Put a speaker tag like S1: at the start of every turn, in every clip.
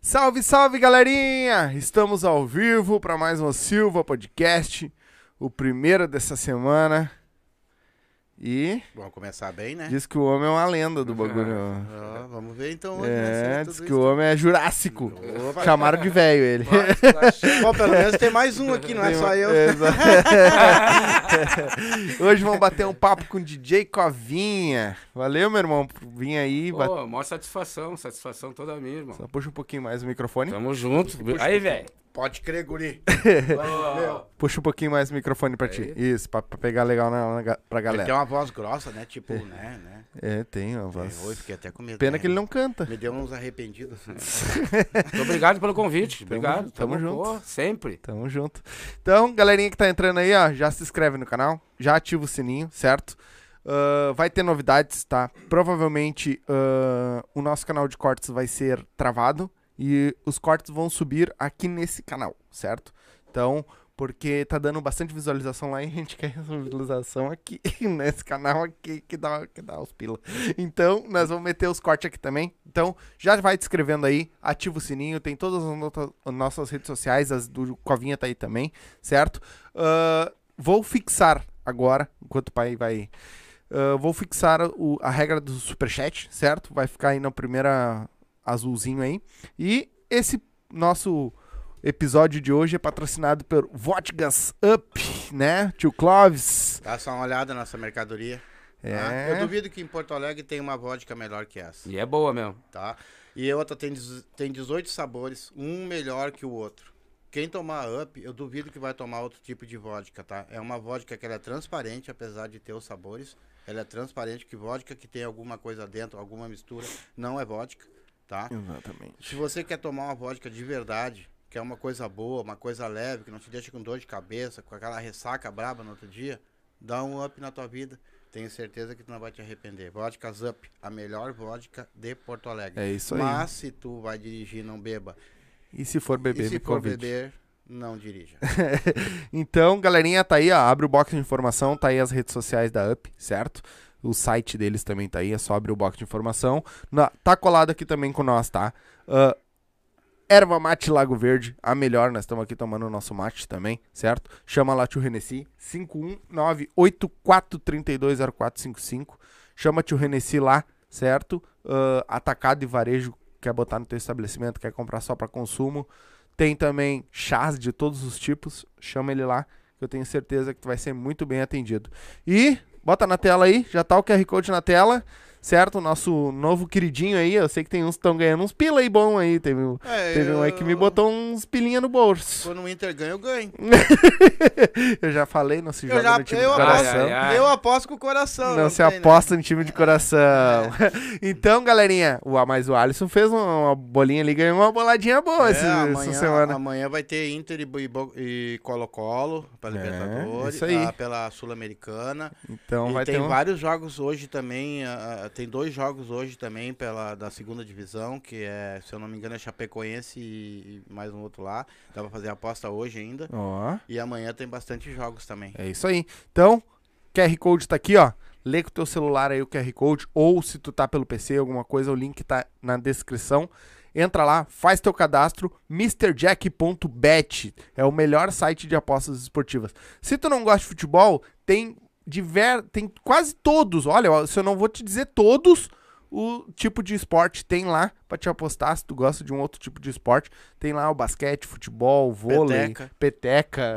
S1: Salve, salve, galerinha! Estamos ao vivo para mais um Silva Podcast, o primeiro dessa semana. E
S2: Vamos começar bem, né?
S1: diz que o homem é uma lenda do bagulho.
S2: Ó, vamos ver então hoje,
S1: É,
S2: né? se
S1: diz
S2: tudo
S1: que o homem é jurássico.
S2: isso- Opa.
S1: Chamaram de velho ele.
S2: Bom, pelo menos tem mais um aqui, não é só eu.
S1: Exato. Hoje vamos bater um papo com o DJ Covinha. Valeu, meu irmão, por vir aí.
S3: Pô,
S1: bate-
S3: maior satisfação, satisfação toda minha, irmão.
S1: Só puxa um pouquinho mais o microfone.
S3: Tamo junto. Aí, velho.
S2: Pode crer, guri.
S1: Puxa um pouquinho mais o microfone pra ti. Isso, pra, pra pegar legal na, na, ga- pra
S2: Ele tem
S1: galera.
S2: uma voz grossa, né? Tipo, né? né?
S1: É, tem uma voz.
S2: Errou e fiquei até com medo.
S1: Pena
S2: né?
S1: que ele não canta.
S2: Me deu uns arrependidos. Assim.
S3: Muito obrigado pelo convite. Obrigado.
S1: tamo junto.
S3: pô, sempre.
S1: Tamo junto. Então, galerinha que tá entrando aí, ó, já se inscreve no canal, já ativa o sininho, certo? Ah, vai ter novidades, tá? Provavelmente ah, o nosso canal de cortes vai ser travado e os cortes vão subir aqui nesse canal, certo? Então, porque tá dando bastante visualização lá e a gente quer essa visualização aqui, nesse canal aqui, que dá, que dá os pila. Então, nós vamos meter os cortes aqui também. Então, já vai te inscrevendo aí, ativa o sininho, tem todas as nota- nossas redes sociais, as do Covinha tá aí também, certo? Ahn, vou fixar agora, enquanto o pai vai. ahn, Ah, vou fixar o- a regra do superchat, certo? Vai ficar aí na primeira azulzinho aí. E esse nosso episódio de hoje é patrocinado por Vodgas Up, né? Tio Clóvis.
S2: Dá só uma olhada nessa mercadoria. tá?
S1: É.
S2: Eu duvido que em Porto Alegre tem uma vodka melhor que essa,
S3: E é boa mesmo.
S2: tá? E outra tem, dez- tem 18 sabores, um melhor que o outro. Quem tomar up, eu duvido que vai tomar outro tipo de vodka, tá? É uma vodka que ela é transparente, apesar de ter os sabores. Ela é transparente, que vodka que tem alguma coisa dentro, alguma mistura, não é vodka, tá?
S1: Exatamente.
S2: Se você quer tomar uma vodka de verdade, que é uma coisa boa, uma coisa leve, que não te deixa com dor de cabeça, com aquela ressaca braba no outro dia, dá um up na tua vida. Tenho certeza que tu não vai te arrepender. Vodka Up, a melhor vodka de Porto Alegre.
S1: É isso aí.
S2: Mas se tu vai dirigir, não beba.
S1: E se for beber,
S2: e se
S1: me
S2: for
S1: convide.
S2: beber, não dirija.
S1: Então, galerinha, tá aí, ó, abre o box de informação, tá aí as redes sociais da UP, certo? O site deles também tá aí, é só abrir o box de informação. Na- tá colado aqui também com nós, tá? Ah, erva mate Lago Verde, a melhor, nós estamos aqui tomando o nosso mate também, certo? Chama lá tio Renessi, 51984320455. Chama tio Renessi lá, certo? Ah, atacado e varejo, quer botar no teu estabelecimento, quer comprar só para consumo. Tem também chás de todos os tipos. Chama ele lá, que eu tenho certeza que tu vai ser muito bem atendido. E bota na tela aí, já tá o QR Code na tela, certo? O nosso novo queridinho aí, eu sei que tem uns que estão ganhando uns pila aí bom aí. Teve, um-
S2: É,
S1: teve um aí que me botou uns pilinha no bolso.
S2: Quando o Inter ganha, eu ganho.
S1: Eu já falei, não se
S2: Eu
S1: joga
S2: já-
S1: no time
S2: eu
S1: do
S2: aposto-
S1: coração.
S3: Ai, ai, ai.
S2: Eu aposto com o coração.
S1: Ah. Não, se
S2: tem, né? É.
S1: aposta em time de coração. então, galerinha, o, mas o Alisson fez uma, uma bolinha ali, ganhou uma boladinha boa
S2: É,
S1: esse-
S2: amanhã,
S1: essa semana.
S2: amanhã vai ter Inter e Bo- e Bo- e Colo-Colo pra Libertadores,
S1: É, isso aí.
S2: ah, pela Sul-Americana.
S1: Então
S2: e
S1: vai
S2: tem
S1: ter um...
S2: vários jogos hoje também, ah, ah, tem dois jogos hoje também pela da segunda divisão, que é, se eu não me engano, é Chapecoense e, e mais um outro lá. Dá pra fazer aposta hoje ainda.
S1: Ó.
S2: E amanhã tem bastante jogos também.
S1: É isso aí. Então, QR Code tá aqui, ó. Lê com o teu celular aí o QR Code, ou se tu tá pelo PC, alguma coisa, o link tá na descrição. Entra lá, faz teu cadastro, mrjack.bet. É o melhor site de apostas esportivas. Se tu não gosta de futebol, tem diver... tem quase todos. Olha, ó, se eu não vou te dizer todos, o tipo de esporte tem lá pra te apostar. Se tu gosta de um outro tipo de esporte, tem lá o basquete, futebol, vôlei,
S2: Peteca.
S1: peteca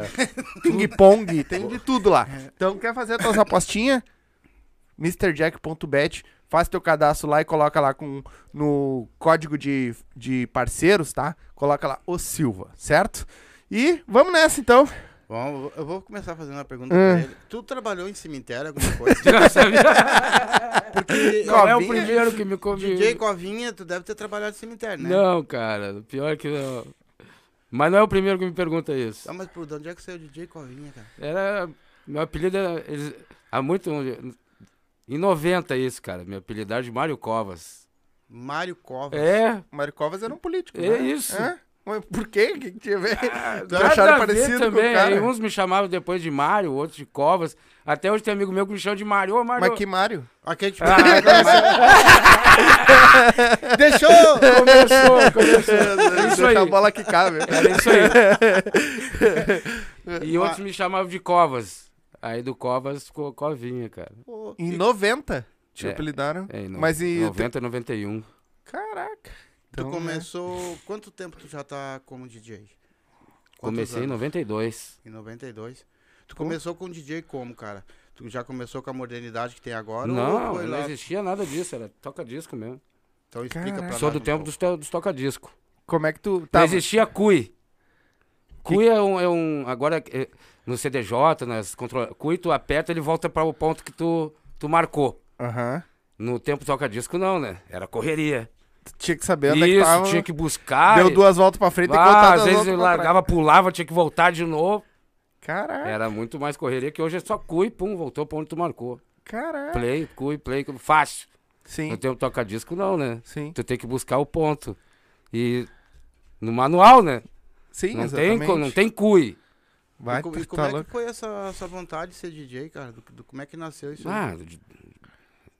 S1: ping-pong, tem de tudo lá. Então, quer fazer as tuas apostinhas? MrJack.bet, faz teu cadastro lá e coloca lá com, no código de, de parceiros, tá? Coloca lá o Silva, certo? E vamos nessa então.
S2: Vamos, eu vou começar fazendo uma pergunta pra ele. Tu trabalhou em cemitério alguma coisa? Porque
S3: Não é o
S1: Covinha?
S3: primeiro que me convidou.
S2: DJ Covinha, tu deve ter trabalhado em cemitério, né?
S3: Não, cara. Pior que não. Mas não é o primeiro que me pergunta isso.
S2: Ah, mas por de onde é que saiu o DJ Covinha, cara?
S3: Era. Meu apelido era. eles- há muito. Em 90 isso, cara. Meu apelido era de Mário Covas.
S2: Mário Covas.
S3: É,
S1: Mário Covas era um político.
S3: É né? isso. É?
S1: Mas por quê? O que, que tinha a ver? Tu
S3: Nada
S1: acharam
S3: a ver
S1: parecido com o
S3: também.
S1: cara?
S3: Aí um uns me chamavam depois de Mário, outros de Covas. Até hoje tem amigo meu que me chama de Mário. Ô, Mário.
S1: Mas que Mário?
S2: Aqui a gente
S3: Ah,
S2: Deixou!
S3: começou, começou. isso
S1: Deixa
S3: aí. É.
S1: a bola quicar, velho.
S3: Era isso aí. e outros me chamavam de Covas. Aí do Covas ficou Covinha, cara.
S2: Pô,
S1: Em 90 te
S3: É.
S1: apelidaram.
S3: É, em no-
S1: Mas e.
S3: 90, 91.
S1: Caraca.
S2: Tu
S3: né?
S1: Então,
S2: começou. Quanto tempo tu já tá como DJ? Quantos
S3: Comecei em
S2: anos?
S3: 92.
S2: em 92. Tu começou com DJ como, cara? Tu já começou com a modernidade que tem agora? ou
S3: não,
S2: foi
S3: não
S2: lá?
S3: existia nada disso, era toca-disco mesmo.
S2: Então explica
S1: Caraca.
S2: pra
S3: Sou
S2: nós.
S3: do
S2: um
S3: tempo
S2: pouco.
S3: dos, to- dos toca-disco.
S1: Como é que tu.
S3: Não
S1: Tá,
S3: existia CUI. CUI é um, é um- Agora, é, no CDJ, nas control... CUI tu aperta ele volta para o ponto que tu, tu marcou.
S1: Aham.
S3: No tempo toca-disco, não, né? Era correria.
S1: Tu Tinha que saber onde é que
S3: Isso,
S1: tava.
S3: tinha que buscar.
S1: Deu
S3: e-
S1: duas voltas pra frente e
S3: Ah,
S1: contar
S3: às
S1: duas
S3: vezes
S1: voltas.
S3: eu
S1: pra trás.
S3: largava, É. pulava, tinha que voltar de novo.
S1: Caraca.
S3: Era muito mais correria que hoje é só CUI, pum, voltou pra onde tu marcou.
S1: Caraca.
S3: Play, CUI, play, fácil.
S1: É. Sim.
S3: No tempo toca-disco, não, né?
S1: Sim.
S3: Tu tem que buscar o ponto. E no manual, né?
S1: Sim,
S3: não, tem,
S1: exatamente.
S3: co- não tem CUI.
S1: Vai,
S2: e, co-
S1: tá,
S2: e como
S1: tá
S2: é
S1: louco.
S2: que foi essa, essa vontade de ser DJ, cara? Do, do- como é que nasceu isso? aí?
S3: Ah, de-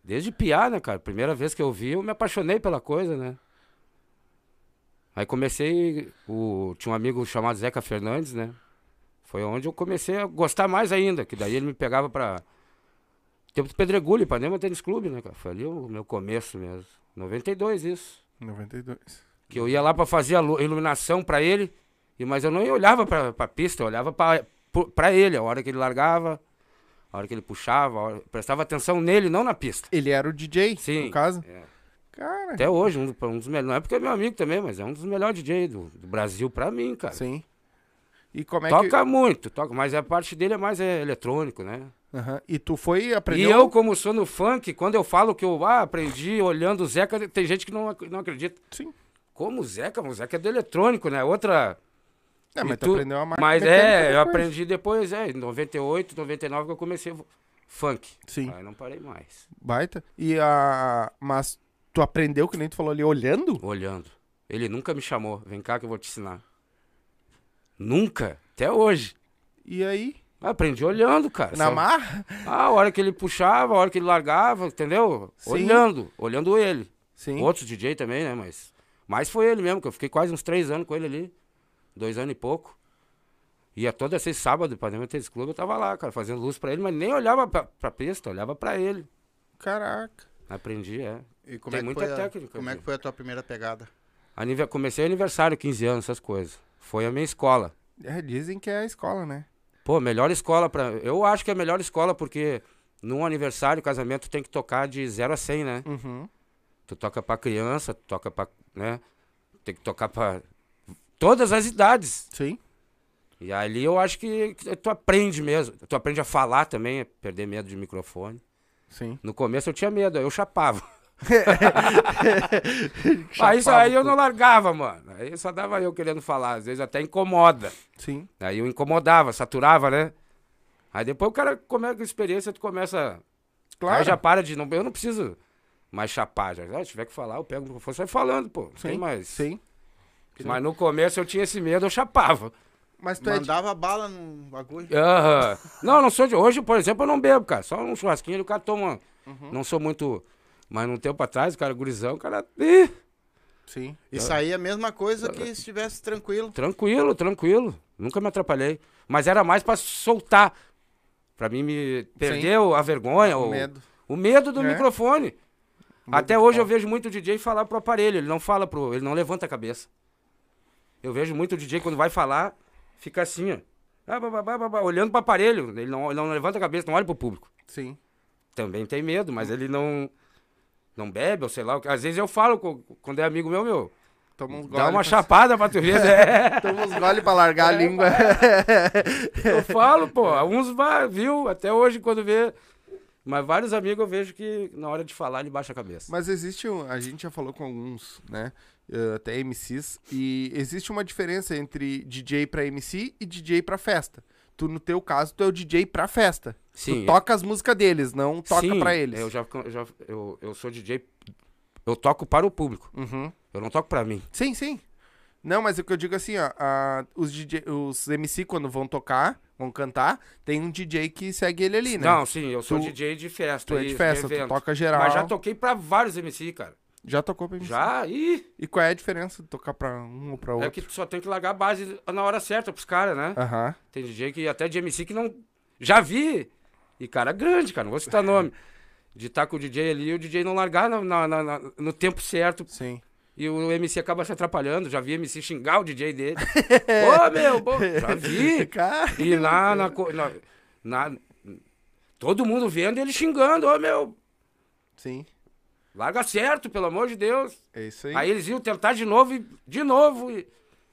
S3: desde piá, né, cara? Primeira vez que eu vi, eu me apaixonei pela coisa, né? Aí comecei. O, tinha um amigo chamado Zeca Fernandes, né? Foi onde eu comecei a gostar mais ainda, que daí ele me pegava pra. Tempo do Pedregulho, Ipanema Tênis Clube, né, cara? Foi ali o meu começo mesmo. 92, isso.
S1: 92.
S3: Que eu ia lá pra fazer a lu- iluminação pra ele, e- mas eu não olhava pra, pra pista, eu olhava pra, pro- pra ele, a hora que ele largava, a hora que ele puxava, a hora- prestava atenção nele, não na pista.
S1: Ele era o DJ,
S3: Sim.
S1: no caso.
S3: É.
S1: Cara.
S3: Até hoje, um, do- um dos melhores. Não é porque é meu amigo também, mas é um dos melhores DJ do, do Brasil pra mim, cara.
S1: Sim. E como é que.
S3: toca muito, toca, mas a parte dele é mais é, eletrônico, né?
S1: Aham. E tu foi e aprendeu. um
S3: E eu, como sou no funk, quando eu falo que eu ah, aprendi olhando o Zeca, tem gente que não, ac- não acredita.
S1: Sim.
S3: Como o Zeca? O Zeca é do eletrônico, né? Outra.
S1: É, mas
S3: E
S1: tu,
S3: tu-
S1: aprendeu a marca.
S3: Mas
S1: mecânica
S3: é, eu
S1: depois.
S3: aprendi depois, é, em 98, 99 que eu comecei vo- funk.
S1: Sim.
S3: Aí não parei mais.
S1: Baita. E a. Mas tu aprendeu, que nem tu falou ali, olhando?
S3: Olhando. Ele nunca me chamou. Vem cá que eu vou te ensinar. Nunca. Até hoje.
S1: E aí?
S3: Aprendi olhando, cara.
S1: Na
S3: Só-
S1: marra?
S3: Ah, a hora que ele puxava, a hora que ele largava, entendeu?
S1: Sim.
S3: Olhando. Olhando ele.
S1: Sim.
S3: Outro DJ também, né? Mas, mas foi ele mesmo, que eu fiquei quase uns três anos com ele ali. Dois anos e pouco. Ia toda sexta e sábado pra dentro desse clube, eu tava lá, cara, fazendo luz pra ele, mas nem olhava pra, pra pista, olhava pra ele.
S1: Caraca.
S3: Aprendi, é.
S2: E
S3: tem
S2: como é que
S3: muita
S2: foi a,
S3: técnica,
S2: Como é
S3: viu?
S2: que foi a tua primeira pegada?
S3: Anive- Comecei aniversário, 15 anos, essas coisas. Foi a minha escola.
S1: É, dizem que é a escola, né?
S3: Pô, melhor escola pra. Eu acho que é a melhor escola, porque num aniversário, casamento, tem que tocar de 0 a 100, né?
S1: Uhum.
S3: Tu toca pra criança, tu toca pra. né? Tem que tocar pra. Todas as idades.
S1: Sim.
S3: E ali eu acho que que tu aprende mesmo. Tu aprende a falar também, a perder medo de microfone.
S1: Sim.
S3: No começo eu tinha medo, aí eu chapava. aí, só- Ah, aí eu não largava, mano. Aí só dava eu querendo falar. Às vezes até incomoda.
S1: Sim.
S3: Aí eu incomodava, saturava, né? Aí depois o cara começa com experiência, tu começa.
S1: Claro.
S3: Aí já para de. Não, eu não preciso mais chapar. Já, ah, se tiver que falar, eu pego o microfone e saio falando, pô.
S1: Sim.
S3: Sim, tem mais.
S1: Sim.
S3: Mas no começo eu tinha esse medo, eu chapava.
S1: Mas tu é. de-
S2: Mandava bala no bagulho?
S3: Aham. Não, não sou de. Hoje, por exemplo, eu não bebo, cara. Só um churrasquinho, o cara toma.
S1: Uhum.
S3: Não sou muito. Mas num tempo atrás, o cara gurizão, o cara. Ih,
S1: Sim.
S2: E saía é a mesma
S3: Tá
S2: coisa que se estivesse tranquilo.
S3: tranquilo, tranquilo. Nunca me atrapalhei. Mas era mais pra soltar. Pra mim me perdeu a vergonha, o,
S1: Com medo.
S3: o medo do
S1: É.
S3: microfone.
S1: Medo
S3: Até
S1: de
S3: hoje eu vejo muito DJ falar pro aparelho, ele não fala pro, ele não levanta a cabeça. Eu vejo muito DJ quando vai falar, fica assim, ó, Ah, babá, babá, olhando pro aparelho, ele não, ele não levanta a cabeça, não olha pro público.
S1: Sim.
S3: também tem medo,
S1: Hum.
S3: mas ele não não bebe, ou sei lá. o que- Às vezes eu falo co- quando é amigo meu, meu,
S1: Toma uns gole.
S3: dá uma É.
S1: pra-
S3: chapada pra tu ver, né?
S1: Toma uns gole pra largar a língua.
S3: Eu falo, pô, uns vai, viu? Até hoje quando vê. Mas vários amigos eu vejo que na hora de falar ele baixa a cabeça.
S1: Mas existe um. A gente já falou com alguns, né? eh, Até MCs. E existe uma diferença entre DJ pra MC e DJ pra festa. Tu, no teu caso, tu é o DJ pra festa.
S3: Sim.
S1: Tu toca as músicas deles, não toca
S3: Sim,
S1: pra eles.
S3: Eu já, eu já eu, eu sou DJ, eu toco para o público.
S1: Uhum.
S3: Eu não toco pra mim.
S1: Sim, sim. Não, mas o que eu digo assim, ó, a- os, DJ, os MC quando vão tocar, vão cantar, tem um DJ que segue ele ali, né?
S3: Não, sim, eu sou
S1: Tu-
S3: DJ de festa.
S1: tu é de
S3: isso,
S1: festa, tu
S3: evento.
S1: toca geral.
S3: Mas já toquei pra vários MC, cara.
S1: Já tocou pra MC.
S3: Já, ih,
S1: E qual é a diferença de tocar pra um ou pra
S3: é
S1: outro?
S3: que tu só tem que largar a base na hora certa pros caras, né?
S1: Aham.
S3: Tem DJ que até de MC que não. Já vi! E cara grande, cara, não vou citar nome. De estar com o DJ ali e o DJ não largar na- na- na- na- no tempo certo.
S1: Sim.
S3: E o MC acaba se atrapalhando. Já vi MC xingar o DJ dele. Ô, meu! pô, já vi!
S1: Cara,
S3: E lá na, co- na, na- Todo mundo vendo e ele xingando. Ô, meu!
S1: Sim,
S3: Larga certo, pelo amor de Deus!
S1: é isso aí.
S3: Aí eles iam tentar de novo e de novo. E...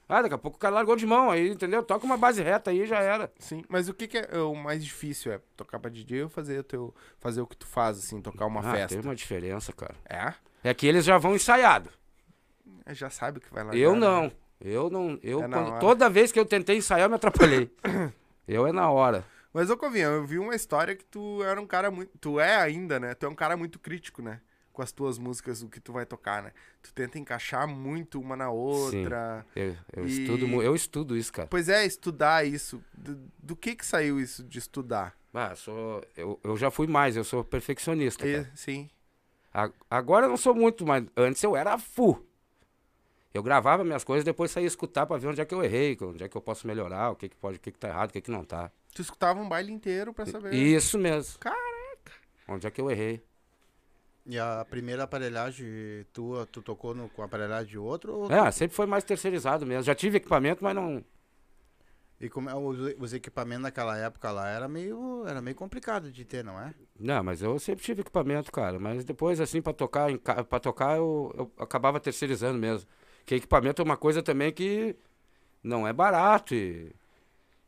S3: Ah, daqui a pouco o cara largou de mão aí, entendeu? Toca uma base reta aí e já era.
S1: Sim, mas o que, que é é o mais difícil? É tocar pra DJ ou fazer o, teu, fazer o que tu faz, assim, tocar uma
S3: ah,
S1: festa?
S3: tem uma diferença, cara.
S1: É?
S3: É que eles já vão ensaiado.
S1: Já sabe o que vai né? lá.
S3: eu não. Eu não. Eu,
S1: É na
S3: quando-
S1: hora.
S3: toda vez que eu tentei ensaiar, eu me atrapalhei. eu é na hora.
S1: Mas, ô Covinha, eu vi uma história que tu era um cara muito. Tu é ainda, né? Tu é um cara muito crítico, né? Com as tuas músicas, o que tu vai tocar, né? Tu tenta encaixar muito uma na outra.
S3: Eu, eu
S1: E-
S3: estudo, mu- eu estudo isso, cara.
S1: Pois é, estudar isso. Do, do que que saiu isso de estudar?
S3: Ah, sou, eu, eu já fui mais, eu sou perfeccionista.
S1: E-
S3: cara.
S1: sim.
S3: A- agora eu não sou muito, mas antes eu era full. Eu gravava minhas coisas, depois saía escutar pra ver onde é que eu errei, onde é que eu posso melhorar, o que, que pode, o que, que tá errado, o que, que não tá.
S1: Tu escutava um baile inteiro pra saber.
S3: Isso mesmo.
S1: Caraca.
S3: Onde é que eu errei?
S2: E a primeira aparelhagem tua, tu tocou no, com a aparelhagem de outro? ou-
S3: É, sempre foi mais terceirizado mesmo. Já tive equipamento, mas não.
S2: E como é, os, os equipamentos naquela época lá era meio, era meio complicado de ter, não é?
S3: Não, mas eu sempre tive equipamento, cara. Mas depois, assim, pra tocar, em ca- pra tocar eu, eu acabava terceirizando mesmo. Porque equipamento é uma coisa também que não é barato. E,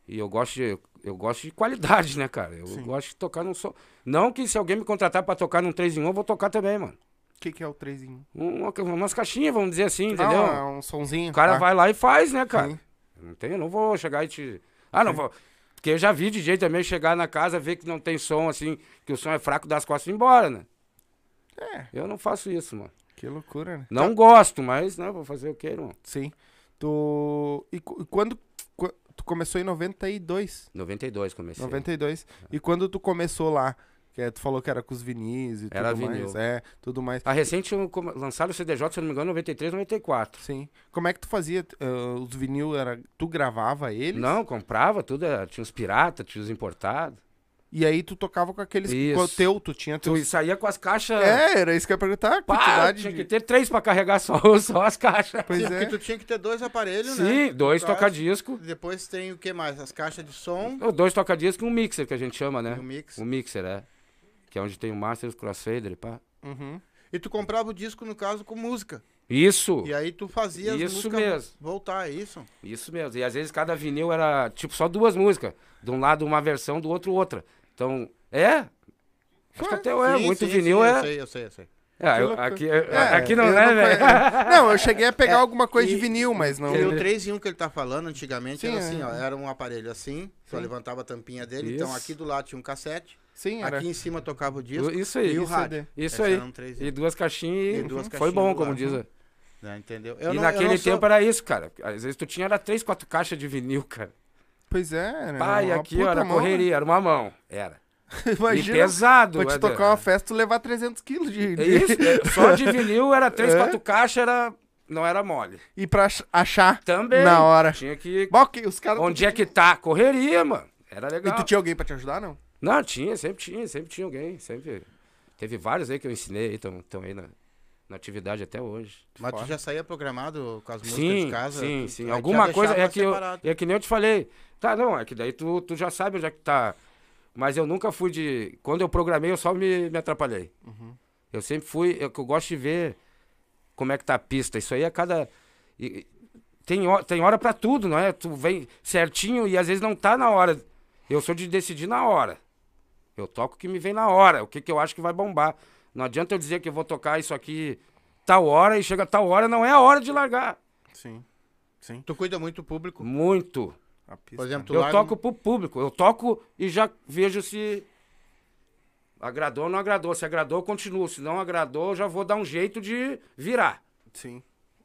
S3: e eu, gosto de, eu gosto de qualidade, né, cara? Eu
S1: Sim.
S3: gosto de tocar num som. Não que se alguém me contratar pra tocar num 3 em 1, eu vou tocar também, mano. Um,
S1: O que, que é o 3 em 1?
S3: Uma- umas caixinhas, vamos dizer assim, entendeu?
S1: Ah, um sonzinho.
S3: O cara
S1: tá?
S3: vai lá e faz, né, cara?
S1: Sim.
S3: Não tem, eu não vou chegar e te. Ah, não vou. Porque eu já vi DJ também chegar na casa, ver que não tem som, assim, que o som é fraco das costas e ir embora, né?
S1: É.
S3: Eu não faço isso, mano.
S1: Que loucura, né?
S3: Não gosto, mas, né, vou fazer o quê, irmão?
S1: Sim. Tu. E, cu- e quando. qu- Tu começou em 92.
S3: 92 comecei.
S1: 92.
S3: É.
S1: E quando tu começou lá? Que é, tu falou que era com os vinis e
S3: Era
S1: tudo mais.
S3: vinil.
S1: É, tudo mais.
S3: A Tá recente eu come- lançaram o CDJ, se eu não me engano, 93, 94.
S1: Sim. Como é que tu fazia? t- ah, os vinil era. Tu gravava eles?
S3: Não, comprava tudo, era- tinha os piratas, tinha os importados.
S1: E aí tu tocava com aqueles. Com o
S3: Isso.
S1: teu, tu tinha
S3: Tu
S1: teus.
S3: saía com as caixas.
S1: É, era isso que eu ia perguntar. a
S3: pá,
S1: quantidade
S3: tinha
S1: de.
S3: que ter três pra carregar só, só as caixas.
S1: Pois
S2: Sim,
S1: é.
S2: Porque tu tinha que ter dois aparelhos, né?
S3: Sim, dois
S2: Caixa.
S3: toca-disco.
S2: Depois tem o que mais? As caixas de som
S3: Dois toca-disco e um mixer, que a gente chama, né?
S2: e o mix.
S3: O mixer, é. Que é onde tem o master, o crossfader, pá.
S1: Uhum.
S2: E tu comprava o disco, no caso, com música.
S3: Isso,
S2: E aí tu fazia as
S3: Isso
S2: músicas
S3: mesmo.
S2: voltar, é isso?
S3: isso mesmo. E às vezes cada vinil era, tipo, só duas músicas. De um lado uma versão, do outro outra. Então, é... Acho que até é,
S2: Sim,
S3: muito
S2: sim,
S3: vinil
S2: sim,
S3: é...
S2: Eu sei, eu sei, eu sei.
S3: é,
S1: Que
S3: eu-
S1: loucura.
S3: aqui,
S1: É,
S3: aqui não,
S1: eu
S3: né,
S1: conhe-
S3: velho? É.
S1: Não, eu cheguei a pegar alguma coisa de
S2: e-
S1: vinil, mas não.
S2: E o 3 em 1 que ele tá falando antigamente
S1: é Sim,
S2: era
S1: é.
S2: assim, ó, era um aparelho assim, só levantava a tampinha dele, então
S3: Isso.
S2: aqui do lado tinha um cassete,
S1: Sim, era.
S2: aqui em cima tocava o disco.
S3: Isso aí,
S2: E o
S1: isso
S2: rádio.
S1: aí.
S3: isso
S2: Essa
S3: aí.
S2: era um 3 em
S3: E duas caixinhas e,
S2: E duas
S3: foi
S2: caixinhas
S3: bom,
S2: do
S3: como
S2: lado.
S3: diz. a-
S2: 1, né, entendeu?
S3: e
S2: Eu não- eu
S3: naquele
S2: não sou-
S3: tempo era isso, cara. Às vezes tu tinha era três, quatro caixas de vinil, cara.
S1: Pois é, era.
S3: Pá, e
S1: uma
S3: aqui
S1: puta
S3: ó, era
S1: mão, né?
S3: correria, era uma mão. Era. e
S1: Imagina.
S3: pesado.
S1: Pra te
S3: é,
S1: tocar uma festa, tu levar 300 quilos de.
S3: É
S1: de-
S3: Isso, é, só de vinil era três,
S1: É.
S3: quatro caixas, era... não era mole.
S1: E pra ach- achar
S3: Também.
S1: na hora.
S3: Tinha que.
S1: Bom, que os caras.
S3: Onde é que tá? Correria, mano. Era
S1: E
S3: legal.
S1: tu tinha alguém pra te ajudar, não?
S3: Não, tinha, sempre tinha, sempre tinha alguém. Sempre. Teve vários aí que eu ensinei aí, estão aí na, na atividade até hoje.
S2: Mas tu já saía programado com as músicas
S3: Sim,
S2: de casa?
S3: sim,
S2: Tu- aí
S3: sim.
S2: tu já
S3: Alguma coisa é
S2: deixava
S3: que, eu,
S2: separado.
S3: é que nem eu te falei. Tá, não, é que daí tu, tu já sabe onde é que tá. Mas eu nunca fui de. Quando eu programei, eu só me, me atrapalhei.
S2: Uhum.
S3: Eu sempre fui. Eu, que eu gosto de ver como é que tá a pista. Isso aí é cada. e- e- tem, ho- tem hora pra tudo, não é? Tu vem certinho e às vezes não tá na hora. Eu sou de decidir na hora. Eu toco o que me vem na hora, o que, que eu acho que vai bombar. Não adianta eu dizer que eu vou tocar isso aqui tal hora e chega tal hora, não é a hora de largar.
S1: Sim. Sim.
S2: Tu cuida muito do público.
S3: Muito.
S1: A pista.
S2: Por exemplo, tu
S3: eu
S2: larga um-
S3: toco pro público. Eu toco e já vejo se agradou ou não agradou. Se agradou, eu continuo. Se não agradou, eu já vou dar um jeito de virar.
S1: Sim.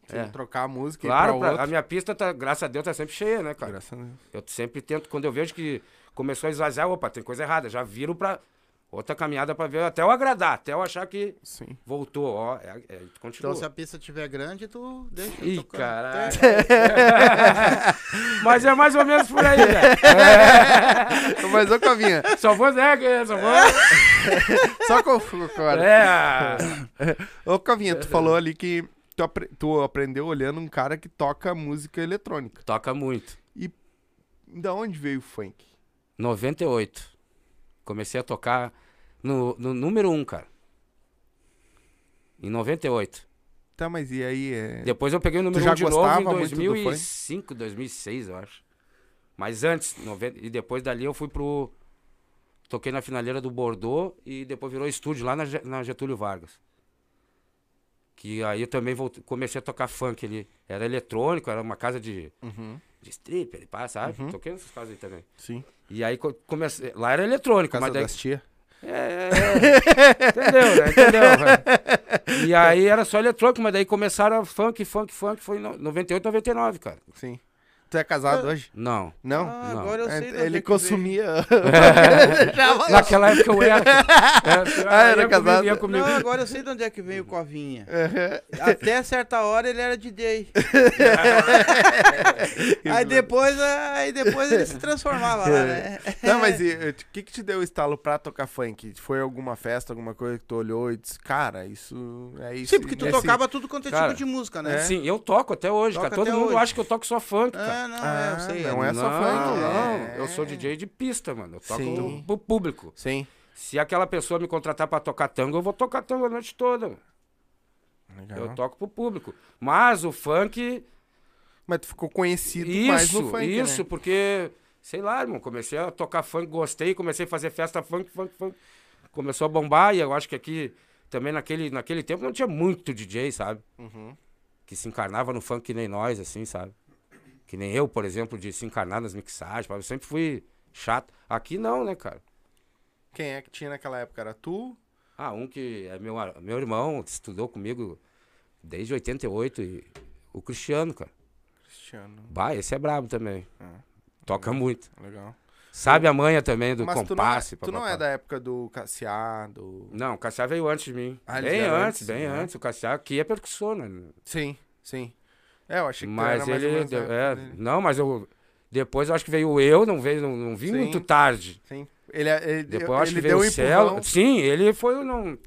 S1: Tinha
S3: É.
S1: que trocar a música
S3: Claro,
S1: e ir
S3: pra-
S1: pra outra.
S3: a minha pista, tá, graças a Deus, tá sempre cheia, né, cara?
S1: Graças a Deus.
S3: Eu sempre tento, quando eu vejo que começou a esvaziar, opa, tem coisa errada, já viro pra outra caminhada pra ver, até eu agradar, até eu achar que
S1: Sim.
S3: voltou, ó, é, é, continua.
S2: Então, se a pista tiver grande, tu deixa. É,
S3: Ih,
S2: tocar.
S3: caralho. Mas é mais ou menos por aí, né?
S1: Então, Mas ô Covinha,
S3: Só vou, né, que- só
S1: É. só
S3: vou...
S1: concordo.
S3: É,
S1: Ô Covinha, tu falou ali que tu, apre- tu aprendeu olhando um cara que toca música eletrônica.
S3: toca muito.
S1: Da onde veio o funk?
S3: 98. Comecei a tocar no, no número 1, um, cara. Em 98.
S1: Tá, mas e aí? É...
S3: Depois eu peguei o número
S1: já
S3: 1 um de novo
S1: gostava
S3: em
S1: muito do funk?
S3: 2005, 2006, eu acho. Mas antes, 90, e depois dali eu fui pro... Toquei na finaleira do Bordeaux e depois virou estúdio lá na, Ge- na Getúlio Vargas. Que aí eu também voltei- comecei a tocar funk ali. Era eletrônico, era uma casa de, de stripper, pá, sabe? Toquei nessas casas aí também.
S1: Uhum. Sim.
S3: E aí co- comecei... Lá era eletrônico,
S1: Casa
S3: mas daí...
S1: das tia.
S3: É, é, é. Entendeu, né? Entendeu? velho? e aí era só eletrônico, mas daí começaram a funk, funk, funk. Foi em no- 98, 99, cara.
S1: Sim. Tu é casado hoje?
S3: Não.
S1: Não?
S2: Ah,
S3: Não.
S2: agora eu sei de onde é
S1: Ele
S2: que
S1: consumia.
S3: Naquela época eu era. É, era
S1: Ah, era
S3: ia
S1: casado.
S3: Comigo, ia
S2: veio.
S3: comigo.
S2: Não, agora eu sei de onde é que veio o Covinha. Até certa hora ele era de day. aí depois, aí depois ele se transformava lá, né?
S1: Não, mas e, e, o que que te deu o estalo pra tocar funk? Foi alguma festa, alguma coisa que tu olhou e disse, cara, isso é isso.
S2: Sim, porque tu
S1: nesse-
S2: tocava tudo quanto é
S3: Cara,
S2: tipo de música, né?
S3: Sim, eu toco até hoje,
S2: Toca
S3: cara. Todo
S2: até
S3: mundo
S2: hoje.
S3: acha que eu toco só funk, cara.
S2: Ah, não,
S1: Ah,
S2: é, eu sei.
S1: não é só
S3: não,
S1: funk,
S3: Não,
S1: é.
S3: eu sou DJ de pista, mano. Eu toco
S1: Sim.
S3: pro público.
S1: Sim.
S3: Se aquela pessoa me contratar pra tocar tango, eu vou tocar tango a noite toda. mano.
S1: Legal.
S3: Eu toco pro público. Mas o funk,
S1: Mas tu ficou conhecido
S3: Isso,
S1: mais no funk, né?
S3: isso, porque, sei lá, irmão, comecei a tocar funk, gostei, comecei a fazer festa funk, funk, funk. Começou a bombar e eu acho que aqui, também naquele, naquele tempo, não tinha muito DJ, sabe?
S1: Uhum.
S3: Que se encarnava no funk que nem nós, assim, sabe? Que nem eu, por exemplo, de se encarnar nas mixagens, sabe? eu sempre fui chato. Aqui não, né, cara?
S1: Quem é que tinha naquela época? Era tu?
S3: Ah, um que é meu, a- meu irmão, que estudou comigo desde 88, e o Cristiano, cara.
S1: Cristiano.
S3: Bah, esse é brabo também. Toca muito.
S1: Legal.
S3: Sabe a manha também do
S1: Mas tu não, é,
S3: compasse.
S1: tu não
S3: papapá.
S1: é da época do Cassiá, do...
S3: Não, o Cassiá veio antes de mim.
S1: Ah, eles
S3: bem
S1: vieram
S3: antes,
S1: antes,
S3: bem
S1: né?
S3: antes. O Cassiá que é percussor, né?
S1: Sim, sim. É, eu achei que tu
S3: Mas
S1: era mais ou
S3: ele.
S1: menos da
S3: deu-
S1: época
S3: é,
S1: dele.
S3: não, mas eu. Depois eu acho que veio eu, não veio, não, não vim
S1: Sim.
S3: muito tarde.
S1: Sim. Ele, é, ele,
S3: Depois eu acho
S1: ele
S3: que veio
S1: deu um
S3: o Celo.
S1: empurrão,
S3: Sim, ele foi o. Não...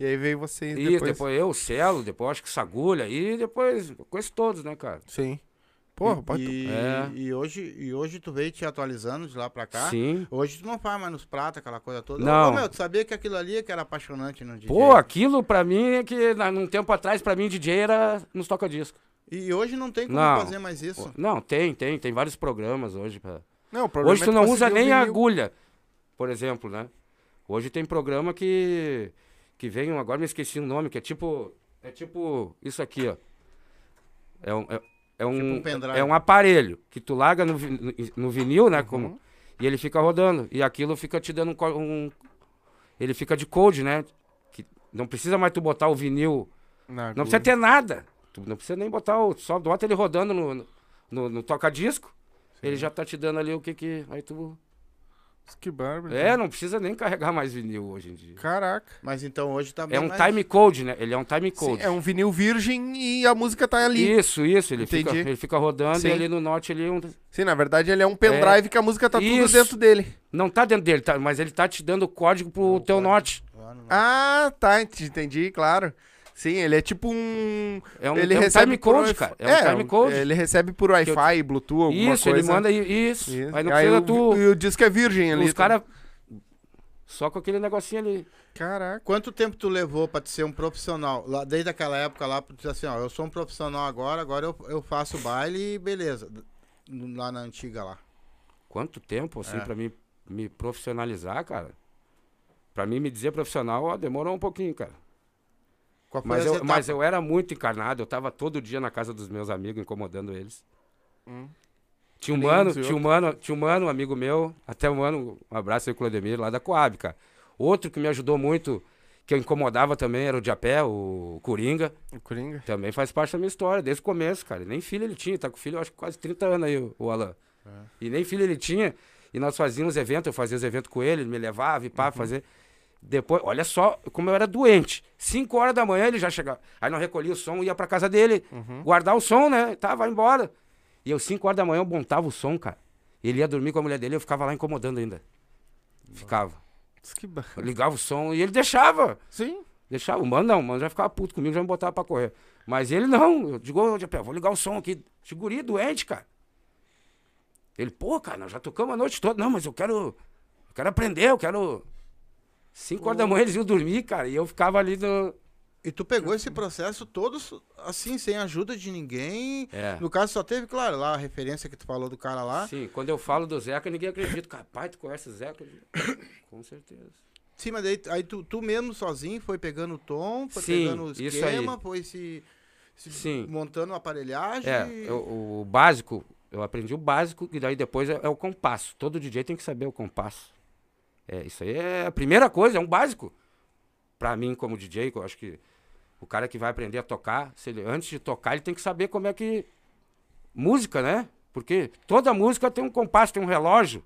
S1: e aí veio você
S3: Isso, depois... eu, o Celo, depois acho que o Sagulha, e depois. eu Conheço todos, né, cara?
S1: Sim. Porra, pode tu-
S2: E,
S3: É.
S2: e hoje, e hoje tu veio te atualizando de lá pra cá.
S3: Sim.
S2: Hoje tu não faz mais nos pratos, aquela coisa toda.
S3: Não.
S2: Ô, meu, tu sabia que aquilo ali é que era apaixonante no DJ.
S3: Pô, aquilo pra mim é que na, num tempo atrás, pra mim, DJ era nos toca-disco.
S2: E hoje não tem como
S3: Não.
S2: fazer mais isso.
S3: Não, tem, tem, tem vários programas hoje pra.
S1: Não, o problema
S3: Hoje
S1: é
S3: tu não usa
S1: conseguir
S3: nem
S1: o
S3: a
S1: vinil.
S3: agulha, por exemplo, né? Hoje tem programa que que vem, um- agora me esqueci o nome, que é tipo é tipo isso aqui, ó. É um é, é um,
S2: um pendrive.
S3: é um aparelho que tu larga no, vi- no, no vinil, né, como e ele fica rodando e aquilo fica te dando um, co- um- ele fica de code, né? Que não precisa mais tu botar o vinil,
S1: Na
S3: não
S1: agulha.
S3: precisa ter nada. Tu não precisa nem botar o só bota ele rodando no no, no- no toca-disco. Ele já tá te dando ali o que que aí tu
S1: Que bárbaro.
S3: é, não precisa nem carregar mais vinil hoje em dia.
S1: Caraca.
S2: Mas então hoje tá bem
S3: É um
S2: mais-
S3: time code, né? Ele é um time
S1: Sim,
S3: code.
S1: é um vinil virgem e a música tá ali.
S3: Isso, isso. Ele fica,
S1: Entendi.
S3: ele fica rodando
S1: Sim.
S3: e ali no norte ele é um-
S1: Sim, na verdade ele é um pendrive que a música tá tudo
S3: Isso.
S1: dentro dele.
S3: não tá dentro dele, tá- mas ele tá te dando o código pro teu norte.
S2: Ah, não.
S1: Ah, tá, ent- entendi, claro. Sim, ele é tipo um.
S3: É um,
S1: ele
S3: é um
S1: recebe
S3: time
S1: por
S3: code,
S1: Wi-Fi-
S3: cara. É um time code.
S1: Ele recebe por Wi-Fi, Bluetooth, alguma
S3: isso,
S1: coisa.
S3: ele manda i- isso.
S1: Isso.
S3: Aí não
S1: Aí
S3: precisa
S1: o,
S3: tu
S1: E o disco é virgem ali.
S3: os caras só com aquele negocinho ali.
S1: Caraca.
S2: Quanto tempo tu levou pra te ser um profissional? Lá, desde aquela época lá, pra tu dizer assim, ó, eu sou um profissional agora, agora eu, eu faço baile e beleza. Lá na antiga lá.
S3: Quanto tempo assim pra mim me profissionalizar, cara? Pra mim me dizer profissional, ó, demorou um pouquinho, cara.
S2: Qual foi
S3: Mas
S2: essa
S3: eu, mas
S2: etapa?
S3: eu era muito encarnado, eu tava todo dia na casa dos meus amigos, incomodando eles. Tinha um
S1: Nem
S3: mano,
S1: uns e
S3: tinha um mano, tinha um mano, um amigo meu, até um ano, um abraço aí, Clodemir, lá da Coab, cara. Outro que me ajudou muito, que eu incomodava também era o de a pé, o Coringa.
S1: O Coringa.
S3: Também faz parte da minha história, desde o começo, cara. E Nem filho ele tinha, tá com filho, eu acho que quase 30 anos aí, o- o Alan. E nem filho ele tinha. E nós fazíamos eventos, eu fazia os eventos com ele, ele me levava e pá, fazer. Depois, olha só como eu era doente. 5 horas da manhã ele já chegava. Aí nós recolhia o som, ia pra casa dele, guardar o som, né? Tá, vai embora. E eu, 5 horas da manhã, eu montava o som, cara. Ele ia dormir com a mulher dele, eu ficava lá incomodando ainda. Ficava.
S1: Diz que ba-
S3: Eu ligava o som e ele deixava.
S1: Sim.
S3: Deixava, o mano não, o mano já ficava puto comigo, já me botava pra correr. Mas ele não, eu digo, ô, Japé, vou ligar o som aqui. Esse guri é doente, cara. Ele, pô, cara, nós já tocamos a noite toda. Não, mas eu quero, eu quero aprender, eu quero... Cinco horas da manhã eles iam dormir, cara, e eu ficava ali no...
S2: E tu pegou esse processo todo so- assim, sem ajuda de ninguém.
S3: É.
S2: No caso, só teve, claro, lá a referência que tu falou do cara lá. Sim,
S3: Sim, quando eu falo do Zeca, ninguém acredita. Cara, pai, tu conhece o Zeca? Eu digo, Com certeza.
S2: mas daí, aí tu, tu mesmo sozinho foi pegando o tom, foi
S3: Sim,
S2: pegando o
S3: isso
S2: esquema,
S3: aí.
S2: foi se, se
S3: Sim.
S2: montando a aparelhagem.
S3: É, eu- o básico, eu aprendi o básico, e daí depois é, é o compasso. Todo DJ tem que saber o compasso. É, isso aí é a primeira coisa, é um básico. Pra mim, como DJ, que eu acho que o cara que vai aprender a tocar, se ele- antes de tocar, ele tem que saber como é que. Música, né? Porque toda música tem um compasso, tem um relógio.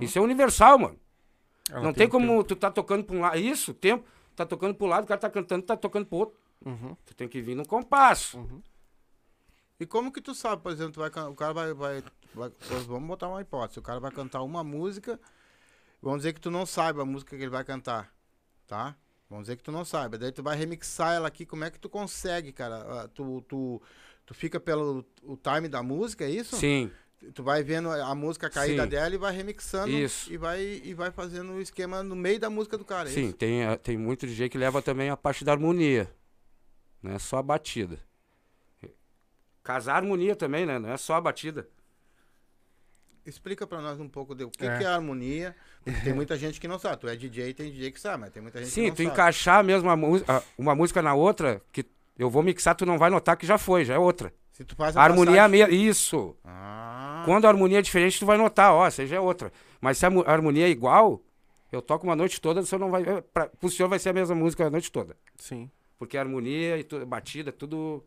S3: Isso é universal, mano.
S1: Uhum. Ela um
S3: Não tem, como tu tá tocando pra um lado. Isso, o tempo. Tá tocando pro lado, o cara tá cantando, tá tocando pro outro.
S1: Uhum.
S3: Tu tem que vir no compasso.
S2: E como que tu sabe, por exemplo, tu vai, can- o cara vai, vai, vai- pois Vamos botar uma hipótese. O cara vai cantar uma música. Vamos dizer que tu não saiba a música que ele vai cantar. Tá? Vamos dizer que tu não saiba. Daí tu vai remixar ela aqui. Como é que tu consegue, cara? Ah, Tu, tu, tu fica pelo o time da música, é isso?
S3: Sim.
S2: Tu vai vendo a a música caída
S3: Sim.
S2: dela e vai remixando.
S3: Isso.
S2: E vai, e vai fazendo o esquema no meio da música do cara. é
S3: Sim,
S2: isso?
S3: tem, a- tem muito DJ que leva também a parte da harmonia. Não é só a batida. Casar a harmonia também, né? Não é só a batida.
S2: Explica pra nós um pouco do que,
S1: É.
S2: que é a harmonia. porque Tem muita gente que não sabe. Tu é DJ, tem DJ que sabe, mas tem muita gente que
S3: Sim,
S2: não
S3: tu
S2: sabe.
S3: encaixar mesmo a mu- a- uma música na outra, que eu vou mixar, tu não vai notar que já foi, já é outra.
S2: Se tu faz
S3: A harmonia é a
S2: passagem-
S3: mesma. Isso.
S2: Ah,
S3: Quando a harmonia é diferente, tu vai notar, ó, essa já é outra. Mas se a mu- a harmonia é igual, eu toco uma noite toda, o senhor não vai. é, Pra, pro senhor vai ser a mesma música a noite toda.
S1: Sim.
S3: Porque a harmonia e tu- batida, tudo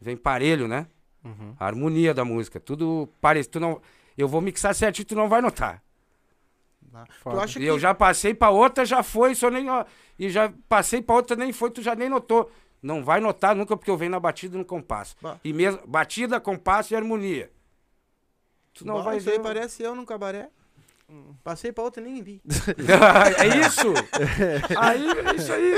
S3: vem parelho, né?
S1: Uhum.
S3: A harmonia da música, tudo parece, tu não, eu vou mixar certinho, tu não vai notar.
S2: tá. tu
S1: foda.
S2: acha
S3: E
S2: que
S3: eu já passei pra outra, já foi, só nem ó, e já passei pra outra, nem foi, tu já nem notou. Não vai notar nunca porque eu venho na batida e no compasso.
S2: Bah.
S3: E mesmo batida, compasso e harmonia. Tu não
S2: Bah,
S3: vai
S2: isso aí
S3: ver.
S2: parece eu num cabaré. Passei pra outra e nem vi.
S3: é isso. aí, é isso aí.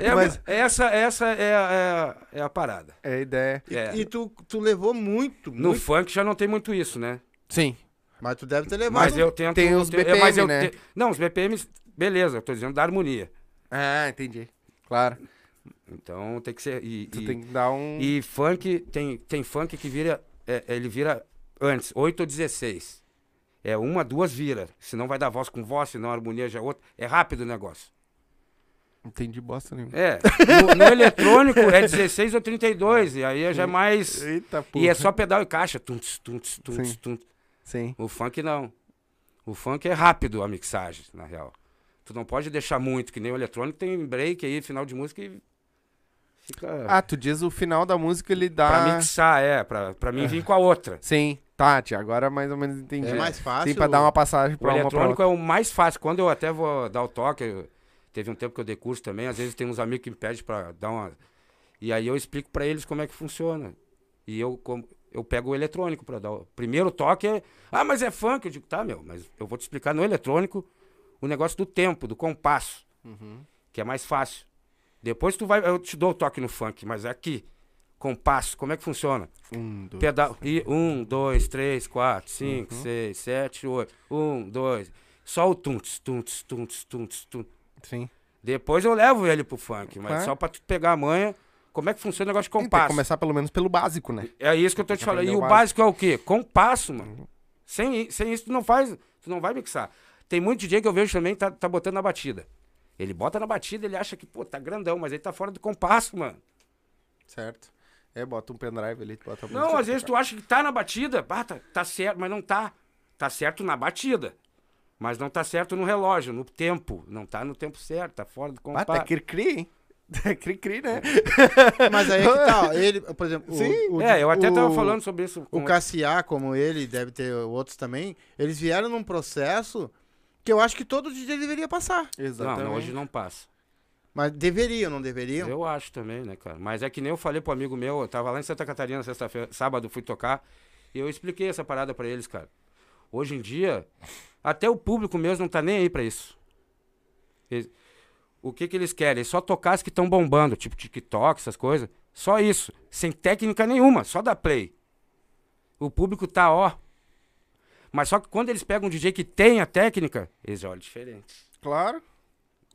S3: É,
S1: Mas-
S3: essa essa é, a- é a- é a parada.
S1: É a ideia.
S3: É.
S2: E tu, tu levou muito,
S3: No
S2: muito.
S3: funk já não tem muito isso, né?
S1: Sim.
S2: Mas tu deve ter levado.
S3: Mas eu tento.
S1: É, tem
S3: eu
S1: os
S3: tento- é, mas
S1: BPM,
S3: eu
S1: né?
S3: te- Não, os BPMs, beleza, eu tô dizendo da harmonia.
S1: Ah, entendi. Claro.
S3: Então tem que ser. E,
S1: Tu
S3: e-
S1: tem que dar um.
S3: e funk, tem, tem funk que vira. é, ele vira antes, 8 ou 16. É uma, duas vira. Senão vai dar voz com voz, senão a harmonia já é outra. É rápido o negócio.
S1: Entendi bosta nenhuma.
S3: É. No, no eletrônico é 16 ou 32. E aí já é mais.
S1: Eita, porra.
S3: E é só pedal e caixa. Tunts, tunts, tunts,
S1: Sim.
S3: tunts.
S1: Sim.
S3: O funk não. O funk é rápido a mixagem, na real. Tu não pode deixar muito, que nem o eletrônico tem um break aí, final de música e fica.
S1: Ah, tá. tu diz o final da música ele dá.
S3: Pra mixar, é, pra, pra mim vir com a outra.
S1: Sim. Tati, agora mais ou menos entendi.
S2: É mais fácil.
S1: Tem pra dar uma passagem
S3: O
S1: pra uma pra
S3: eletrônico
S1: outra.
S3: é o mais fácil. Quando eu até vou dar o toque, eu- teve um tempo que eu dei curso também, às vezes tem uns amigos que me pedem pra dar uma. E aí eu explico pra eles como é que funciona. E eu, como- eu pego o eletrônico pra dar. O primeiro toque é. Ah, mas é funk. Eu digo, tá, meu, mas eu vou te explicar no eletrônico o negócio do tempo, do compasso. Que é mais fácil. Depois tu vai. Eu te dou o toque no funk, mas é aqui. Compasso, como é que funciona?
S1: Um, dois.
S3: Pedal. E um, dois, três, quatro, cinco,
S1: Uhum.
S3: seis, sete, oito. Um, dois. Só o tuntos, tuntos, tuntos, tuntos, tuntos.
S1: Sim.
S3: Depois eu levo ele pro funk, mas
S1: Claro. Então,
S3: só pra tu pegar a manha. Como é que funciona o negócio de
S1: Tem que
S3: compasso?
S1: começar pelo menos pelo básico, né?
S3: É isso que eu tô te falando.
S1: aprender
S3: E
S1: o Uhum.
S3: o básico é o quê? Compasso, mano. Sem, i- sem isso tu não faz, tu não vai mixar. Tem muito DJ que eu vejo também tá, tá botando na batida. Ele bota na batida, ele acha que, pô, tá grandão, mas ele tá fora do compasso, mano.
S1: Certo. É, bota um pendrive ali, tu bota a
S3: Não,
S1: música.
S3: às vezes tu acha que tá na batida, ah, tá, tá certo, mas não tá. Tá certo na batida. Mas não tá certo no relógio, no tempo. Não tá no tempo certo, tá fora do
S1: Ah,
S3: compacto.
S1: tá cri-cri, hein? É cri-cri, né?
S2: Mas aí é que tá, ó, ele, por exemplo, o-
S1: Sim.
S2: o-
S3: É, eu até tava
S2: o-
S3: falando sobre isso. com-
S2: O Cassiá, como ele, deve ter outros também, eles vieram num processo que eu acho que todo dia deveria passar.
S3: Não,
S1: Exatamente.
S3: não, hoje não passa.
S2: Mas deveriam, não deveriam?
S3: Eu acho também, né, cara? Mas é que nem eu falei pro amigo meu, eu tava lá em Santa Catarina sexta-feira, sábado fui tocar, e eu expliquei essa parada pra eles, cara. Hoje em dia, até o público mesmo não tá nem aí pra isso. Eles- o que que eles querem? Só tocar as que estão bombando, tipo TikTok, essas coisas. Só isso, sem técnica nenhuma, só dá play. O público tá ó. Mas só que quando eles pegam um DJ que tem a técnica, eles olham diferente.
S1: Claro.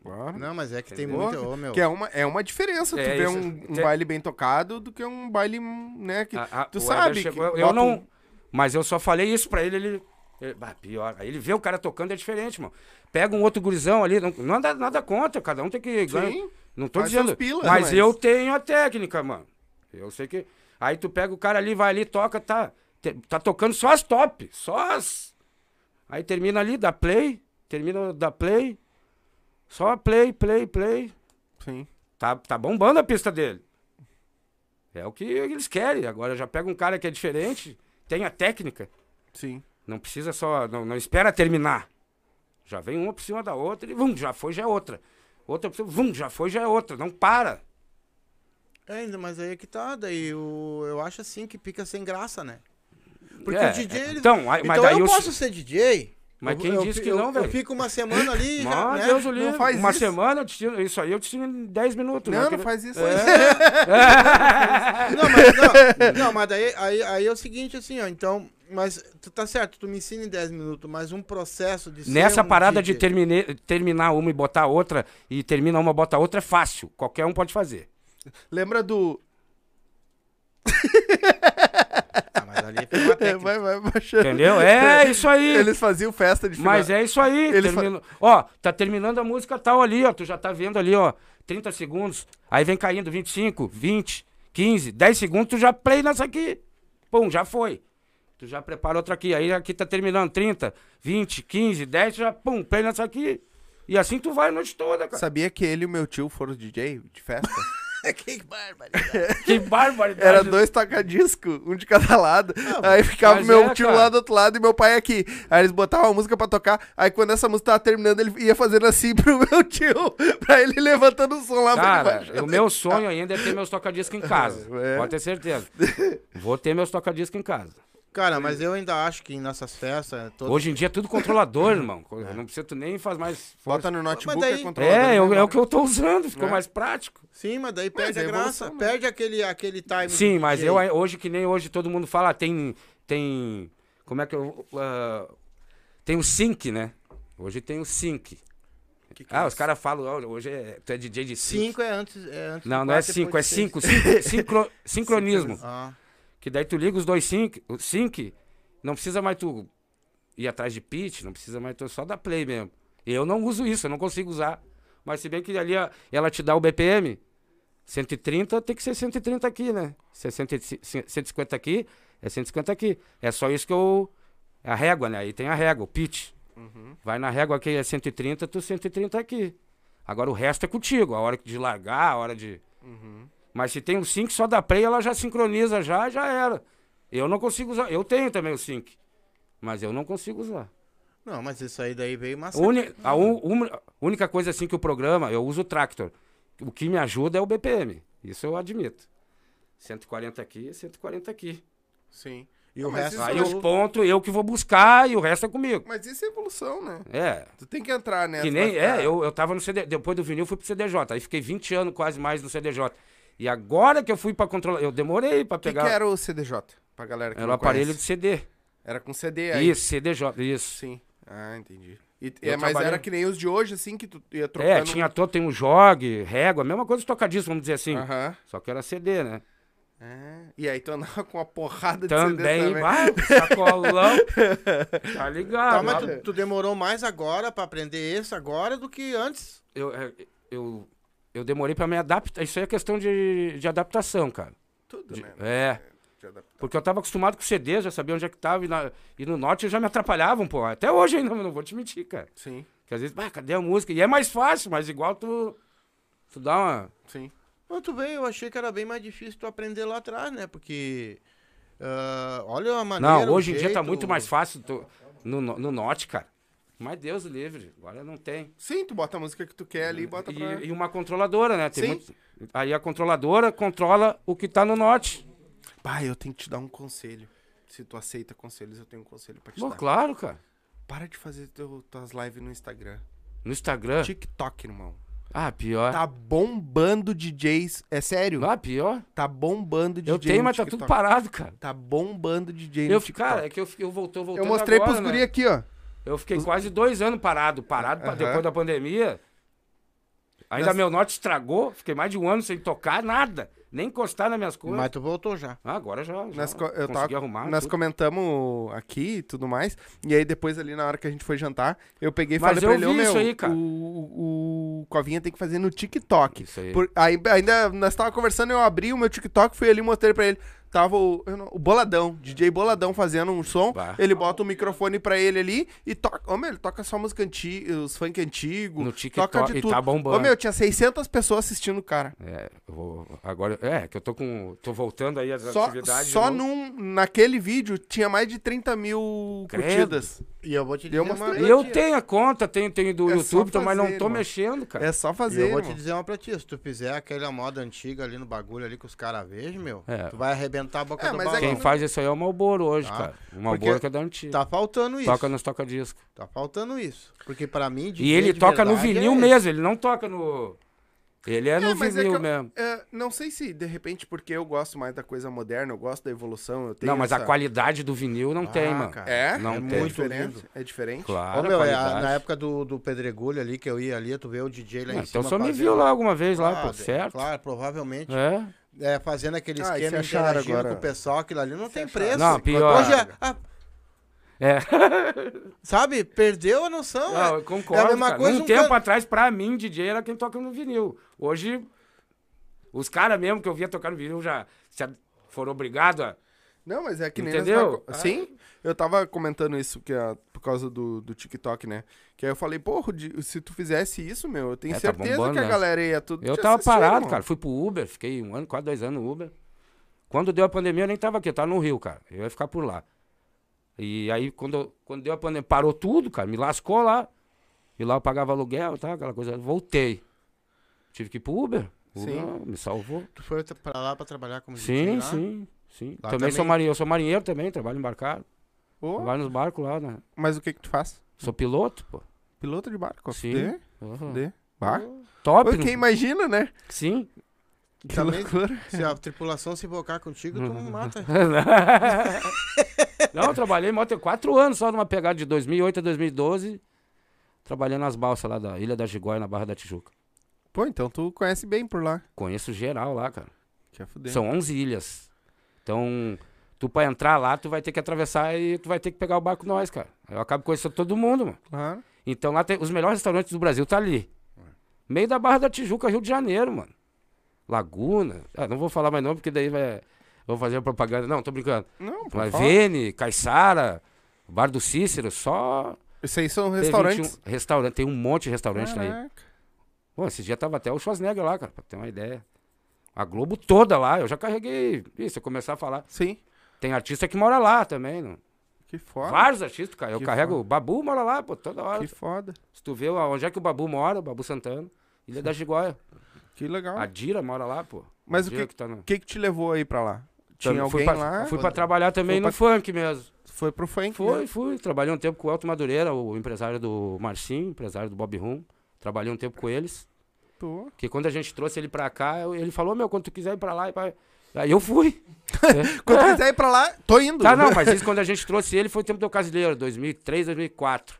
S1: Claro.
S2: Não, mas é que tem
S3: Entendeu?
S2: muito. Ô, meu.
S1: Que é uma, é uma diferença tu
S3: É,
S1: ver
S3: isso-
S1: um, um
S3: te-
S1: baile bem tocado do que um baile, hum, né? Que,
S3: A- a-
S1: tu
S3: o
S1: sabe
S3: Éder
S1: que
S3: chegou, eu- eu
S1: bota
S3: não,
S1: um-
S3: mas eu só falei isso pra ele, ele, ele- bah, pior. Aí ele vê o cara tocando é diferente, mano. Pega um outro gurizão ali, não, não dá nada contra, cada um tem que ganhar.
S1: Sim.
S3: Não tô
S1: faz
S3: dizendo,
S1: seus pilas,
S3: mas,
S1: mas-
S3: eu tenho a técnica, mano. Eu sei que aí tu pega o cara ali, vai ali, toca, tá te- tá tocando só as top, só as. Aí termina ali, dá play, termina dá play. Só play, play, play.
S1: Sim.
S3: Tá, tá bombando a pista dele. É o que eles querem. Agora já pega um cara que é diferente, tem a técnica.
S1: Sim.
S3: Não precisa só. Não, não espera terminar. Já vem uma por cima da outra e vum, já foi, já é outra. Outra por cima, vum, já foi, já é outra. Não para.
S2: É, ainda, mas aí é que tá. Daí o, eu acho assim que fica sem graça, né? Porque
S3: É,
S2: o DJ. Ele...
S3: Então, aí, mas
S2: Então
S3: daí
S2: eu
S3: os-
S2: posso ser DJ.
S3: Mas
S2: Eu-
S3: quem
S2: eu
S3: disse
S2: fi-
S3: que
S2: eu-
S3: não, velho?
S2: Eu fico uma semana ali e já.
S3: Meu
S2: Né?
S3: Deus, o livro.
S1: faz
S3: Uma
S1: isso.
S3: semana eu te tiro. Isso aí eu te tiro em 10 minutos. né?
S1: Não, não
S3: quero-
S1: faz isso.
S3: É.
S2: Não, mas, não, não, mas daí aí, aí é o seguinte, assim, ó. Então, mas tu tá certo, tu me ensina em 10 minutos, mas um processo de ser
S3: Nessa
S2: um
S3: parada
S2: DJ.
S3: de termine- terminar uma e botar outra, e termina uma, bota outra, é fácil. Qualquer um pode fazer.
S1: Lembra do.
S2: Ah, mas ali foi uma técnica.
S1: vai, vai baixando.
S3: Entendeu? É isso aí.
S1: Eles faziam festa de final.
S3: Mas é isso aí.
S1: Ele fa-
S3: termina- Ó, tá terminando a música tal ali, ó. Tu já tá vendo ali, ó. 30 segundos. Aí vem caindo 25, 20, 15, 10 segundos. Tu já play nessa aqui. Pum, já foi. Tu já prepara outra aqui. Aí aqui tá terminando 30, 20, 15, 10. Tu já, pum, play nessa aqui. E assim tu vai a noite toda, cara.
S1: Sabia que ele e o meu tio foram DJ de festa?
S2: que barbaridade.
S3: Que barbaridade.
S1: Era dois tocadisco, um de cada lado. aí ficava
S3: mas
S1: meu
S3: é,
S1: tio
S3: cara.
S1: lá do outro lado e meu pai aqui. Aí eles botavam a música pra tocar. Aí quando essa música tava terminando, ele ia fazendo assim pro meu tio. pra ele levantando o som lá pra ele
S3: Cara,
S1: baixando.
S3: o meu sonho ainda é ter meus tocadiscos em casa.
S1: É.
S3: Pode ter certeza. Vou ter meus tocadiscos em casa.
S2: Cara, mas eu ainda acho que nessas festas. Todo...
S3: Hoje em dia é tudo controlador, irmão.
S1: É.
S3: Não precisa tu nem faz mais
S1: Bota no notebook
S2: daí-
S1: e controla.
S3: É, eu- é o que eu tô usando, ficou mais prático.
S2: Sim, mas daí perde
S1: é
S2: a graça.
S1: evolução, né?
S2: Perde aquele, aquele time.
S3: Sim,
S2: de
S3: mas
S2: DJ.
S3: eu ai- hoje, que nem hoje todo mundo fala, tem. Tem. Como é que eu. ah, tem o sync, né? Hoje tem o sync.
S2: Que que
S3: Ah,
S2: é
S3: os caras falam, "Ó, hoje é, tu é DJ de sync.
S2: Cinco é antes. É antes
S3: Não,
S2: do
S3: não é
S2: quatro,
S3: cinco, é
S2: depois de seis.
S3: cinco. cinco- sincro- sincronismo.
S2: Ah,
S3: Que daí tu liga os dois sync, o sync, não precisa mais tu ir atrás de pitch, não precisa mais tu é só dar play mesmo. E eu não uso isso, eu não consigo usar. Mas se bem que ali ó, ela te dá o BPM, 130 tem que ser 130 aqui, né? Se é 150 150 aqui, é 150 aqui. É só isso que eu. é A régua, né? Aí tem a régua, o pitch.
S1: Uhum.
S3: Vai na régua aqui, é 130, tu 130 aqui. Agora o resto é contigo, a hora de largar, a hora de. Mas se tem um sync só da Play, ela já sincroniza já, já era. Eu não consigo usar. Eu tenho também o sync. Mas eu não consigo usar.
S2: não, mas isso aí daí veio
S1: Tá
S2: massa.
S3: Uni- a un- um- a única coisa assim que o programa, eu uso o Tractor. O que me ajuda é o BPM. Isso eu admito. 140 aqui, 140 aqui.
S1: Sim.
S2: E o
S1: Mas
S2: resto
S1: isso
S3: Aí
S1: é-
S3: os pontos eu que vou buscar e o resto é comigo.
S1: Mas isso é evolução, né?
S3: É.
S1: Tu tem que entrar nessa.
S3: Que nem,
S1: pra-
S3: é, eu, eu tava no CD, depois do vinil eu fui pro CDJ, aí fiquei 20 anos quase mais no CDJ. E agora que eu fui pra controlar, eu demorei pra
S1: O que, que
S3: pegar.
S1: era o CDJ? Pra galera que
S3: Era o
S1: não
S3: aparelho
S1: conhece.
S3: de CD.
S1: Era com CD aí.
S3: Isso, CDJ, isso.
S1: Sim. Ah, entendi. E-
S3: Eu
S1: é, mas
S3: trabalhei-
S1: era que nem os de hoje, assim, que tu ia trocando...
S3: É, tinha todo, tem um jog, régua, mesma coisa de tocadisco, vamos dizer assim.
S1: Aham.
S3: Só que era CD, né?
S1: É. E aí tu andava com uma porrada de CD
S3: Também,
S1: também.
S3: vai, sacolão. tá ligado.
S2: Tá, mas
S3: lá-
S2: tu, tu demorou mais agora pra aprender esse agora do que antes.
S3: eu, é, eu, eu demorei pra me adaptar. Isso aí é questão de, de adaptação, cara.
S1: Tudo,
S3: De-
S1: né?
S3: é.
S2: te adaptar.
S3: Porque eu tava acostumado com CD, já sabia onde é que tava. E, na- e no norte já me atrapalhavam, pô. Até hoje ainda, não vou te mentir, cara.
S1: Sim,
S3: Porque às vezes, ah, cadê a música? E é mais fácil, mas igual tu. Tu dá uma.
S1: sim.
S2: Muito bem, eu achei que era bem mais difícil tu aprender lá atrás, né? Porque. ah, olha a maneira.
S3: Não,
S1: um
S2: o
S3: hoje em dia tá
S2: jeito.
S3: muito mais fácil tu- no, no, no norte, cara. Mas Deus o livre, agora não tem.
S1: Sim, tu bota a música que tu quer ali e bota
S3: E,
S1: pra...
S3: e uma controladora, né? Tem
S1: Sim.
S3: muito- Aí a controladora controla o que tá no norte.
S1: Pai, eu tenho que te dar um conselho. Se tu aceita conselhos, eu tenho um conselho pra te
S3: Pô,
S1: dar.
S3: claro, cara.
S1: Para de fazer teu- tuas lives no Instagram.
S3: No Instagram.
S1: TikTok, irmão.
S3: Ah, pior.
S1: Tá bombando DJs. É sério?
S3: Ah, pior.
S1: Tá bombando DJ
S3: Eu tenho,
S1: no
S3: mas tá
S1: TikTok.
S3: tudo parado, cara.
S1: Tá bombando DJ no
S3: Eu, fi-
S1: TikTok.
S3: cara, é que eu, fi- eu voltou, voltando
S1: eu mostrei
S3: agora,
S1: pros
S3: né?
S1: guri aqui, ó.
S3: Eu fiquei quase dois anos parado, parado pa-
S1: Aham.
S3: depois da pandemia. Ainda
S1: Mas-
S3: meu norte estragou, fiquei mais de um ano sem tocar nada, nem encostar nas minhas coisas.
S2: Mas tu voltou já.
S3: Ah, agora já, já
S1: Nós, co- eu
S3: consegui
S1: tava-
S3: arrumar.
S1: nós
S3: tudo.
S1: comentamos aqui e tudo mais. E aí depois ali na hora que a gente foi jantar, eu peguei e
S3: Mas
S1: falei
S3: eu
S1: pra ele, ô
S3: vi
S1: meu,
S3: isso aí, cara.
S1: O, o, o Covinha tem que fazer no TikTok.
S3: Isso aí.
S1: Por- aí ainda nós tava conversando, eu abri o meu TikTok, fui ali e mostrei pra ele. Tava o, eu não- o Boladão, DJ Boladão fazendo um som.
S3: Bah.
S1: Ele bota o microfone pra ele ali e toca. Ô, meu, ele toca só música antiga, os funk antigo.
S3: No TikTok,
S1: toca de
S3: e
S1: tudo.
S3: tá bombando.
S1: Ô, meu, tinha 600 pessoas assistindo o cara.
S3: É, eu vou, agora, é, que eu tô com, tô voltando aí às
S1: Só,
S3: atividades.
S1: só
S3: de novo.
S1: num, naquele vídeo tinha mais de 30 mil
S3: Credo.
S1: curtidas.
S2: E eu vou te dizer
S1: Eu
S2: uma
S1: mostrei.
S2: pra
S3: Eu
S2: ti.
S3: tenho a conta, tenho, tenho do
S1: É só
S3: YouTube, então, mas não
S1: fazer,
S3: tô
S1: irmão.
S3: mexendo, cara.
S1: É só
S2: E
S1: fazer,
S2: eu vou te
S1: irmão.
S2: dizer uma pra ti, se tu fizer aquela moda antiga ali no bagulho ali que os caras vejam, meu,
S3: É.
S2: tu vai arrebentar a boca
S1: É,
S2: do
S1: mas é
S2: balão.
S3: Quem
S1: que-
S3: faz isso aí é o Malboro hoje,
S1: Tá.
S2: Ah,
S3: cara. O Malboro que é da antiga.
S2: Tá faltando isso.
S3: toca nos toca-disco.
S2: Tá faltando isso. Porque pra mim,
S3: E
S2: DJ
S3: ele
S2: de
S3: toca no
S2: verdade é
S3: vinil
S2: esse.
S3: mesmo, ele não toca no. Ele é, no
S1: mas é que
S3: vinil
S1: eu-
S3: mesmo.
S1: É, não sei se, de repente, porque eu gosto mais da coisa moderna, eu gosto da evolução, eu tenho
S3: Não, mas
S1: essa-
S3: a qualidade do vinil não
S2: Ah,
S3: tem, mano.
S2: cara.
S1: É?
S3: Não
S1: é
S3: tem.
S1: muito
S2: Diferente.
S1: diferente. É diferente?
S3: Claro,
S2: Ô, meu,
S3: a
S2: é,
S3: qualidade.
S2: na época do, do Pedregulho ali, que eu ia ali, tu vê o DJ lá
S3: Ah,
S2: em
S3: então
S2: cima.
S3: só me
S2: fazendo-
S3: viu lá alguma vez, lá,
S2: Ah,
S3: pô, certo?
S2: Claro, provavelmente.
S3: É.
S2: É, fazendo aquele
S1: Ah, e
S2: esquema,
S1: se acharam
S2: interagindo
S1: agora?
S2: com o pessoal, aquilo ali não tem preço.
S3: Não, pior.
S2: Hoje, é- ah,
S3: É.
S2: sabe, perdeu a noção.
S3: Não,
S2: é.
S3: eu concordo.
S2: É a mesma
S3: cara.
S2: coisa
S3: um
S2: um
S3: tempo
S2: can-
S3: atrás, pra mim, DJ era quem toca no vinil. Hoje, os caras mesmo que eu via tocar no vinil já se a- foram obrigados a.
S1: Não, mas é que nem...
S3: Entendeu? Ah.
S1: nós tava- Sim, eu tava comentando isso que a- por causa do, do TikTok, né? Que aí eu falei, porra, de- se tu fizesse isso, meu, eu tenho
S3: É, tá
S1: certeza
S3: bombando,
S1: que a
S3: né?
S1: galera ia tudo
S3: Eu
S1: te
S2: é
S3: tava
S1: assistir,
S3: parado,
S1: irmão.
S3: cara. Fui pro Uber, fiquei um ano, quase dois anos no Uber. Quando deu a pandemia, eu nem tava aqui, eu tava no Rio, cara. Eu ia ficar por lá. E aí, quando, eu- quando deu a pandemia, parou tudo, cara. Me lascou lá. E lá eu pagava aluguel, tá? Aquela coisa. Voltei. Tive que ir pro Uber. Uber
S1: Sim.
S3: me salvou.
S2: Tu foi tra- pra lá pra trabalhar como DJ
S3: Sim,
S2: lá?
S3: sim, sim.
S2: Lá
S3: Também, sou
S2: também?
S3: marinheiro, eu sou marinheiro também, trabalho embarcado.
S1: Ô,
S3: Trabalho nos barcos lá, né?
S1: mas o que que tu faz?
S3: Sou piloto, pô.
S1: Piloto de barco?
S3: Sim.
S1: Dê,
S3: Uhum.
S1: dê. Bah.
S3: Top,
S1: Porque
S3: né?
S1: imagina, né? Tá
S3: Sim.
S1: Que
S2: Também-
S1: loucura.
S2: Se a tripulação se bocar contigo, tu mata.
S3: Não, eu trabalhei mó tempo, quatro anos só numa pegada de 2008 a 2012, trabalhando nas balsas lá da Ilha da Gigóia, na Barra da Tijuca.
S1: Pô, então tu conhece bem por lá.
S3: Conheço geral lá, cara.
S1: Quer fuder.
S3: São 11 ilhas. Então, tu pra entrar lá, tu vai ter que atravessar e tu vai ter que pegar o barco nós, cara. Eu acabo conhecendo todo mundo, mano.
S1: Claro.
S3: Então lá tem os melhores restaurantes do Brasil, tá ali. Meio da Barra da Tijuca, Rio de Janeiro, mano. Laguna. Ah, não vou falar mais não, porque daí vai... Vou fazer propaganda. Não, tô brincando.
S1: Não, pode
S3: Mas
S1: falar.
S3: Vene, Caiçara, Bar do Cícero, só.
S1: Isso aí são
S3: Tem
S1: restaurantes.
S3: 21 restaurante, tem um monte de restaurante aí.
S1: Caraca.
S3: Pô, esse dia tava até o Schwarzenegger lá, cara, pra ter uma ideia. A Globo toda lá, eu já carreguei. Isso, eu começar a falar.
S1: Sim.
S3: Tem artista que mora lá também. Não.
S1: Que foda.
S3: Vários artistas, cara. Eu
S1: Que
S3: carrego.
S1: foda.
S3: O Babu mora lá, pô, toda hora.
S1: Que foda.
S3: Se tu vê onde é que o Babu mora, o Babu Santana, Ilha da Gigóia.
S1: Que legal.
S3: A Dira mora lá, pô.
S1: Ah. Mas o
S3: Dira
S1: que,
S3: tá no...
S1: o que que te levou aí pra lá? Tinha
S3: Também
S1: alguém
S3: fui pra,
S1: lá?
S3: Fui pra trabalhar também
S1: Foi
S3: no
S1: pra-
S3: funk mesmo.
S1: Foi pro funk?
S3: Foi,
S1: né?
S3: fui. Trabalhei um tempo com o Elton Madureira, o empresário do Marcinho, empresário do Bob Rum. Trabalhei um tempo com eles.
S1: Tô.
S3: Porque quando a gente trouxe ele pra cá, eu- ele falou, meu, quando tu quiser ir pra lá, e pra... aí eu fui.
S1: Quando quiser ir pra lá, tô indo.
S3: É. Tá, não, mas isso quando a gente trouxe ele foi o tempo do Casileiro, 2003, 2004.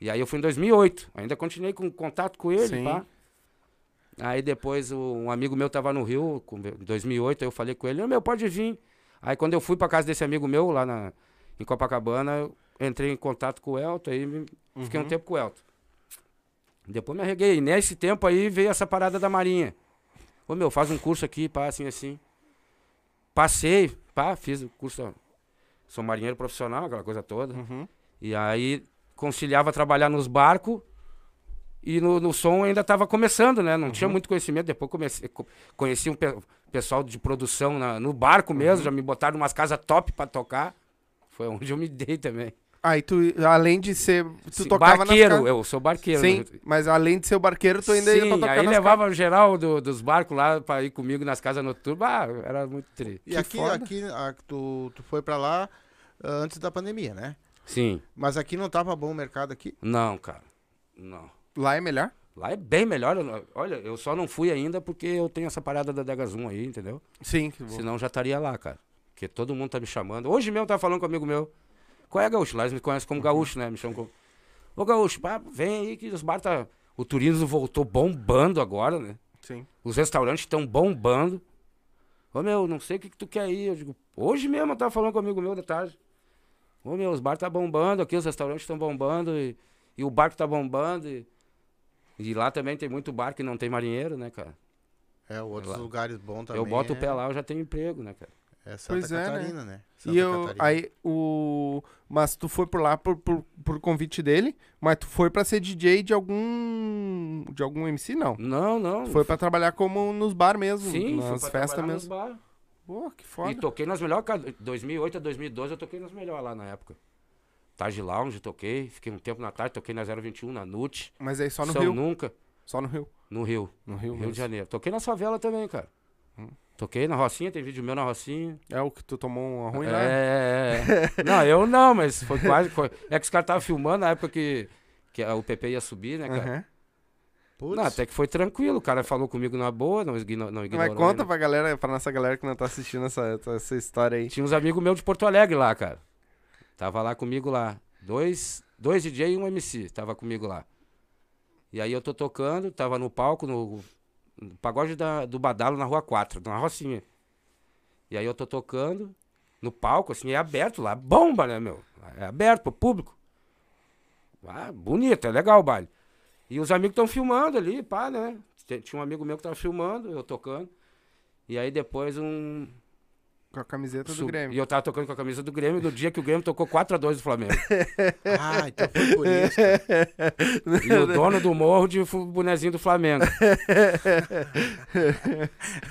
S3: E aí eu fui em 2008. Ainda continuei com contato com ele,
S1: Sim.
S3: pá. Aí depois o- um amigo meu tava no Rio, com- em 2008, aí eu falei com ele, "Ô, meu, pode vir. Aí quando eu fui pra casa desse amigo meu, lá na, em Copacabana, eu entrei em contato com o Elton, aí me- fiquei um tempo com o Elton. Depois me arreguei. E nesse tempo aí veio essa parada da Marinha. Ô meu, faz um curso aqui, pá, assim, assim. Passei, pá, fiz o curso. Sou marinheiro profissional, aquela coisa toda. E aí conciliava trabalhar nos barcos e no, no som ainda estava começando, né? Não
S1: Uhum.
S3: tinha muito conhecimento. Depois comecei, co- conheci um pe- pessoal de produção na- no barco
S1: Uhum.
S3: mesmo, já me botaram umas casas top para tocar. Foi onde eu me dei também.
S1: Aí tu, além de ser. Tu
S3: Sim,
S1: tocava
S3: barqueiro,
S1: nas... ca-
S3: eu sou barqueiro.
S1: Sim,
S3: né?
S1: mas além de ser o barqueiro, tu ainda ia pra
S3: Sim,
S1: tocar
S3: aí é
S1: nas
S3: levava geral do- dos barcos lá pra ir comigo nas casas noturnas. Ah, era muito triste.
S2: E
S1: Que
S2: aqui,
S1: foda.
S2: aqui a- tu, tu foi pra lá ah, antes da pandemia, né?
S3: Sim.
S2: Mas aqui não tava bom o mercado aqui.
S3: Não, cara. Não.
S1: ca- Lá é melhor?
S3: Lá é bem melhor. eu não- Olha, eu só não fui ainda porque eu tenho essa parada da Dega Zoom aí, entendeu?
S1: Sim.
S3: Senão já estaria lá, cara. Porque todo mundo tá me chamando. Hoje mesmo eu tava falando com um amigo meu. Qual é gaúcho? Lá eles me conhecem
S2: Uhum.
S3: como gaúcho, né? Me chamam como. Ô gaúcho, pá, vem aí que os bar tá. O turismo voltou bombando agora, né?
S1: Sim.
S3: Os restaurantes estão bombando. Ô meu, não sei o que, que tu quer ir. Eu digo, hoje mesmo eu tava falando com um amigo meu de tarde. Ô meu, os bar tá bombando aqui, os restaurantes estão bombando e, e o barco tá bombando. E, e lá também tem muito bar que não tem marinheiro, né, cara?
S2: É, outros
S3: Lá.
S2: lugares bons também.
S3: eu boto
S2: é-
S3: o pé lá, eu já tenho emprego, né, cara?
S2: É Santa
S1: Pois é, né?
S2: Catarina, né? Santa
S1: E eu,
S2: Catarina.
S1: aí, o... Mas tu foi por lá por, por, por convite dele, mas tu foi pra ser DJ de algum... De algum MC, não.
S3: Não, não.
S1: Tu foi pra trabalhar como nos bar mesmo,
S3: Sim, fui
S1: nas
S3: pra
S1: festas
S3: trabalhar nos
S1: mesmo.
S3: bar.
S1: Pô, que
S3: E
S1: foda.
S3: toquei nas melhores casas. 2008 a 2012 eu toquei nas melhores lá na época. Tarde Lounge toquei, fiquei um tempo na tarde, toquei na 021, na Nut.
S1: Mas aí só Tá no
S3: São
S1: Rio.
S3: Nunca,
S1: Só no Rio.
S3: no Rio.
S1: No Rio,
S3: Rio
S1: mesmo. Hum.
S3: de Janeiro. Toquei na favela também, cara. Toquei na Rocinha, tem vídeo meu na Rocinha.
S1: É o que tu tomou uma ruim né?
S3: é,
S1: lá?
S3: é, é. Não, eu não, mas foi quase. foi- É que os caras estavam filmando na época que, que a UPP ia subir, né, cara?
S1: Aham.
S2: Putz,
S3: Não, até que foi tranquilo. O cara falou comigo na boa, não, igno- não ignorou.
S1: Mas conta
S3: né?
S1: pra galera, pra nossa galera que não tá assistindo essa, essa história aí.
S3: Tinha uns amigos meus de Porto Alegre lá, cara. Tava lá comigo lá. Dois, dois DJ e um MC. Tava comigo lá. E aí eu tô tocando, tava no palco, no, no pagode da- do Badalo na Rua 4, na Rocinha. E aí eu tô tocando no palco, assim, é aberto lá. Bomba, né, meu? É aberto pro público. Ah, bonito, é legal o baile. E os amigos estão filmando ali, pá, né? T- Tinha um amigo meu que tava filmando, eu tocando. E aí depois um,
S1: Com a camiseta do
S3: Sub- E
S1: Grêmio.
S3: eu tava tocando com a camisa do Grêmio no dia que o Grêmio tocou 4x2 do Flamengo.
S2: Ah, então foi por isso.
S3: E o dono do morro de fu- bonezinho do Flamengo.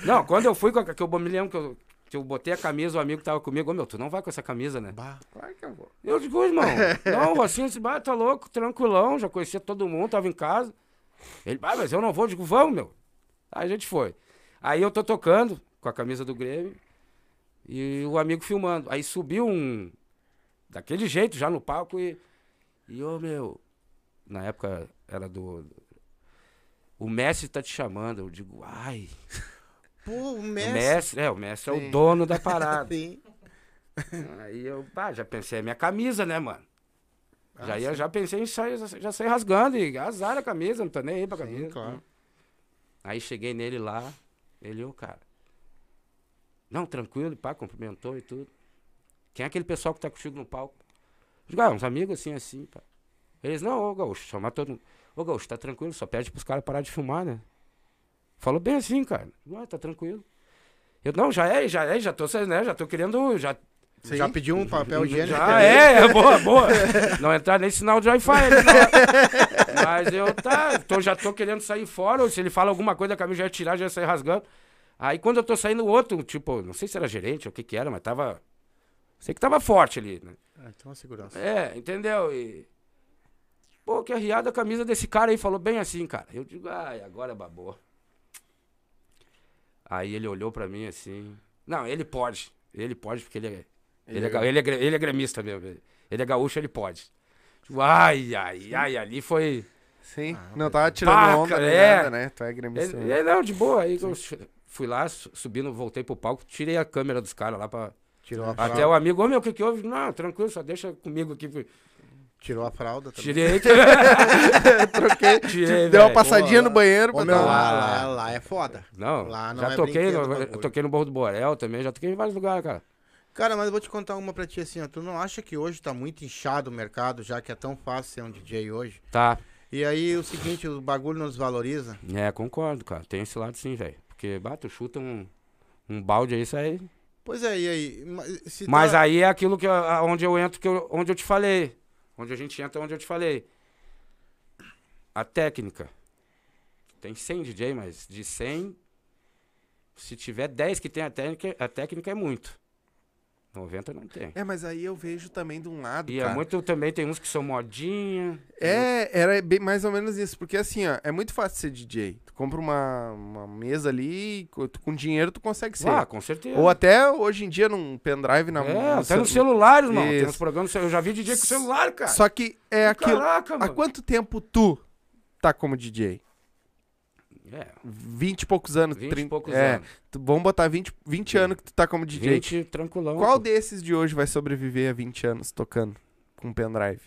S3: Não, quando eu fui com a, que eu me lembro que eu, que eu botei a camisa, o amigo que tava comigo, ô meu, tu não vai com essa camisa, né?
S2: Bah,
S1: Claro que eu vou.
S3: Eu digo, "Ô, irmão, não, assim, esse bar tá louco, tranquilão, já conhecia todo mundo, tava em casa. Ele, ah, mas eu não vou, eu digo, vamos, meu. Aí a gente foi. Aí eu tô tocando com a camisa do Grêmio e o amigo filmando. Aí subiu um. Daquele jeito, já no palco, e. E, ô, meu. Na época era do. O Messi tá te chamando. Eu digo, ai.
S2: Pô, o
S3: O
S2: Messi.
S3: Messi, é, o Messi é
S1: Sim.
S3: o dono da parada.
S2: Sim.
S3: Aí eu, pá, já pensei, é minha camisa, né, mano? já, ia, já pensei em sair, já, já saí rasgando, e azar a camisa, não tô nem aí pra camisa.
S2: claro.
S3: Aí cheguei nele lá, ele, ô, cara. Não, tranquilo, pá, cumprimentou e tudo. Quem é aquele pessoal que tá contigo no palco? Eu Digo, ah, uns amigos assim, assim, pá. Eles, não, ô, Gaúcho, chamar todo mundo. Ô, Gaúcho, tá tranquilo, só pede pros caras parar de filmar, né? Falou bem assim, cara. Ah, tá tranquilo. Eu, não, já é, já é, já tô, né, já tô querendo, já
S2: Sim. Já pediu um papel higiênico?
S3: ah, é, é, boa, bowi Não entrar nem sinal de Wi-Fi. ali, não. Mas eu tá, tô, já tô querendo sair fora, ou se ele fala alguma coisa, a camisa já ia tirar, já ia sair rasgando. Aí quando eu tô saindo, o outro, tipo, não sei se era gerente ou o que que era, mas tava. Sei que tava forte ali, né?
S2: Ah, então é segurança.
S3: É, entendeu? E. Pô, que arriada a camisa desse cara aí, falou bem assim, cara. Eu digo, ai, agora babou. Aí ele olhou pra mim assim. Não, ele pode. Ele pode, porque ele é. Ele é, ga- ele é, gre- ele é gremista mesmo. ele- Ele é gaúcho, ele pode. Tipo, Ai, ai, ai, ali foi.
S1: Sim. não tava tirando
S3: Ah, Paca,
S1: onda nem
S3: é.
S1: nada, né? Tu é gremista.
S3: Ele,
S1: né?
S3: ele, não, de boa. Aí eu ch- fui lá, su- subindo, voltei pro palco, tirei a câmera dos caras lá pra.
S2: Tirou a
S3: Até o
S2: fralda.
S3: amigo, ô meu, o que, que houve? Não, tranquilo, só deixa comigo aqui. porque-
S2: Tirou a fralda também.
S3: Tirei.
S1: Troquei.
S3: Tirei,
S1: Deu uma
S3: velho.
S1: passadinha no banheiro
S2: Ô,
S1: pra
S2: meu,
S1: dar uma-
S2: lá, lá, lá é foda.
S3: Não,
S2: Lá não
S3: já
S2: é
S3: toquei,
S2: brinquedo,
S3: no, eu
S2: bagulho.
S3: toquei no Morro do Borel também, já toquei em vários lugares, cara.
S2: Cara, mas eu vou te contar uma pra ti assim, ó. Tu não acha que hoje tá muito inchado o mercado, já que é tão fácil ser um DJ hoje?
S3: Tá,
S2: E aí o seguinte, o bagulho nos valoriza.
S3: é, concordo, cara. Tem esse lado sim, velho. Porque, bato, chuta um, um balde aí, sai
S2: Pois é, e aí? Mas, se
S3: Mas
S2: tá-
S3: aí é aquilo que eu- a- onde eu entro, que eu- onde eu te falei. Onde a gente entra, é onde eu te falei. A técnica. Tem 100 DJ, mas de 100, se tiver 10 que tem a técnica, a técnica é muito. 90 não tem.
S1: É, mas aí eu vejo também de um lado,
S3: E
S1: cara.
S3: é muito também, tem uns que são modinha.
S1: É, era bem, mais ou menos isso, porque assim, ó, é muito fácil ser DJ. Tu compra uma, uma mesa ali, e co- tu- com dinheiro tu consegue ser.
S3: Ah, com certeza.
S1: Ou até hoje em dia num pendrive na
S3: é,
S1: no
S3: até no
S1: celu-
S3: celular, irmão. Tem
S1: Isso.
S3: uns programas, eu já vi DJ com celular, cara.
S1: Só que é aquilo.
S3: Caraca,
S1: Há
S3: mano.
S1: quanto tempo tu tá como DJ?
S3: É,
S1: 20 e poucos anos,
S3: 20 e
S1: 30.
S3: poucos
S1: é,
S3: anos.
S1: tu- Vamos botar 20, 20 anos que tu tá como DJ.
S3: 20, tranquilão.
S1: Qual
S3: pô.
S1: desses de hoje vai sobreviver a 20 anos tocando com pendrive?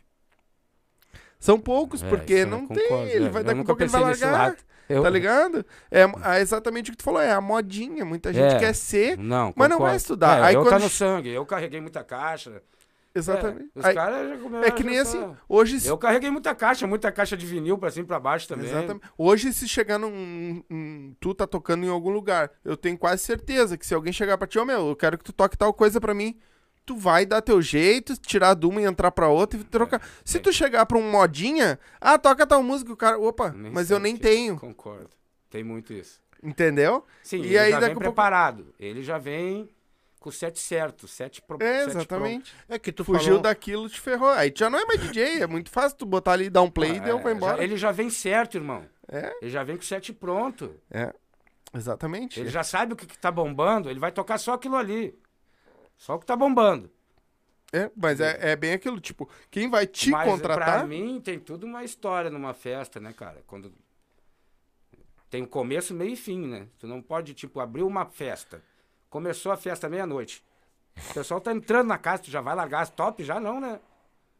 S1: São poucos,
S3: É,
S1: porque
S3: isso eu
S1: não
S3: concordo,
S1: tem. Ele
S3: é.
S1: vai
S3: Eu
S1: daqui a
S3: nunca
S1: pouco ele vai
S3: pensei nesse
S1: largar.
S3: lado. Eu-
S1: Tá ligado? É, é exatamente o que tu falou, é a modinha. Muita gente
S3: É.
S1: quer ser.
S3: Não,
S1: Mas não
S3: concordo.
S1: vai estudar. Aí
S3: eu
S1: quando
S3: tá no
S1: che-
S3: sangue, eu carreguei muita caixa.
S1: Exatamente.
S3: É, os
S1: Aí-
S3: caras já comeram.
S1: é que nem
S3: já
S1: assim.
S3: tá-
S1: Hoje, se-
S3: Eu carreguei muita caixa, muita caixa de vinil pra cima e pra baixo também.
S1: exatamente, hoje, se chegar num. num- tu tá tocando em algum lugar, eu tenho quase certeza que se alguém chegar pra ti, ô meu, eu quero que tu toque tal coisa pra mim. Tu vai dar teu jeito, tirar de uma e entrar pra outra e
S3: É,
S1: trocar. Se tu chegar pra um modinha, ah, toca tal música, o cara, opa,
S3: Nem
S1: mas
S3: sei
S1: eu nem
S3: que-
S1: tenho,
S3: Concordo. Tem muito isso.
S1: entendeu?
S3: Sim,
S1: E
S3: ele
S1: aí
S3: já
S1: daqui a
S3: vem
S1: pouco-
S3: preparado. Ele já vem com o set certo, sete pro...
S1: É,
S3: sete
S1: exatamente.
S2: É que tu
S1: Fugiu
S2: falou...
S1: daquilo, te ferrou. Aí tu já não é mais DJ, é muito fácil tu botar ali, dar um
S3: pro-
S1: play e
S3: Ah,
S1: deu,
S3: é,
S1: vai embora.
S3: já- ele já vem certo, irmão.
S1: É.
S3: Ele já vem com o set pronto.
S1: É, exatamente.
S3: Ele já sabe o que, que tá bombando, ele vai tocar só aquilo ali. Só o que tá bombando.
S1: É, mas é, é bem aquilo, tipo, quem vai te
S3: Mas pra
S1: contratar...
S3: mim tem tudo uma história numa festa, né, cara? Quando tem o começo, meio e fim, né? Tu não pode, tipo, abrir uma festa. Começou a festa meia-noite. O pessoal tá entrando na casa, tu já vai largar as top? Já não, né?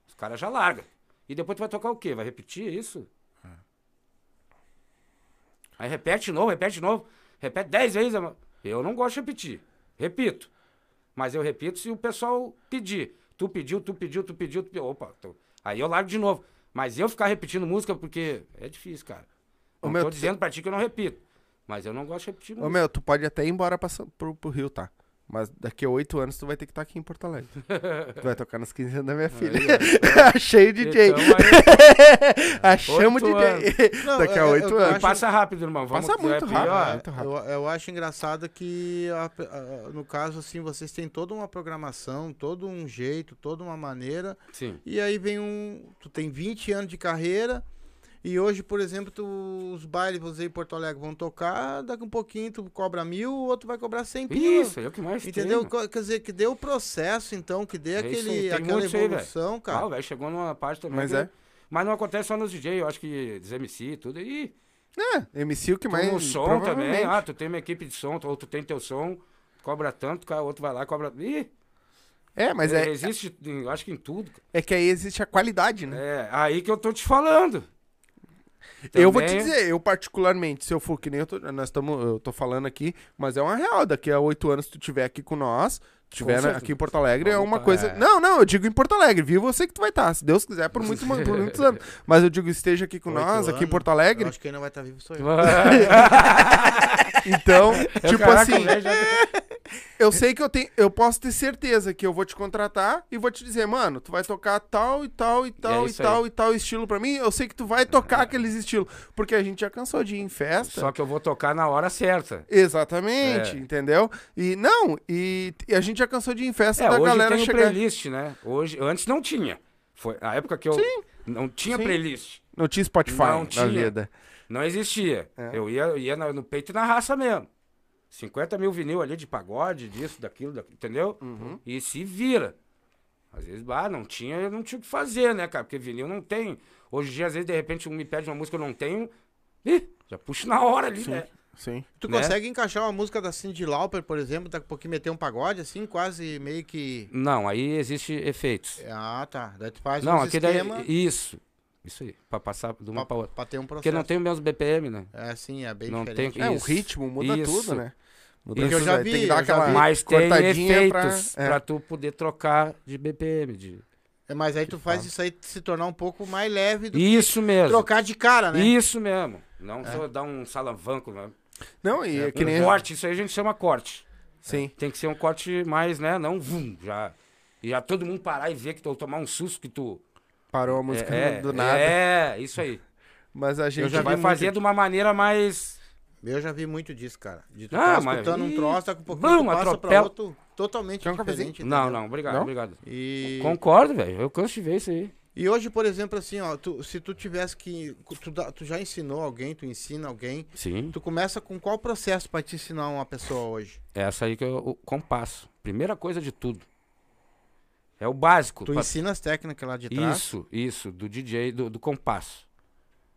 S3: Os caras já largam. E depois tu vai tocar o quê? Vai repetir isso? Aí repete de novo, repete de novo. Repete dez vezes. ama- Eu não gosto de repetir. Repito. Mas eu repito se o pessoal pedir. Tu pediu, tu pediu, tu pediu, tu pediu. Opa, tô- aí eu largo de novo. Mas eu ficar repetindo música porque é difícil, cara.
S1: Ô,
S3: Não
S1: meu,
S3: tô
S1: tu-
S3: dizendo pra ti que eu não repito. Mas eu não gosto de repetir
S1: Ô,
S3: música.
S1: meu, tu pode até ir embora pra, São- pro, pro Rio, tá? Mas daqui a oito anos tu vai ter que estar aqui em Porto Alegre. tu vai tocar nos 15 anos da minha filha. Achei o DJ.
S3: Então, aí-
S1: Achamos o
S3: oito
S1: DJ.
S2: Não,
S1: daqui
S2: é-
S1: a oito
S2: eu
S1: anos.
S2: acho-
S3: passa rápido, irmão. Vamos
S1: Passa muito
S3: é
S1: rápido.
S3: pior.
S2: Ah,
S1: muito rápido.
S2: eu, eu acho engraçado que, a pe- a- no caso, assim, vocês têm toda uma programação, todo um jeito, toda uma maneira,
S3: Sim.
S2: e aí vem um... Tu tem 20 anos de carreira, e hoje, por exemplo, tu- os bailes, você em Porto Alegre vão tocar, daqui um pouquinho tu cobra mil, o outro vai cobrar 100 pila.
S3: Isso, é o que mais
S2: Entendeu?
S3: tem. mano.
S2: Co- Quer dizer, que dê o processo, então, que dê
S3: É isso
S2: aquele,
S3: aí, tem
S2: aquela
S3: muito isso aí, velho.
S2: evolução, cara.
S3: Ah, o velho chegou numa parte também.
S1: Mas
S3: que-
S1: é.
S3: Mas não acontece só nos DJ, eu acho que os MC e tudo. E
S1: É, MC o que mais...
S3: Mas, o som também.
S1: provavelmente.
S3: Ah, tu tem uma equipe de som, tu- ou tu tem teu som, cobra tanto, cara, outro vai lá, cobra. Ih,
S1: É, mas
S3: é,
S1: é,
S3: existe, em- eu acho que em tudo. cara.
S1: é que aí existe a qualidade, né?
S3: É, aí que eu tô te falando.
S1: Eu vou te
S3: Também-
S1: dizer, eu particularmente, se eu for que nem eu tô, nós estamos, eu tô falando aqui, mas é uma real, daqui a oito anos tu tiver aqui com nós, tiver na-
S3: certeza.
S1: aqui em Porto Alegre, é
S3: Vamos
S1: uma
S3: tá-
S1: coisa...
S3: é.
S1: Não, não, eu digo em Porto Alegre, viu? Você que tu vai estar, se Deus quiser, por, muito, por muitos anos. Mas eu digo, esteja aqui com
S2: Oito
S1: nós, aqui em
S2: anos,
S1: Porto
S2: Eu
S1: Alegre,
S2: acho que quem não vai estar vivo sou eu.
S1: então, tipo
S3: Caraca,
S1: assim,
S3: né? É o velho já-
S1: eu sei que eu tenho, eu posso ter certeza que eu vou te contratar e vou te dizer, mano, tu vai tocar tal e tal e tal e
S3: é isso
S1: tal e tal estilo pra mim, eu sei que tu vai tocar aqueles estilos, porque a gente já cansou de ir em festa.
S3: Só que eu vou tocar na hora certa.
S1: Exatamente,
S3: É.
S1: entendeu? E não, e, e a gente já cansou de ir em festa
S3: É,
S1: da
S3: hoje
S1: galera
S3: tem
S1: chegar.
S3: playlist, né? Hoje, antes não tinha. Foi a época que eu não tinha
S1: Sim.
S3: playlist.
S1: Não tinha Spotify
S3: Não
S1: na
S3: tinha.
S1: vida.
S3: Não existia.
S1: É.
S3: Eu ia, eu ia na- no peito e na raça mesmo. 50 mil vinil ali de pagode, disso, daquilo, daquilo entendeu?
S1: Uhum.
S3: E se vira. Às vezes, ah, não tinha, eu não tinha o que fazer, né, cara? Porque vinil não tem. Hoje em dia, às vezes, de repente, um me pede uma música que eu não tenho. Ih, já puxo na hora ali, né?
S1: Sim.
S2: Tu
S3: né?
S2: consegue encaixar uma música da Cindy Lauper, por exemplo, daqui a pouquinho meter um pagode, assim, quase meio que.
S3: Não, aí existe
S1: É,
S3: efeitos.
S2: Ah, tá. Daí tu faz
S3: não,
S2: um
S3: aqui daí.
S2: esquema
S3: Isso. Isso aí. Pra passar de uma
S2: pra,
S3: pra outra.
S2: pra ter um processo.
S3: Porque não tem o mesmo BPM, né?
S2: É, sim, é bem
S3: Não
S2: diferente.
S3: tem-
S1: É, o
S3: Isso,
S1: ritmo muda
S3: isso. é,
S1: tudo, né? Muda
S3: Porque eu
S1: tudo,
S2: já
S1: aí
S2: vi,
S1: tem que dar
S2: eu já
S1: aquela
S2: vi.
S3: Mas tem
S1: cortadinha pra-
S3: efeitos pra,
S1: é.
S3: tu poder trocar de BPM. De...
S2: É, mas aí tu faz isso aí se tornar um pouco mais leve do que
S3: Tá. Isso mesmo.
S2: trocar de cara, né?
S3: Isso mesmo. Não só dar um salavanco, né?
S1: Não, e é, que
S3: um
S1: nem
S3: corte, isso aí a gente chama corte.
S1: Sim.
S3: Tem que ser um corte mais, né? Não, vum, já. E já todo mundo parar e ver que tu tomar um susto que tu.
S1: Parou a música
S3: é,
S1: do nada.
S3: É, isso aí.
S1: Mas a gente
S3: Eu já
S1: vai
S3: vai fazer de uma maneira mais.
S2: Eu já vi muito disso, cara. De tu
S3: Ah,
S2: tá
S3: mas-
S2: escutando um
S3: Ih,
S2: troço, tá com um pouquinho
S3: vamos,
S2: tu passa pra
S3: atropela.
S2: outro totalmente
S1: Quer um cafezinho?
S2: diferente.
S3: Não,
S2: entendeu?
S3: não, obrigado,
S1: Não?
S3: obrigado.
S2: E,
S3: Concordo, velho. Eu canso de ver isso aí.
S2: e hoje, por exemplo, assim, ó, tu- se tu tivesse que. Tu, dá- tu já ensinou alguém, tu ensina alguém.
S3: Sim.
S2: Tu começa com qual processo pra te ensinar uma pessoa hoje?
S3: É essa aí que é o compasso. Primeira coisa de tudo. É o básico.
S2: Tu
S3: pra-
S2: ensina as técnicas lá de trás.
S3: Isso, isso, do DJ, do, do compasso.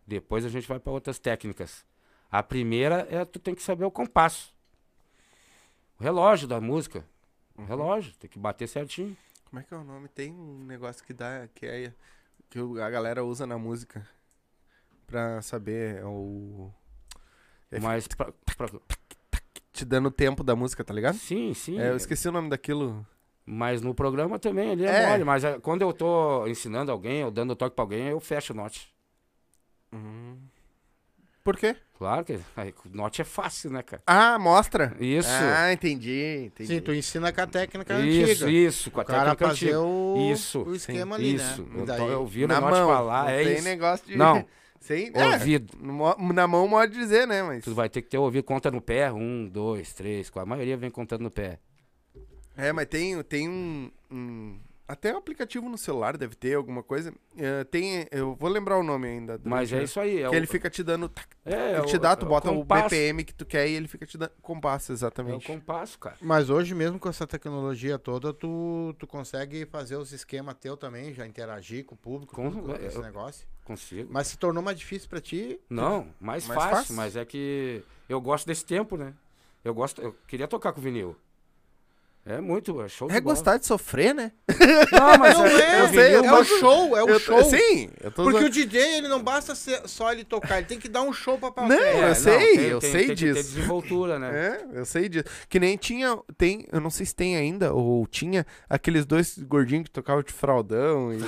S3: Depois a gente vai para outras técnicas. A primeira é tu tem que saber o compasso. O relógio da música. O relógio, tem que bater certinho.
S1: Como é que é o nome? Tem um negócio que dá que é que o- a galera usa na música pra saber é o É,
S3: Mas pra- pra-
S1: te dando o tempo da música, tá ligado?
S3: sim, sim.
S1: É, eu esqueci o nome daquilo.
S3: Mas no programa também ali é,
S1: É.
S3: mole. Mas é, quando eu tô ensinando alguém, ou dando toque pra alguém, eu fecho o note.
S1: Por quê?
S3: Claro que aí, o note é fácil, né, cara?
S1: Ah, mostra.
S3: Isso.
S1: Ah, entendi, entendi.
S2: Sim, tu ensina com a técnica
S3: isso,
S2: é antiga.
S3: isso, com a
S2: O cara
S3: técnica
S2: fazer
S3: antiga.
S2: o,
S3: Isso,
S2: o esquema
S3: sim,
S2: ali,
S3: isso.
S2: né?
S3: Eu,
S2: E daí-
S3: to- eu viro
S1: na
S3: o note
S1: mão.
S3: falar,
S1: não
S3: é
S1: tem
S3: isso.
S1: negócio de
S3: Não.
S1: Sim, é.
S3: Ouvido.
S1: No mo- Na mão pode dizer, né, mas
S3: Tu vai ter que ter ouvido conta no pé. Um, dois, três, quatro. A maioria vem contando no pé.
S1: É, mas tem, tem um, um- Até um aplicativo no celular deve ter alguma coisa. Eh, tem. Eu vou lembrar o nome ainda. durante
S3: Mas é
S1: a-
S3: isso aí. É
S1: Uhum. Que ele fica te dando. tac,
S3: é,
S1: ele
S3: é
S1: te dá, tu
S3: é
S1: bota o
S3: compasso,
S1: BPM que tu quer e ele fica te dando. Compasso,
S3: É o
S1: exatamente.
S3: compasso, cara.
S2: Mas hoje mesmo com essa tecnologia toda, tu, tu consegue fazer os esquemas teu também, já interagir com o público,
S3: Com-
S2: tudo, esse
S3: eu-
S2: negócio.
S3: Consigo.
S2: Mas se tornou mais difícil pra ti?
S3: Não, mais,
S1: Mais
S3: fácil,
S1: fácil.
S3: Mas é que eu gosto desse tempo, né? Eu gosto. Eu queria tocar com vinil. É muito, é show de
S1: é
S3: bola.
S1: gostar de sofrer, né?
S3: Não, mas
S2: Não é,
S3: o
S1: eu sei,
S3: vinil
S2: é
S1: tô-
S2: o show, é o
S1: Eu tô-
S2: show.
S1: Sim, eu tô.
S2: Porque
S1: zo-
S2: o DJ, ele não basta ser só ele tocar, ele tem que dar um show pra
S1: Não,
S2: plateia.
S1: eu
S3: É,
S1: sei,
S3: tem-
S1: eu
S3: tem-
S1: sei
S3: tem que ter
S1: disso.
S3: desenvoltura, né?
S1: É, eu sei disso. Que nem tinha. Tem, eu não sei se tem ainda, ou tinha, aqueles dois gordinhos que tocavam de fraldão. E...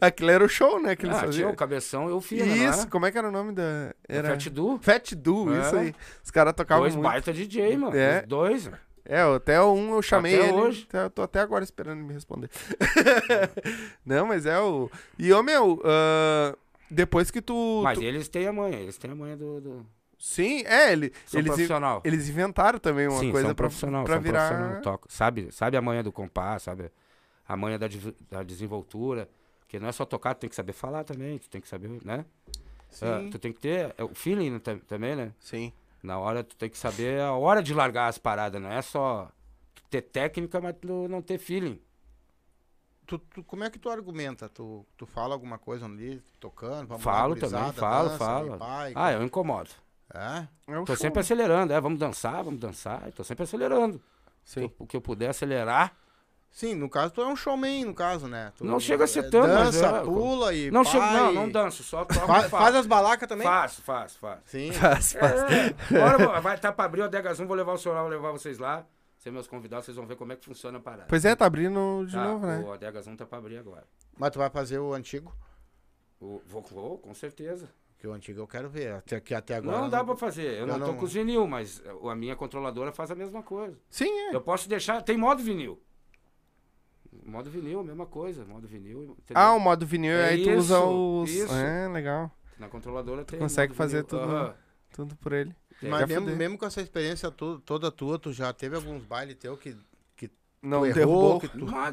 S1: Aquilo era o show, né? Que eles
S3: ah, tinha
S1: faziam.
S3: o cabeção, eu fiz,
S1: Isso,
S3: né?
S1: como é que era o nome da. Era...
S3: Era... Fat Du,
S1: Fat Du,
S3: É.
S1: isso aí. Os caras tocavam
S3: dois
S1: muito.
S3: baita DJ, mano.
S1: É.
S3: Os dois.
S1: É, até o um eu chamei
S3: Tá Até
S1: ele.
S3: hoje.
S1: Até- eu tô até agora esperando ele me responder. Não, mas é o. E, ô meu, ah, depois que tu.
S3: Mas
S1: tu-
S3: eles têm a manha, eles têm a manha do. do...
S1: Sim, é, ele,
S3: São
S1: eles, in-
S3: profissional.
S1: eles inventaram também uma
S3: Sim,
S1: coisa
S3: são
S1: pra,
S3: profissional,
S1: pra
S3: são
S1: virar.
S3: profissional, toca. Sabe, sabe a manha do compasso, sabe a manha da, des- da desenvoltura. Porque não é só tocar, tu tem que saber falar também, tu tem que saber, né? Ah,
S2: Sim.
S3: tu tem que ter é, o feeling né, tam- também, né?
S1: Sim.
S3: Na hora, tu tem que saber a hora de largar as paradas, não é só tu ter técnica, mas tu não ter feeling.
S2: Tu, tu- como é que tu argumenta? Tu, tu fala alguma coisa ali, tocando? vamos lá,
S3: falo
S2: gurizada,
S3: também, falo,
S2: dança,
S3: falo.
S2: e pai,
S3: ah, eu incomodo.
S2: é?
S1: É um
S3: Tô
S1: show,
S3: sempre
S1: né?
S3: acelerando, é, vamos dançar, vamos dançar, eu tô sempre acelerando.
S1: Sim.
S3: O que eu puder acelerar,
S2: Sim, no caso, tu é um showman, no caso, né? Tu-
S3: Não chega a ser
S2: é,
S3: tanto, mas
S2: Dança,
S3: é-
S2: pula e
S3: não,
S2: pai,
S3: chego, não, não danço, só toco
S2: Fa-
S3: e faço.
S2: faz as balacas também?
S3: Faço, faço, faço.
S2: Sim.
S1: Faz, faz.
S3: É, bora, vai estar pra abrir o Adegas 1, vou levar o senhor lá, vou levar vocês lá. Ser meus convidados, vocês vão ver como é que funciona a parada.
S1: Pois é, tá abrindo de
S3: Tá,
S1: novo, né?
S3: O Adegas 1 tá pra abrir agora.
S2: Mas tu vai fazer o antigo?
S3: O, vou, vou, com certeza.
S2: Que o antigo eu quero ver. Até, que até agora.
S3: não dá pra fazer. Eu,
S2: eu
S3: não, tô
S2: não-
S3: com os vinil, mas eh, a minha controladora faz a mesma coisa.
S1: Sim, é.
S3: Eu posso deixar. Tem modo vinil. Modo vinil, mesma coisa. Modo vinil. entendeu?
S1: Ah, o modo vinil,
S3: É
S1: aí tu usa
S3: isso,
S1: os.
S3: isso.
S1: É, legal.
S3: Na controladora tem.
S1: consegue
S3: modo
S1: fazer
S3: vinil.
S1: tudo, né?
S3: Aham.
S1: Tudo por ele.
S2: Mas
S1: Quer
S2: mesmo,
S1: fuder.
S2: mesmo com essa experiência tu- toda tua, tu já teve alguns bailes teu que
S1: Não
S2: tu
S1: derrubou.
S2: errou, que tu.
S3: Uma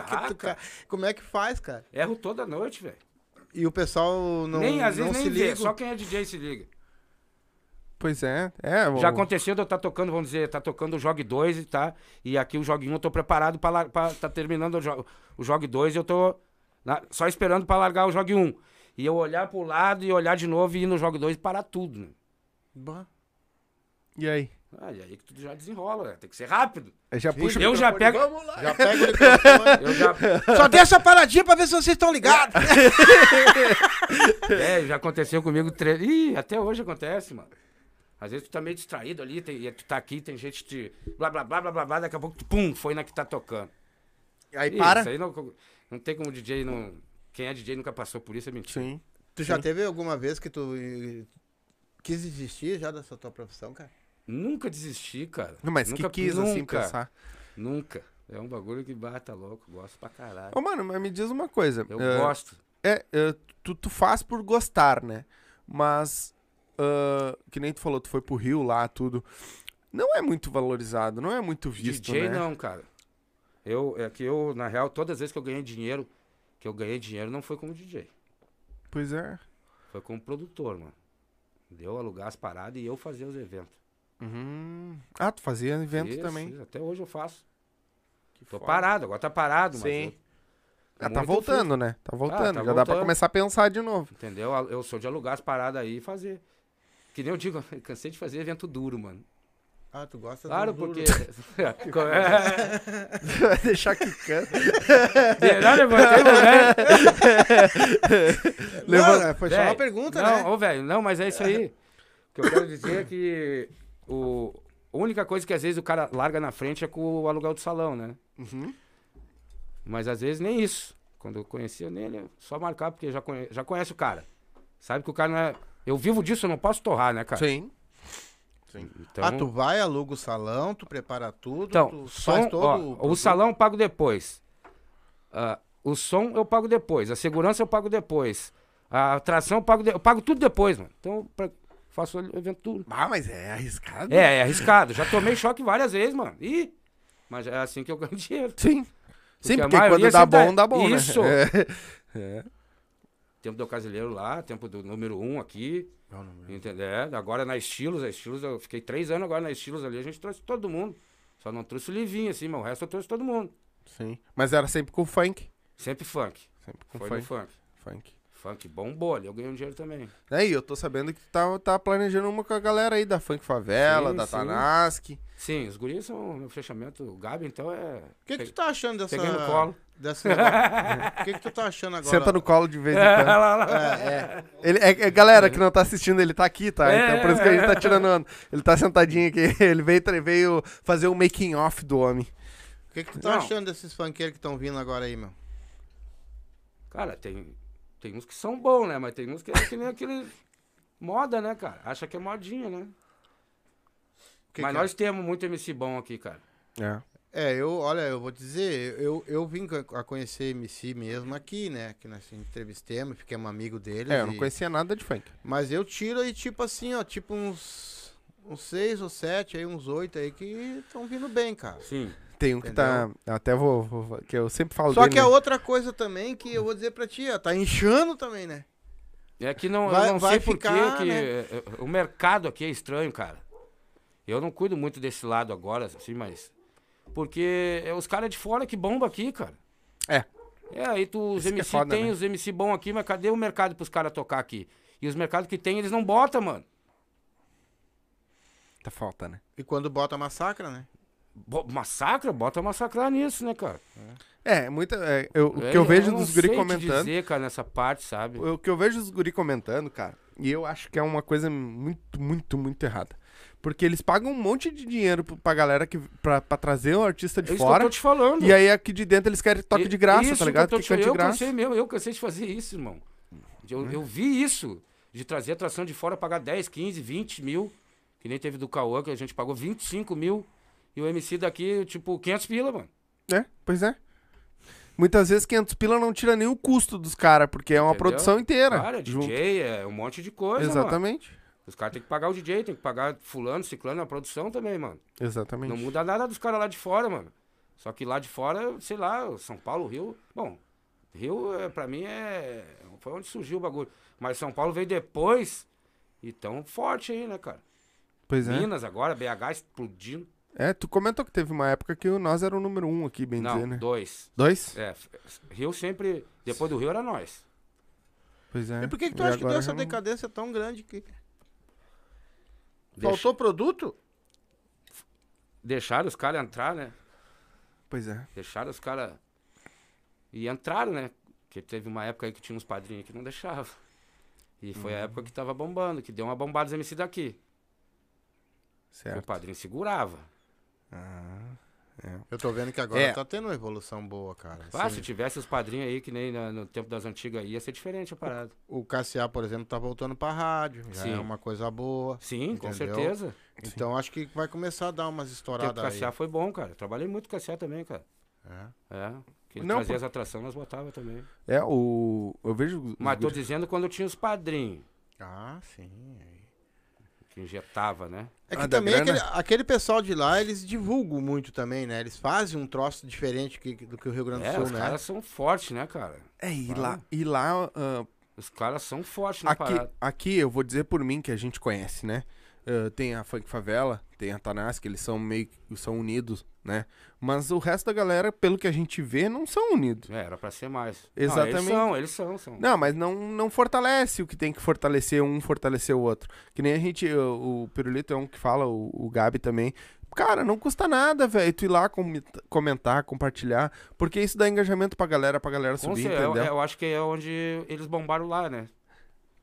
S2: que tu
S3: errada.
S2: ca- Como é que faz, cara?
S3: Erro toda noite, velho.
S2: E o pessoal não,
S3: Nem, às
S2: não
S3: vezes nem
S2: se
S3: vê.
S2: liga.
S3: Só quem é DJ se liga.
S1: Pois é. É, o-
S3: Já aconteceu de eu estar tocando, vamos dizer, tá tocando o Jog 2 e tá. E aqui o Jog 1 eu tô preparado pra, lar- pra tá terminando o, jo o Jog 2 e eu tô na- só esperando pra largar o Jog 1. E eu olhar pro lado e olhar de novo e ir no Jog 2 e parar tudo, né?
S2: Bah.
S1: E aí?
S3: Ah, e aí que tudo já desenrola, né? tem que ser rápido.
S1: Aí Já puxa
S3: eu já pego.
S2: Já pega o microfone.
S3: Eu já,
S2: Só deixa a paradinha pra ver se vocês estão ligados.
S3: é, já aconteceu comigo. Tre... Ih, até hoje acontece, mano. Às vezes tu tá meio distraído ali, tem, e tu tá aqui, tem gente te. Blá, blá, blá, blá, blá, blá, daqui a pouco tu, pum, foi na que tá tocando.
S1: Aí
S3: Ih,
S1: para.
S3: Isso aí não, não tem como DJ não. Quem é DJ nunca passou por isso, é mentira.
S1: Sim.
S2: tu já teve alguma vez que tu eh, quis desistir já dessa tua profissão, cara?
S3: Nunca desisti, cara.
S1: Não, Mas
S3: nunca,
S1: que quis, assim,
S3: nunca,
S1: pensar.
S3: Nunca. É um bagulho que bata louco. Gosto pra caralho.
S1: Ô, mano, mas me diz uma coisa.
S3: Eu
S1: eh,
S3: gosto.
S1: É, eh, tu, tu faz por gostar, né? Mas, ah, que nem tu falou, tu foi pro Rio lá, tudo. Não é muito valorizado, não é muito visto,
S3: DJ
S1: né?
S3: não, cara. Eu, é que eu, na real, todas as vezes que eu ganhei dinheiro, que eu ganhei dinheiro não foi como DJ.
S1: Pois é.
S3: Foi como produtor, mano. Deu alugar as paradas e eu fazia os eventos.
S1: Uhum. Ah, tu fazia evento
S3: Isso,
S1: também.
S3: isso, até hoje eu faço.
S1: Que
S3: Tô
S1: foda.
S3: parado, agora tá parado, mas
S1: Sim.
S3: eu- é
S1: Ah, tá
S3: muito
S1: voltando, né? Tá voltando. Já
S3: tá
S1: dá pra
S3: voltando.
S1: começar a pensar de novo.
S3: Entendeu? A- Eu sou de alugar as paradas aí e fazer. Que nem eu digo, eu cansei de fazer evento duro, mano.
S2: Ah, tu gosta
S3: Claro,
S2: do duro.
S3: porque. É,
S1: Vai deixar quicando.
S3: não, levantei, moleque.
S2: Não, é, foi só
S3: Véi,
S2: uma pergunta,
S3: não,
S2: né?
S3: ô, velho, não, mas é isso aí. O que eu quero dizer é que o, a única coisa que às vezes o cara larga na frente é com o aluguel do salão, né?
S1: Uhum.
S3: Mas às vezes nem isso. Quando eu conhecia nele, eu só marcava, porque já conhe- já conhece o cara. Sabe que o cara não é. Eu vivo disso, eu não posso torrar, né, cara?
S1: Sim.
S3: Então,
S2: Ah, tu vai, aluga o salão, tu prepara tudo,
S3: Então,
S2: tu
S3: som,
S2: faz todo
S3: ó,
S2: o...
S3: o salão eu pago depois. Ah, o som eu pago depois. A segurança eu pago depois. A atração eu pago, de- eu pago tudo depois, mano. Então, pra- faço o evento tudo.
S1: Ah, mas é arriscado.
S3: É, é arriscado. Já tomei choque várias vezes, mano. Ih, mas é assim que eu ganho dinheiro.
S1: Sim. Sim,
S3: a
S1: porque
S3: maioria
S1: quando dá
S3: sempre
S1: bom,
S3: dá-
S1: dá bom,
S3: Isso.
S1: né?
S3: Tempo do Casileiro lá, tempo do número um aqui.
S2: Não, não, não.
S3: Entendeu? É, Agora na Estilos, a Estilos, eu fiquei três anos agora na Estilos ali, a gente trouxe todo mundo. Só não trouxe o Livinho, assim, mas o resto eu trouxe todo mundo.
S1: Sim. Mas era sempre com funk.
S3: Sempre funk.
S1: Sempre com
S3: Foi no
S1: funk.
S3: funk.
S1: funk.
S3: Funk bombou ali, eu ganhei um dinheiro também.
S1: Aí, É, eu tô sabendo que tu tá, tá planejando uma com a galera aí da Funk Favela,
S3: Sim,
S1: da
S3: sim.
S1: Tanaski.
S3: Sim, os guris são no fechamento. O Gabi, então, é.
S2: O que, que tu tá achando dessa...
S3: Peguei no colo.
S2: Dessa negócio? O que, que tu tá achando agora?
S1: Senta no colo de vez em
S3: É,
S1: quando.
S3: lá, lá.
S2: então? É, é.
S1: Ele, é, é, galera que não tá assistindo, ele tá aqui, tá?
S3: É,
S1: então por isso que a gente
S3: é,
S1: tá
S3: é.
S1: tirando onda. Ele tá sentadinho aqui. Ele veio, tre- veio fazer o making off do homem.
S2: O que, que tu tá
S3: Não.
S2: achando desses funkeiros que estão vindo agora aí, meu?
S3: Cara, tem, tem uns que são bons, né? Mas tem uns que é que nem aquele. Moda, né, cara? Acha que é modinha, né?
S2: Que
S3: mas
S2: que é?
S3: nós temos muito MC bom aqui, cara.
S1: É.
S2: É, eu, olha, eu vou dizer, eu, eu vim co- a conhecer MC mesmo aqui, né? Que nós entrevistamos, fiquei um amigo dele.
S1: É, eu não conhecia nada de funk.
S2: Mas eu tiro aí, tipo assim, ó, tipo uns. Uns seis ou sete aí, uns oito aí que estão vindo bem, cara.
S3: Sim.
S1: Tem um que tá. Até vou, vou- Que eu sempre falo
S2: Só
S1: dele,
S3: é
S2: que a
S1: né?
S2: outra coisa também que eu vou dizer pra ti, ó, tá inchando também, né?
S3: É que não,
S2: Vai-
S3: eu não
S2: vai
S3: sei por
S2: ficar,
S3: quê que
S2: né?
S3: é, é, o mercado aqui é estranho, cara. Eu não cuido muito desse lado agora, assim, mas. Porque é os caras de fora que bomba aqui, cara.
S1: É.
S3: É, aí tu, os
S1: Isso que é
S3: MC
S1: foda,
S3: tem,
S1: né?
S3: os MC bom aqui, mas cadê o mercado pros caras tocar aqui? E os mercados que tem, eles não botam, mano.
S1: Tá falta, né?
S2: E quando bota massacra, né?
S3: Bo- massacra? Bota massacrar nisso, né, cara?
S1: É, muita. é, eu- o
S3: É,
S1: que eu vejo
S3: não
S1: dos guri
S3: sei te
S1: comentando.
S3: dizer, cara, nessa parte, sabe? É
S1: O que eu vejo os guri comentando, cara, e eu acho que é uma coisa muito, muito, muito errada. Porque eles pagam um monte de dinheiro pro- pra galera que. pra, pra trazer um artista
S3: É
S1: de
S3: isso que eu
S1: fora.
S3: tô te falando.
S1: E aí aqui de dentro eles querem toque
S3: E-
S1: de graça,
S3: isso
S1: tá ligado?
S3: Que eu, tô
S1: Que
S3: te-
S1: cante de
S3: eu
S1: graça. Né?
S3: cansei mesmo, eu cansei de fazer isso, irmão. Eu, eu vi isso, de trazer atração de fora, pagar 10, 15, 20 mil, que nem teve do Cauã, que a gente pagou 25 mil, e o MC daqui, tipo, 500 pila, mano.
S1: É, pois é. Muitas vezes 500 pila não tira nem o custo dos caras, porque é uma
S3: Entendeu?
S1: produção inteira.
S3: Cara,
S1: junto.
S3: DJ, é um monte de coisa, mano.
S1: Exatamente.
S3: Os caras têm que pagar o DJ, tem que pagar fulano, ciclano, a produção também, mano.
S1: Exatamente.
S3: Não muda nada dos caras lá de fora, mano. Só que lá de fora, sei lá, São Paulo, Rio. Bom, Rio, é, pra mim, é. Foi onde surgiu o bagulho. Mas São Paulo veio depois e tão forte aí, né, cara?
S1: Pois é.
S3: Minas agora, BH explodindo.
S1: É, tu comentou que teve uma época que o nós era o número um aqui, bem
S3: Não,
S1: dizer, né?
S3: dois.
S1: Dois?
S3: É, f- Rio sempre. Depois do Rio era nós.
S1: Pois é.
S2: E por que, que tu
S1: E
S2: acha que deu
S1: agora
S2: essa
S1: já não-
S2: decadência tão grande que.
S3: Deixa-
S2: Faltou produto?
S3: Deixaram os caras entrar, né?
S1: Pois é.
S3: Deixaram os caras. E entraram, né? Porque teve uma época aí que tinha uns padrinhos que não deixavam. E foi a época que tava bombando, que deu uma bombada dos MC daqui.
S1: Certo.
S3: O padrinho segurava.
S2: Eu tô vendo que agora
S1: É.
S2: tá tendo uma evolução boa, cara.
S3: Ah,
S2: Assim,
S3: se tivesse os padrinhos aí, que nem na- no tempo das antigas aí, ia ser diferente a parada.
S2: o KCA, por exemplo, tá voltando pra rádio. Já
S3: Sim.
S2: é uma coisa boa.
S3: Sim, com
S2: Entendeu?
S3: certeza.
S2: Então acho que vai começar a dar umas
S3: O tempo do
S2: estouradas aí.
S3: Cassiá foi bom, cara. Eu trabalhei muito com o Cassiá também, cara.
S2: É.
S3: É. Que ele
S1: Não,
S3: trazia
S1: pô.
S3: as atrações, nós botava também.
S1: É, o. Eu vejo. os
S3: Mas tô
S1: guri-
S3: dizendo quando tinha os padrinhos,
S2: Ah, sim. aí.
S3: que injetava, né?
S2: É que
S1: Ah, da
S2: também
S1: grana?
S2: aquele, aquele pessoal de lá, eles divulgam muito também, né? Eles fazem um troço diferente que- do que o Rio Grande do
S3: É,
S2: Sul,
S3: os
S2: né?
S3: caras são fortes, né, cara?
S1: É, e lá, e lá ah,
S3: Os caras são fortes na
S1: Aqui,
S3: parada.
S1: aqui eu vou dizer por mim que a gente conhece, né? Eh, tem a Funk Favela, tem a Tanás, que eles são meio que são unidos, né? Mas o resto da galera, pelo que a gente vê, não são unidos.
S3: É, era pra ser mais.
S1: Exatamente.
S3: Não, eles são, eles são. são.
S1: Não, mas não, não fortalece o que tem que fortalecer um, fortalecer o outro. Que nem a gente, o, o Pirulito é um que fala, o, o Gabi também. Cara, não custa nada, velho, tu ir lá com- comentar, compartilhar, porque isso dá engajamento pra galera, pra galera
S3: Com
S1: subir,
S3: cer- eu,
S1: entendeu?
S3: eu acho que é onde eles bombaram lá, né?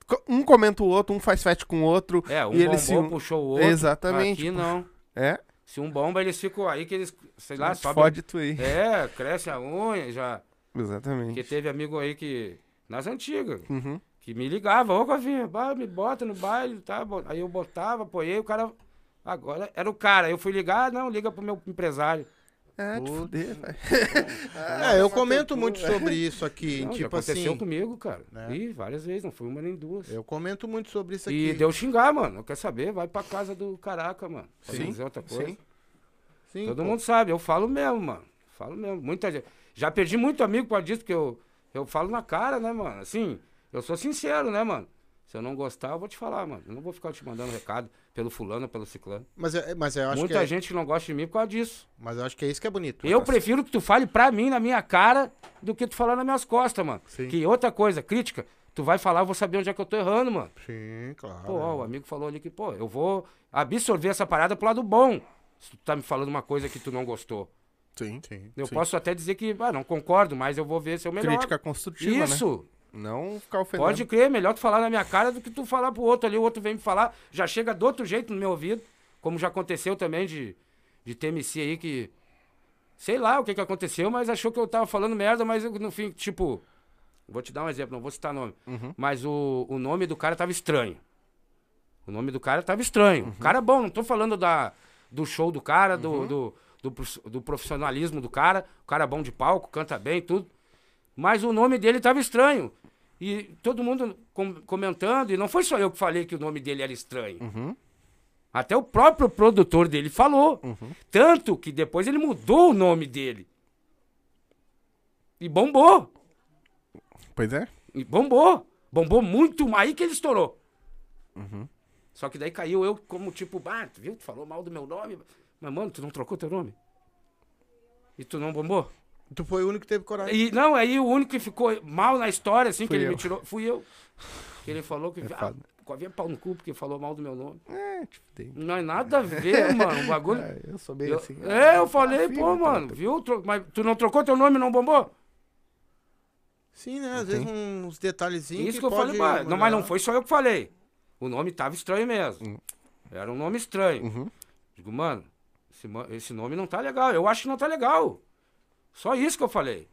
S1: Co- Um comenta o outro, um faz fete com o outro,
S3: É, um
S1: e
S3: bombou,
S1: eles se...
S3: puxou o outro.
S1: Exatamente,
S3: Aqui não.
S1: É,
S3: Se um bomba, eles ficam aí que eles, sei lá,
S1: Lá,
S3: sobe.
S1: fode tu aí.
S3: É, cresce a unha já.
S1: Exatamente.
S3: Porque teve amigo aí que. Nas antigas,
S1: Uhum.
S3: que me ligava, ô Covinha, bah, me bota no baile, tá? bo- Aí eu botava, apoiei, o cara. Agora era o cara. Eu fui ligar, "Ah, não, liga pro meu empresário.
S1: É, te
S2: Putz.
S1: fuder, velho.
S2: É, eu comento muito sobre isso aqui.
S3: Não, já
S2: tipo
S3: aconteceu
S2: assim,
S3: comigo, cara.
S2: né?
S3: Ih, várias vezes, não foi uma nem duas.
S2: eu comento muito sobre isso aqui.
S3: E deu xingar, mano. Não quer saber? Vai pra casa do caraca, mano. Pra
S1: Sim,
S3: não dizer outra coisa.
S1: sim.
S2: Sim,
S3: Todo
S2: pô.
S3: mundo sabe, eu falo mesmo, mano. Falo mesmo. Muita gente. Já perdi muito amigo por causa disso, porque eu, eu falo na cara, né, mano? Assim, eu sou sincero, né, mano? Se eu não gostar, eu vou te falar, mano. Eu não vou ficar te mandando recado pelo fulano ou pelo ciclano.
S2: Mas, é- mas eu acho
S3: Muita
S2: que é,
S3: gente que não gosta de mim por causa disso.
S2: mas eu acho que é isso que é bonito.
S3: eu
S2: Tá
S3: prefiro que tu fale pra mim, na minha cara, do que tu falar nas minhas costas, mano.
S2: Sim.
S3: Que outra coisa, crítica, tu vai falar, eu vou saber onde é que eu tô errando, mano.
S2: Sim, claro.
S3: Pô, ó, o amigo falou ali que, pô, eu vou absorver essa parada pro lado bom. Se tu tá me falando uma coisa que tu não gostou.
S1: Sim.
S2: Sim.
S3: Eu
S1: Sim.
S3: posso até dizer que, ah, não concordo, mas eu vou ver se eu melhor.
S1: Crítica construtiva, né?
S3: Isso,
S1: Não ficar ofendendo.
S3: pode crer, melhor tu falar na minha cara do que tu falar pro outro ali, o outro vem me falar, já chega do outro jeito no meu ouvido, como já aconteceu também de, de ter MC aí que, sei lá o que que aconteceu, mas achou que eu tava falando merda, mas eu, no fim, tipo, vou te dar um exemplo, não vou citar nome, mas o, o nome do cara tava estranho. O nome do cara tava estranho. O cara é bom, não tô falando da, do show do cara, do, do, do, pros- do profissionalismo do cara. O cara é bom de palco, canta bem, tudo. Mas o nome dele tava estranho. E todo mundo com- comentando, e não foi só eu que falei que o nome dele era estranho. Até o próprio produtor dele falou. Tanto que depois ele mudou o nome dele. E bombou.
S1: Pois é.
S3: E bombou. Bombou muito, mas aí que ele estourou. Só que daí caiu eu como tipo, bah, tu viu? Tu falou mal do meu nome. Mas, mano, tu não trocou teu nome? E tu não bombou?
S2: Tu foi o único que teve coragem.
S3: E não, aí o único que ficou mal na história, assim,
S1: Fui
S3: que ele
S1: eu. É
S3: me tirou, fui eu. Que ele falou que. ah,
S1: foda.
S3: Covinha pau no cu, porque falou mal do meu nome.
S1: É, te fudei.
S3: Não é nada a ver, mano. O bagulho.
S1: É, eu sou meio
S3: Eu-
S1: assim.
S3: é, eu falei,
S1: filho, tá
S3: pô, mano, viu? Tro- Mas tu não trocou teu nome e não bombou?
S2: Sim, né? Às vezes uns detalhezinhos.
S3: Isso que eu
S2: pode
S3: falei, mano. Não, mas não
S2: melhorar.
S3: foi só eu que falei. O nome tava estranho mesmo. Era um nome estranho.
S1: Uhum.
S3: Digo, mano, esse, ma- esse nome não tá legal. Eu acho que não tá legal. Só isso que eu falei.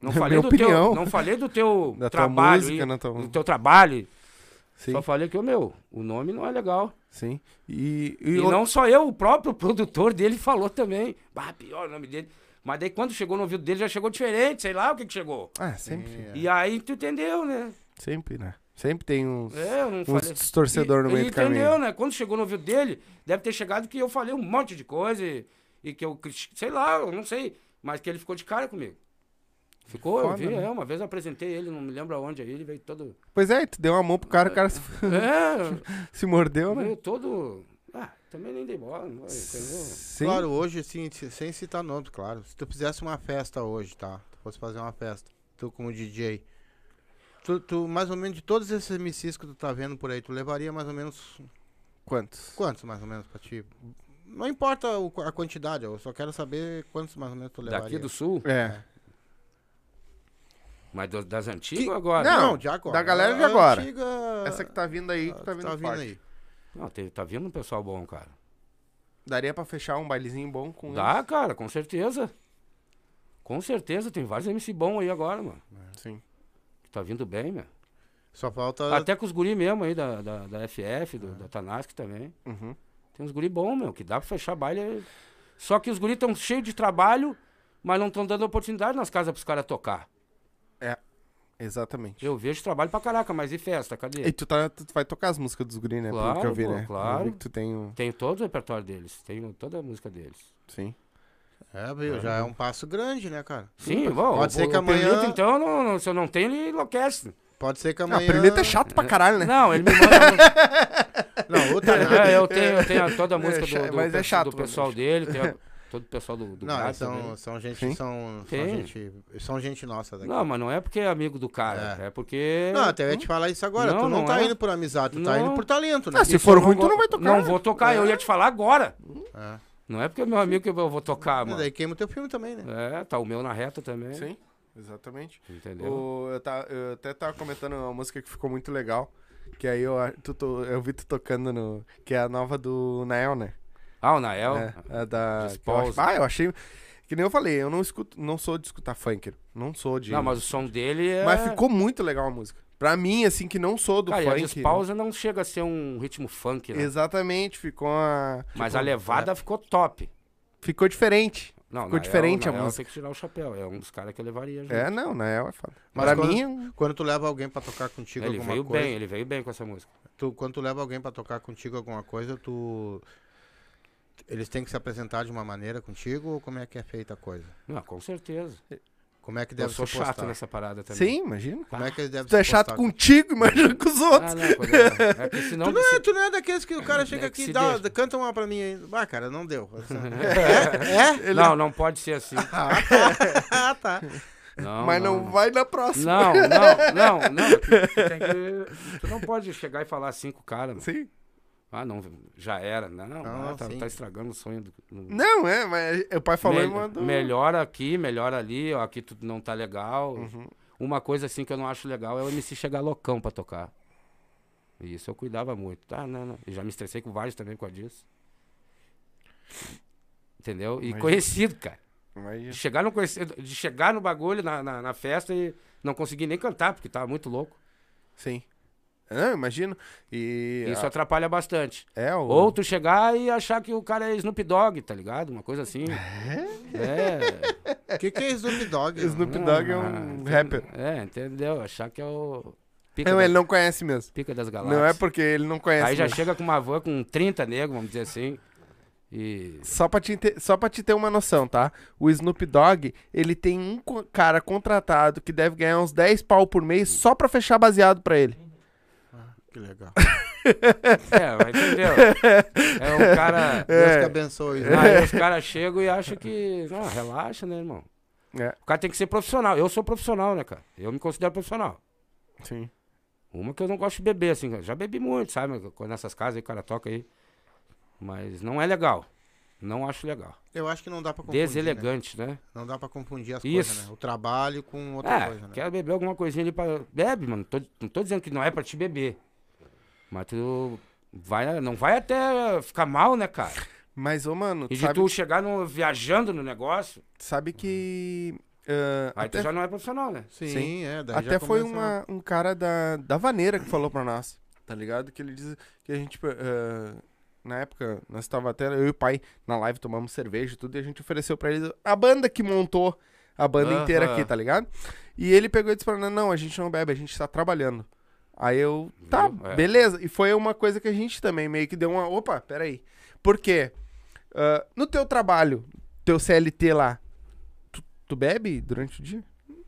S3: Não falei
S1: Minha
S3: do
S1: opinião.
S3: teu, não falei do teu
S1: Da tua
S3: trabalho,
S1: música,
S3: e-
S1: né, tua-
S3: do teu trabalho.
S1: Sim,
S3: Só falei que o meu, o nome não é legal.
S1: sim. E, e
S3: E,
S1: o-
S3: não só eu, o próprio produtor dele falou também. Bah, pior o nome dele. Mas daí quando chegou no ouvido dele já chegou diferente, sei lá o que que chegou.
S1: Ah, sempre.
S2: É.
S3: E aí tu entendeu, né?
S1: Sempre, né? Sempre tem uns,
S3: É, eu não falei.
S1: uns torcedor no
S3: E-
S1: meio
S3: e
S1: do caminho.
S3: Entendeu, né? Quando chegou no ouvido dele, deve ter chegado que eu falei um monte de coisa e, e que eu, criti- sei lá, eu não sei, mas que ele ficou de cara comigo. Ficou,
S1: Foda,
S3: eu vi,
S1: né?
S3: é, uma vez eu apresentei ele, não me lembro aonde, aí ele veio todo...
S1: Pois é, tu deu uma mão pro cara, o cara se,
S3: É,
S1: se mordeu, né?
S3: veio todo... Ah, também nem dei bola, não, entendeu?
S1: Sim.
S2: Claro, hoje, assim, se- sem citar nomes, claro. Se tu fizesse uma festa hoje, tá? Tu fosse fazer uma festa, tu como DJ. Tu, tu, mais ou menos, de todos esses MCs que tu tá vendo por aí, tu levaria mais ou menos.
S1: Quantos?
S2: Quantos mais ou menos pra ti? Não importa o qu- a quantidade, eu só quero saber quantos mais ou menos tu levaria.
S3: Daqui do sul,
S1: É.
S3: mas do- das antigas ou agora?
S2: Não, de agora.
S1: da galera de
S2: A
S1: agora.
S2: antiga- Ah,
S1: Essa Ah, que tá vindo aí, que tá vindo forte.
S2: aí.
S3: Não, tem- tá vindo um pessoal bom, cara.
S1: Daria pra fechar um bailezinho bom com
S3: Dá, cara, com certeza. Com certeza, tem vários MC bom aí agora, mano.
S1: eles? Sim.
S3: Que tá vindo bem, meu.
S2: Só falta.
S3: Até com os guri mesmo aí da, da, da FF, do, da Tanask também.
S1: Uhum.
S3: Tem uns guri bom, meu, que dá pra fechar baile. Só que os guri estão cheios de trabalho, mas não estão dando oportunidade nas casas pros caras tocar.
S1: É. Exatamente.
S3: Eu vejo trabalho pra caraca, mas e festa? Cadê?
S1: E tu, tá, tu vai tocar as músicas dos guri, né? Pelo que eu
S3: Claro,
S1: vi,
S3: pô,
S1: né?
S3: claro.
S1: Eu vi que tu tem um...
S3: Tenho todo o repertório deles, tenho toda a música deles.
S1: Sim.
S2: É, viu? Já é um passo grande, né, cara?
S3: Sim, bom.
S2: pode
S3: o-
S2: ser que
S3: o
S2: amanhã-
S3: Perlito, então, não- não- se eu não tenho, ele enlouquece.
S2: Pode ser que
S1: Ah,
S2: amanhã.
S1: a Perlita é chato pra caralho, né?
S3: Não, ele me manda.
S2: Não, outra nada.
S3: É, eu, tenho, eu tenho toda a música
S1: cha-
S3: do, do,
S1: mas é
S3: pe-
S1: chato,
S3: do pessoal dele, tenho a- todo o pessoal do, do
S2: Não,
S3: Gato
S2: eles são,
S3: também.
S2: são gente.
S1: Sim.
S2: São, são
S3: Tem.
S2: gente. São gente nossa daqui.
S3: Não, mas não é porque é amigo do cara, é, porque.
S2: Não, até eu ia te falar isso agora.
S3: Não,
S2: tu não,
S3: não
S2: tá
S3: é.
S2: indo por amizade, tu tá
S3: Não.
S2: indo por talento, né?
S1: Ah, se
S3: Isso
S1: for
S3: eu
S1: ruim, tu
S3: vou-
S1: não vai tocar.
S3: Não vou tocar, eu ia te falar agora.
S2: É.
S3: Não é porque é meu amigo que eu vou tocar, mano.
S2: Daí queima o teu filme também, né?
S3: É, tá o meu na reta também.
S1: Sim, exatamente.
S3: Entendeu?
S1: O, eu, tá, eu até tava comentando uma música que ficou muito legal. Que aí eu, a- tu to- eu vi tu tocando no. Que é a nova do Nael, né?
S3: Ah, o Nael.
S1: É, é da. que eu
S3: Dispose.
S1: acho- ah, eu achei. Que nem eu falei, eu não escuto, não sou de escutar funker. Não sou de.
S3: Não, mas o som dele é.
S1: Mas ficou muito legal a música. Pra mim, assim, que não sou do
S3: Cara, e a
S1: funk. né?
S3: despausa não chega a ser um ritmo funk, né?
S1: Exatamente, ficou uma.
S3: Mas a levada ficou top.
S1: Ficou diferente.
S3: Não,
S1: Ficou
S3: Nael-
S1: diferente a
S3: Nael
S1: música.
S3: Tem que tirar o chapéu. É um dos caras que eu levaria. junto.
S1: É, não, Nael é foda.
S2: Mas
S1: pra
S2: quando-
S1: mim.
S2: Quando tu leva alguém pra tocar contigo
S3: Ele
S2: alguma
S3: veio
S2: coisa.
S3: bem, ele veio bem com essa música.
S2: Tu, quando tu leva alguém pra tocar contigo alguma coisa, tu. Eles têm que se apresentar de uma maneira contigo ou como é que é feita a coisa?
S3: Não, com certeza.
S2: Como é que
S3: Eu
S2: deve
S3: sou
S2: se
S3: chato
S2: postar?
S3: nessa parada também.
S1: Sim, imagina.
S2: Como é que eles devem
S1: Tu é
S2: se
S1: chato
S2: postar?
S1: contigo, imagina com os
S3: Ah,
S1: outros.
S3: não, quando eu- é que senão.
S2: Tu não, é, tu não é daqueles que o cara chega
S3: É que
S2: aqui
S3: se
S2: e dá,
S3: deixa.
S2: canta uma pra mim aí. Ah, cara, não deu. É?
S3: Não, não, pode ser assim.
S2: ah, tá.
S3: Não,
S1: mas não, vai na próxima.
S3: Não, não, não, não. Tu, tu tem que- tu não pode chegar e falar assim com o cara. mano.
S1: Sim.
S3: Ah, não, já era. Não,
S2: Não,
S3: ah, tá,
S2: sim.
S3: tá estragando o sonho do. do-
S1: Não, é, mas o pai falou
S3: Mel-
S1: e mandou.
S3: Melhora aqui, melhora ali, ó, aqui tudo não tá legal.
S1: Uhum.
S3: Uma coisa assim que eu não acho legal é o MC chegar loucão pra tocar. E Isso eu cuidava muito. Tá, não, não. E já me estressei com vários também por causa disso. Entendeu? E
S1: Imagina.
S3: conhecido, cara. De
S1: Mas-
S3: chegar no, conhecido, de chegar no bagulho, na, na, na festa e não conseguir nem cantar, porque tava muito louco.
S1: Sim. Não, imagino. E.
S3: Isso atrapalha bastante.
S1: é o.
S3: Ou tu chegar e achar que o cara é Snoop Dogg, tá ligado? Uma coisa assim. É.
S2: O que, que é Snoop Dogg?
S1: Snoop Dogg é
S3: Ah,
S1: um
S3: enten-
S1: rapper.
S3: É, entendeu? Achar que é o pica,
S1: Não,
S3: das,
S1: ele não conhece mesmo.
S3: pica das galáxias.
S1: Não é né? porque ele não conhece.
S3: assim. Aí já
S1: mesmo.
S3: chega com uma van com 30 negros, vamos dizer assim. E.
S1: Só pra, te ter, só pra te ter uma noção, tá? O Snoop Dogg, ele tem um co- cara contratado que deve ganhar uns 10 pau por mês só pra fechar baseado pra ele.
S2: Que legal.
S3: É, mas entendeu? É um cara.
S2: Deus que abençoe. Snoop.
S3: Aí os caras chegam e acham que. Não, relaxa, né, irmão?
S1: É,
S3: O cara tem que ser profissional. Eu sou profissional, né, cara? Eu me considero profissional.
S1: sim.
S3: Uma que eu não gosto de beber, assim. eu Já bebi muito, sabe? Quando Nessas casas aí o cara toca aí. Mas não é legal. Não acho legal.
S2: Eu acho que não dá pra confundir. Né?
S3: Deselegante, né?
S2: Não dá pra confundir as
S3: Isso.
S2: coisas, né? O trabalho com outra
S3: É,
S2: coisa, né?
S3: quer beber alguma coisinha ali pra. Bebe, mano. Tô- não tô dizendo que não é pra te beber. Mas tu vai, não vai até ficar mal, né, cara?
S1: Mas, ô, mano,
S3: E
S1: tu
S3: de
S1: sabe,
S3: tu chegar no, viajando no negócio,
S1: sabe que. ah,
S3: Uhum. aí
S1: até
S3: tu já não é profissional, né?
S2: Sim,
S1: Sim.
S2: é. Daí já
S1: até foi
S2: começa-
S1: uma, um cara da, da vaneira que falou pra nós, tá ligado? Que ele diz que a gente. ah, na época, nós tava até. Eu e o pai na live tomamos cerveja e tudo, e a gente ofereceu pra eles a banda que montou a banda
S3: Aham.
S1: inteira aqui, tá ligado? E ele pegou e disse pra nós: não, a gente não bebe, a gente tá trabalhando. Aí eu, tá,
S3: É.
S1: beleza. E foi uma coisa que a gente também meio que deu uma. Opa, peraí. Por quê? Ah, no teu trabalho, teu CLT lá, tu, tu bebe durante o dia?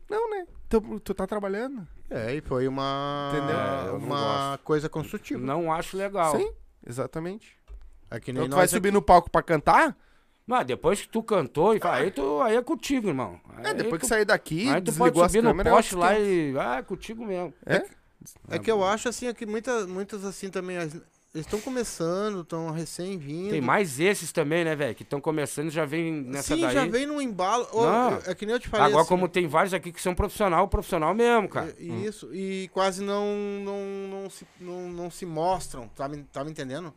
S1: Não, né? Tu, tu tá trabalhando?
S2: É, e foi uma.
S1: Entendeu?
S3: É, eu não
S2: uma coisa construtiva.
S3: Não acho legal.
S1: Sim, exatamente.
S2: É que nem
S1: Então tu
S2: nós
S1: vai
S2: aqui.
S1: subir no palco pra cantar?
S3: Mas depois que tu cantou, e fala, aí, tu, aí é contigo, irmão. Aí
S1: É, depois
S3: tu,
S1: que sair daqui,
S3: aí tu pode
S1: desligou as
S3: subir no
S1: câmeras... é
S3: poste
S1: outro
S3: lá
S1: esquema.
S3: e. Ah, é contigo mesmo.
S2: É que eu acho assim, é que muitas, muitas assim também. as- Eles estão começando, estão recém-vindo.
S3: Tem mais esses também, né, velho? Que estão começando e já vem nessa
S2: Sim,
S3: daí.
S2: já vem num embalo. Ô,
S3: Não.
S2: eu- É que nem eu te falei.
S3: Agora,
S2: assim,
S3: como Hum. tem vários aqui que são profissional, profissional mesmo, cara.
S2: e- e Isso, e quase não, não, não, se, não, não se mostram, tá me, tá me tá entendendo?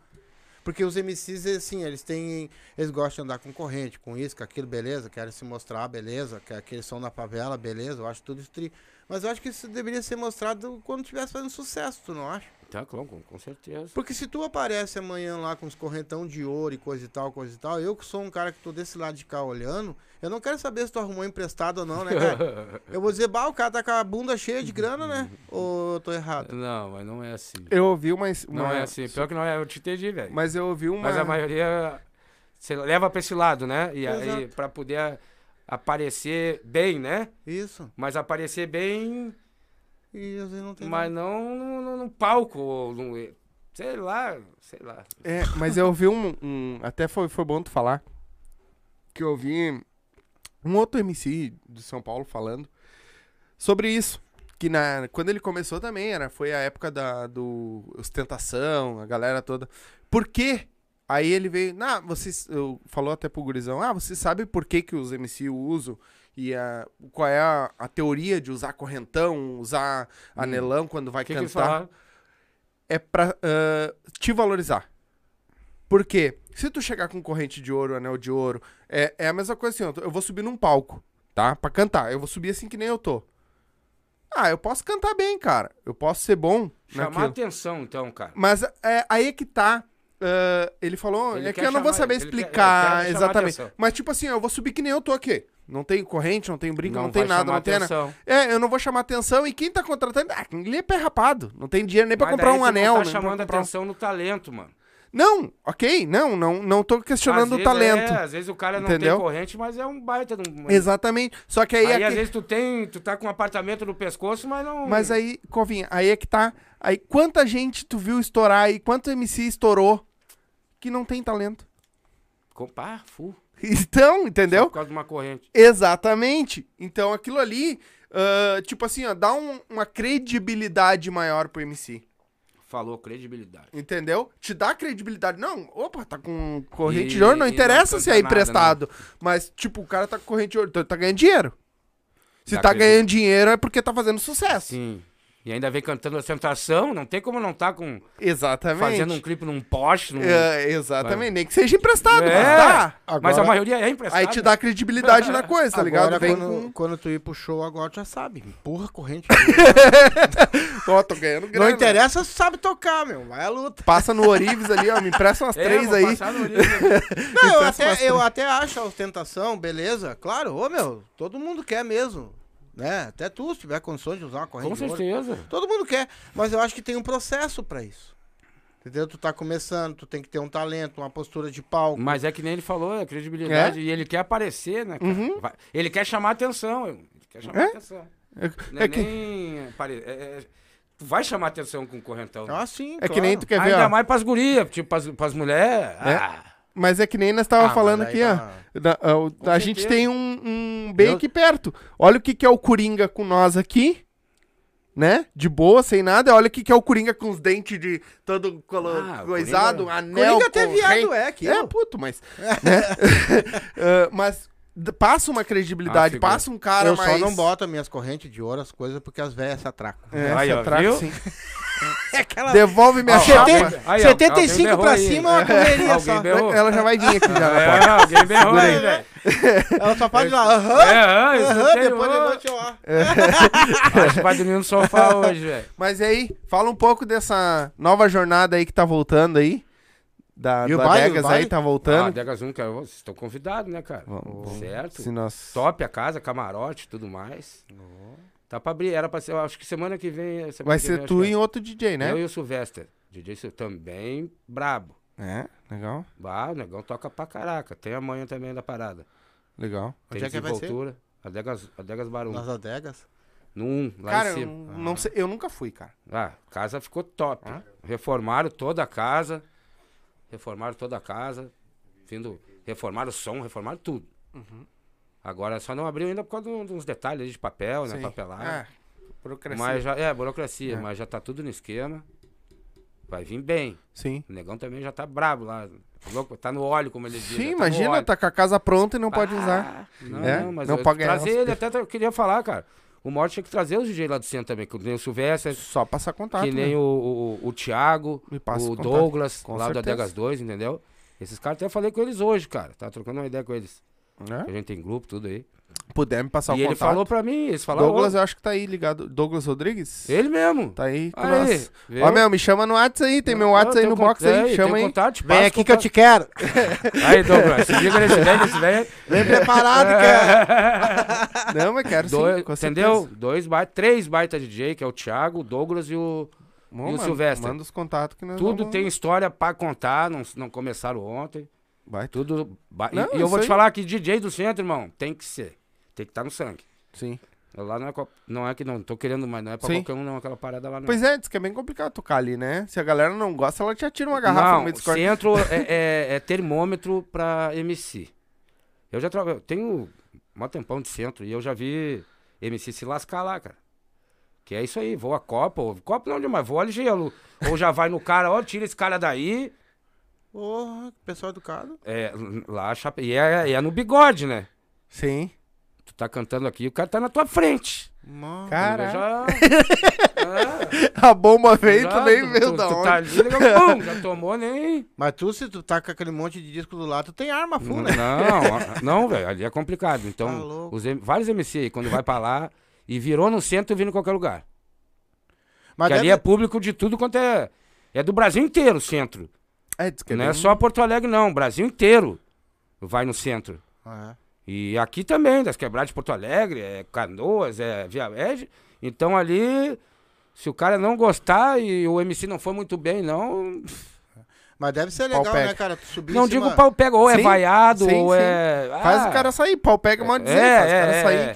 S2: Porque os MCs, assim, eles têm. Eles gostam de andar com corrente, com isso, com aquilo, beleza, querem se mostrar, beleza, que aqueles são na favela, beleza, eu acho tudo isso tri. Mas eu acho que isso deveria ser mostrado quando estivesse fazendo sucesso, tu não acha?
S1: É.
S3: Tá, claro, com, com certeza.
S2: Porque se tu aparece amanhã lá com os correntão de ouro e coisa e tal, coisa e tal, eu que sou um cara que tô desse lado de cá olhando, eu não quero saber se tu arrumou emprestado ou não, né, cara? Eu vou dizer, bah, o cara tá com a bunda cheia de grana, né? Ou eu tô errado?
S3: Não, mas não é assim.
S1: Eu ouvi uma. es-
S3: Não
S1: uma-
S3: é assim. Pior que não é, eu te entendi, velho.
S1: Mas
S3: Mas, é
S1: é. eu ouvi uma.
S3: a maioria você leva pra esse lado, né? E aí,
S2: Exato.
S3: pra poder a- aparecer bem, né?
S2: Isso.
S3: Mas aparecer bem,
S2: E às vezes não tem.
S3: mas não no, no- no palco, ou no- sei lá, sei lá.
S1: É, mas eu ouvi um. um- até foi, foi bom tu falar. Que eu ouvi um outro MC de São Paulo falando sobre isso. Que na, quando ele começou também, era, foi a época da do ostentação, a galera toda. Por quê? Aí ele veio. Nah, vocês. Eu, falou até pro Gurizão, ah, você sabe por que, que os MC usam? E a, qual é a, a teoria de usar correntão, usar anelão quando vai
S3: O Hum. que, que eles
S1: cantar? né,
S3: falaram?
S1: é pra ah, te valorizar. Por quê? Se tu chegar com corrente de ouro, anel de ouro, é, é a mesma coisa assim, eu tô- eu vou subir num palco, tá? Pra cantar. Eu vou subir assim que nem eu tô. Ah, eu posso cantar bem, cara. Eu posso ser bom
S3: Chamar
S1: naquilo.
S3: atenção, então, cara.
S1: Mas é, aí é que tá. ah, ele falou,
S3: Ele
S1: é que
S3: quer
S1: eu não vou
S3: chamar-
S1: saber
S3: ele quer- ele
S1: explicar
S3: quer chamar
S1: exatamente.
S3: atenção.
S1: Mas tipo assim, eu vou subir que nem eu tô aqui. Não tem corrente, não tem brinco, não, tem
S3: vai
S1: nada,
S3: chamar
S1: não tem nada.
S3: atenção.
S1: É, eu não vou chamar atenção e quem tá contratando. Ah, ele é pé rapado. Não tem dinheiro nem pra
S3: Mas
S1: comprar
S3: daí
S1: um
S3: tu
S1: anel,
S3: Não
S1: nem
S3: tá
S1: pra
S3: chamando
S1: comprar um-
S3: atenção no talento, mano.
S1: Não, ok, não, não, não tô
S3: Às
S1: questionando o
S3: vezes,
S1: talento.
S3: é, às vezes o cara não
S1: Entendeu?
S3: tem corrente, mas é um baita de um.
S1: Exatamente. Só que aí,
S3: Aí,
S1: é
S3: às
S1: que-
S3: vezes tu tem, tu tá com um apartamento no pescoço, mas não. é.
S1: Mas é- aí, Covinha, aí é que tá. Aí quanta gente tu viu estourar e quanto MC estourou que não tem talento.
S3: Com- pá, fu.
S1: Então,
S3: Só
S1: entendeu?
S3: Por causa de uma corrente.
S1: Exatamente. Então aquilo ali, ah, tipo assim, ó, dá um- uma credibilidade maior pro MC.
S3: Falou credibilidade.
S1: Entendeu? Te dá credibilidade. Não, opa, tá com corrente
S3: E-
S1: de ouro, não
S3: e
S1: interessa
S3: não tá né?
S1: se é
S3: canta nada,
S1: emprestado. Mas, tipo, o cara tá com corrente de ouro, então ele tá ganhando dinheiro. Se
S3: Dá
S1: tá
S3: credi-
S1: ganhando dinheiro é porque tá fazendo sucesso.
S3: Sim. E ainda vem cantando a sentação, não tem como não tá com
S1: Exatamente.
S3: fazendo um clipe num poste, num...
S1: É, exatamente, nem que seja emprestado,
S3: É,
S1: mas dá.
S3: mas a
S2: Agora-
S3: maioria é emprestada.
S1: Aí te dá credibilidade na coisa, tá ligado?
S2: Agora,
S1: Vem
S2: quando,
S1: com.
S2: quando tu ir pro show, agora tu já sabe. Empurra a corrente.
S1: Ó, tô ganhando grana.
S2: não interessa se tu sabe tocar, meu. Vai à luta.
S1: Passa no Orives ali, ó, me empresta umas
S3: É,
S1: três
S3: vou
S1: aí.
S3: passar no orelha. né?
S2: Não, eu,
S1: Então,
S2: até,
S1: se
S2: eu até acho a ostentação, beleza? Claro, ô meu, todo mundo quer mesmo. Né? Até tu, se tiver condições de usar uma corrente.
S3: Com
S2: de ouro.
S3: certeza.
S2: Todo mundo quer, mas eu acho que tem um processo pra isso. Entendeu? Tu tá começando, tu tem que ter um talento, uma postura de palco.
S3: Mas é que nem ele falou, é credibilidade. E ele quer aparecer, né, cara? Vai- Ele quer chamar atenção. Ele quer chamar
S1: Uhum. É?
S3: atenção. Não
S1: É,
S3: é,
S1: é que,
S3: nem... apare- é- é- Tu vai chamar atenção com o correntão.
S2: Ah, sim,
S1: é
S2: claro.
S1: que nem tu quer ver,
S3: Ainda
S1: ó.
S3: mais pras gurias, tipo, pras, pras mulheres.
S1: É.
S3: Ah,
S1: Mas é que nem nós tava
S2: Ah,
S1: falando
S2: mas
S1: aqui,
S2: aí
S1: ó. Né,
S2: tá-
S1: Da- a- o- a
S3: certeza.
S1: gente tem um, um bem
S2: Eu-
S1: aqui perto. Olha o que, que é o Coringa com nós aqui. Né? De boa, sem nada. Olha o que, que é o Coringa com os dentes de todo colo...
S3: Ah, o
S1: coisado,
S3: Coringa-
S1: anel.
S2: é- Coringa até
S1: com
S2: viado
S1: rei.
S2: é aqui.
S1: É, puto, mas. né? Ah, mas d- passa uma
S3: Ah,
S1: credibilidade,
S3: figura.
S1: passa um cara
S2: eu
S1: mais.
S2: só não boto minhas correntes de ouro, as coisas, porque as velhas se atracam.
S1: É,
S3: Aí,
S1: você
S3: ó,
S1: traca,
S3: viu?
S1: sim.
S2: É aquela...
S1: Devolve minha
S3: Ó,
S1: chapa.
S3: alguém- aí, ó,
S2: 75
S3: alguém
S2: pra
S3: berrou aí.
S2: cima é uma correria só.
S3: Alguém berrou.
S1: Ela já vai vir aqui já. na porta.
S3: É, alguém berrou aí,
S2: aí.
S3: velho.
S2: Ela só pode ir lá, aham,
S3: É, ah, isso
S2: aham,
S3: tem
S2: depois de
S3: outro.
S2: noite eu
S1: É.
S2: lá.
S3: Acho que vai dormir no sofá hoje, velho.
S1: Mas e aí, fala um pouco dessa nova jornada aí que tá voltando aí. Da,
S2: E o
S1: do
S2: baile,
S1: Adegas
S2: o baile?
S1: aí tá
S3: Ah,
S1: voltando.
S3: Degas 1, cara, vocês estão convidados, né, cara?
S1: Vamos-
S3: certo.
S1: Se nós...
S3: Top a casa, camarote e tudo mais. Tá pra abrir, era pra ser, eu acho que semana que vem. semana
S1: Vai
S3: que
S1: ser
S3: vem,
S1: tu
S3: acho
S1: e outro DJ,
S3: que é.
S1: né?
S3: Eu e o Silvestre. DJ Sil- também brabo.
S1: É, legal,
S3: Ah, o negão toca pra caraca. Tem a manhã também da parada.
S1: legal.
S3: Tem
S2: Onde é que vai ser?
S3: desenvoltura. Adegas, Adegas Barum.
S2: Nas adegas.
S3: No 1, lá
S1: cara,
S3: em
S1: eu,
S3: cima.
S1: não não sei, eu nunca fui, cara.
S3: Ah, a casa ficou top. Reformaram toda a casa. Reformaram toda a casa. Vindo, reformaram o som, reformaram tudo.
S1: Uhum.
S3: Agora só não abriu ainda por causa de um- de uns detalhes ali de papel, né?
S1: Sim.
S3: Papelada.
S1: É, burocracia.
S3: mas já, é, burocracia,
S1: É.
S3: mas já tá tudo no esquema. Vai vir bem.
S1: Sim.
S3: O negão também já tá brabo lá. Louco, Tá no óleo, como ele diz. já
S1: Sim,
S3: tá no
S1: imagina,
S3: óleo.
S1: tá com a casa pronta e não pode
S3: Ah,
S1: usar.
S3: Não,
S1: É?
S3: não, mas
S1: Não
S3: eu
S1: pode ganhar
S3: trazer
S1: umas
S3: ele até eu queria falar, cara. O Morte tinha que trazer os DJ lá do centro também, que nem o Silvestre,
S1: Só passar contato.
S3: que nem
S1: né?
S3: o, o, o Thiago,
S1: Me passa
S3: o
S1: contato.
S3: Douglas,
S1: Com
S3: lá do
S1: certeza.
S3: Adegas 2, entendeu? Esses caras até falei com eles hoje, cara. Tá trocando uma ideia com eles.
S1: Né?
S3: A gente tem grupo, tudo aí.
S1: Puder me passar
S3: e
S1: o
S3: ele
S1: contato.
S3: falou pra mim, eles falaram.
S1: Douglas, eu acho que tá aí ligado. Douglas Rodrigues?
S3: "Ô, Ele mesmo.
S1: Tá aí com
S3: Aí,
S1: nós.
S3: viu?
S1: Ó, meu, me chama no WhatsApp aí, tem meu WhatsApp aí no box aí,
S3: é,
S1: chama aí.
S2: Vem aqui que eu te quero.
S3: Aí, Douglas, se liga nesse velho, nesse velho.
S2: Vem preparado, cara.
S1: Não, mas quero sim,
S3: Dois-
S1: com
S3: entendeu?
S1: certeza.
S3: Dois baita, três baita DJ, que é o Thiago, o Douglas e o.
S1: Bom,
S3: E o
S1: mano,
S3: Silvestre?
S1: Manda os contatos que nós
S3: Tudo
S1: vamos-
S3: tem história pra contar, não, não começaram ontem.
S1: Vai, tudo.
S3: Tudo. ba- e-
S1: Não,
S3: e,
S1: isso
S3: eu vou
S1: aí.
S3: te falar que DJ do centro, irmão, tem que ser. Tem que estar no sangue.
S1: Sim.
S3: Lá não é, co- não é que não, tô querendo, mas não é pra
S1: Sim.
S3: qualquer um, não, aquela parada lá não.
S1: Pois é, diz que é bem complicado tocar ali, né? Se a galera não gosta, ela te atira uma garrafa no
S3: não,
S1: meio do Discord.
S3: centro é, é- é termômetro pra MC. Eu já trabalho, tenho um tempão de centro e eu já vi MC se lascar lá, cara. Que é isso aí, vou a Copa, ou Copa não demais, vou a gelo. Ou já vai no cara, ó, tira esse cara daí.
S2: Porra, que pessoal educado.
S3: É, l- lá, a chapa- e é, é no bigode, né?
S1: Sim.
S3: Tu tá cantando aqui, o cara tá na tua frente.
S2: Mano.
S1: Cara,
S3: Eu já-
S1: a bomba veio,
S3: já-
S1: tu nem veio
S3: tu,
S1: da
S3: tu
S1: onde.
S3: tá ali, legal, pum, já tomou nem...
S2: Mas tu, se tu tá com aquele monte de disco do lado, tu tem arma
S1: Hum.
S2: full, né?
S3: Não, a- não, velho, ali é complicado.
S2: Tá
S3: Então,
S2: louco.
S3: os M- vários MC aí, quando vai pra lá e virou no centro, vira em qualquer lugar.
S2: Mas
S3: Porque ali
S2: deve-
S3: é público de tudo quanto é. É do Brasil inteiro o centro.
S1: É, diz que é
S3: não é
S1: bem-
S3: só Porto Alegre, não. O Brasil inteiro vai no centro.
S1: é
S2: Ah,
S3: E aqui também, das quebradas de Porto Alegre, é Canoas, é Via é- Então ali, se o cara não gostar e o MC não for muito bem, não.
S2: Mas deve ser
S1: Pau
S2: legal, né,
S1: pega.
S2: cara? Tu subir
S3: Não
S2: em
S3: digo
S2: cima-
S3: pau pega, ou
S1: Sim,
S3: é vaiado,
S1: sim,
S3: ou
S1: sim.
S3: é.
S1: Faz
S3: Ah, É,
S1: o cara sair, pau pega, mal dizer, faz o cara sair.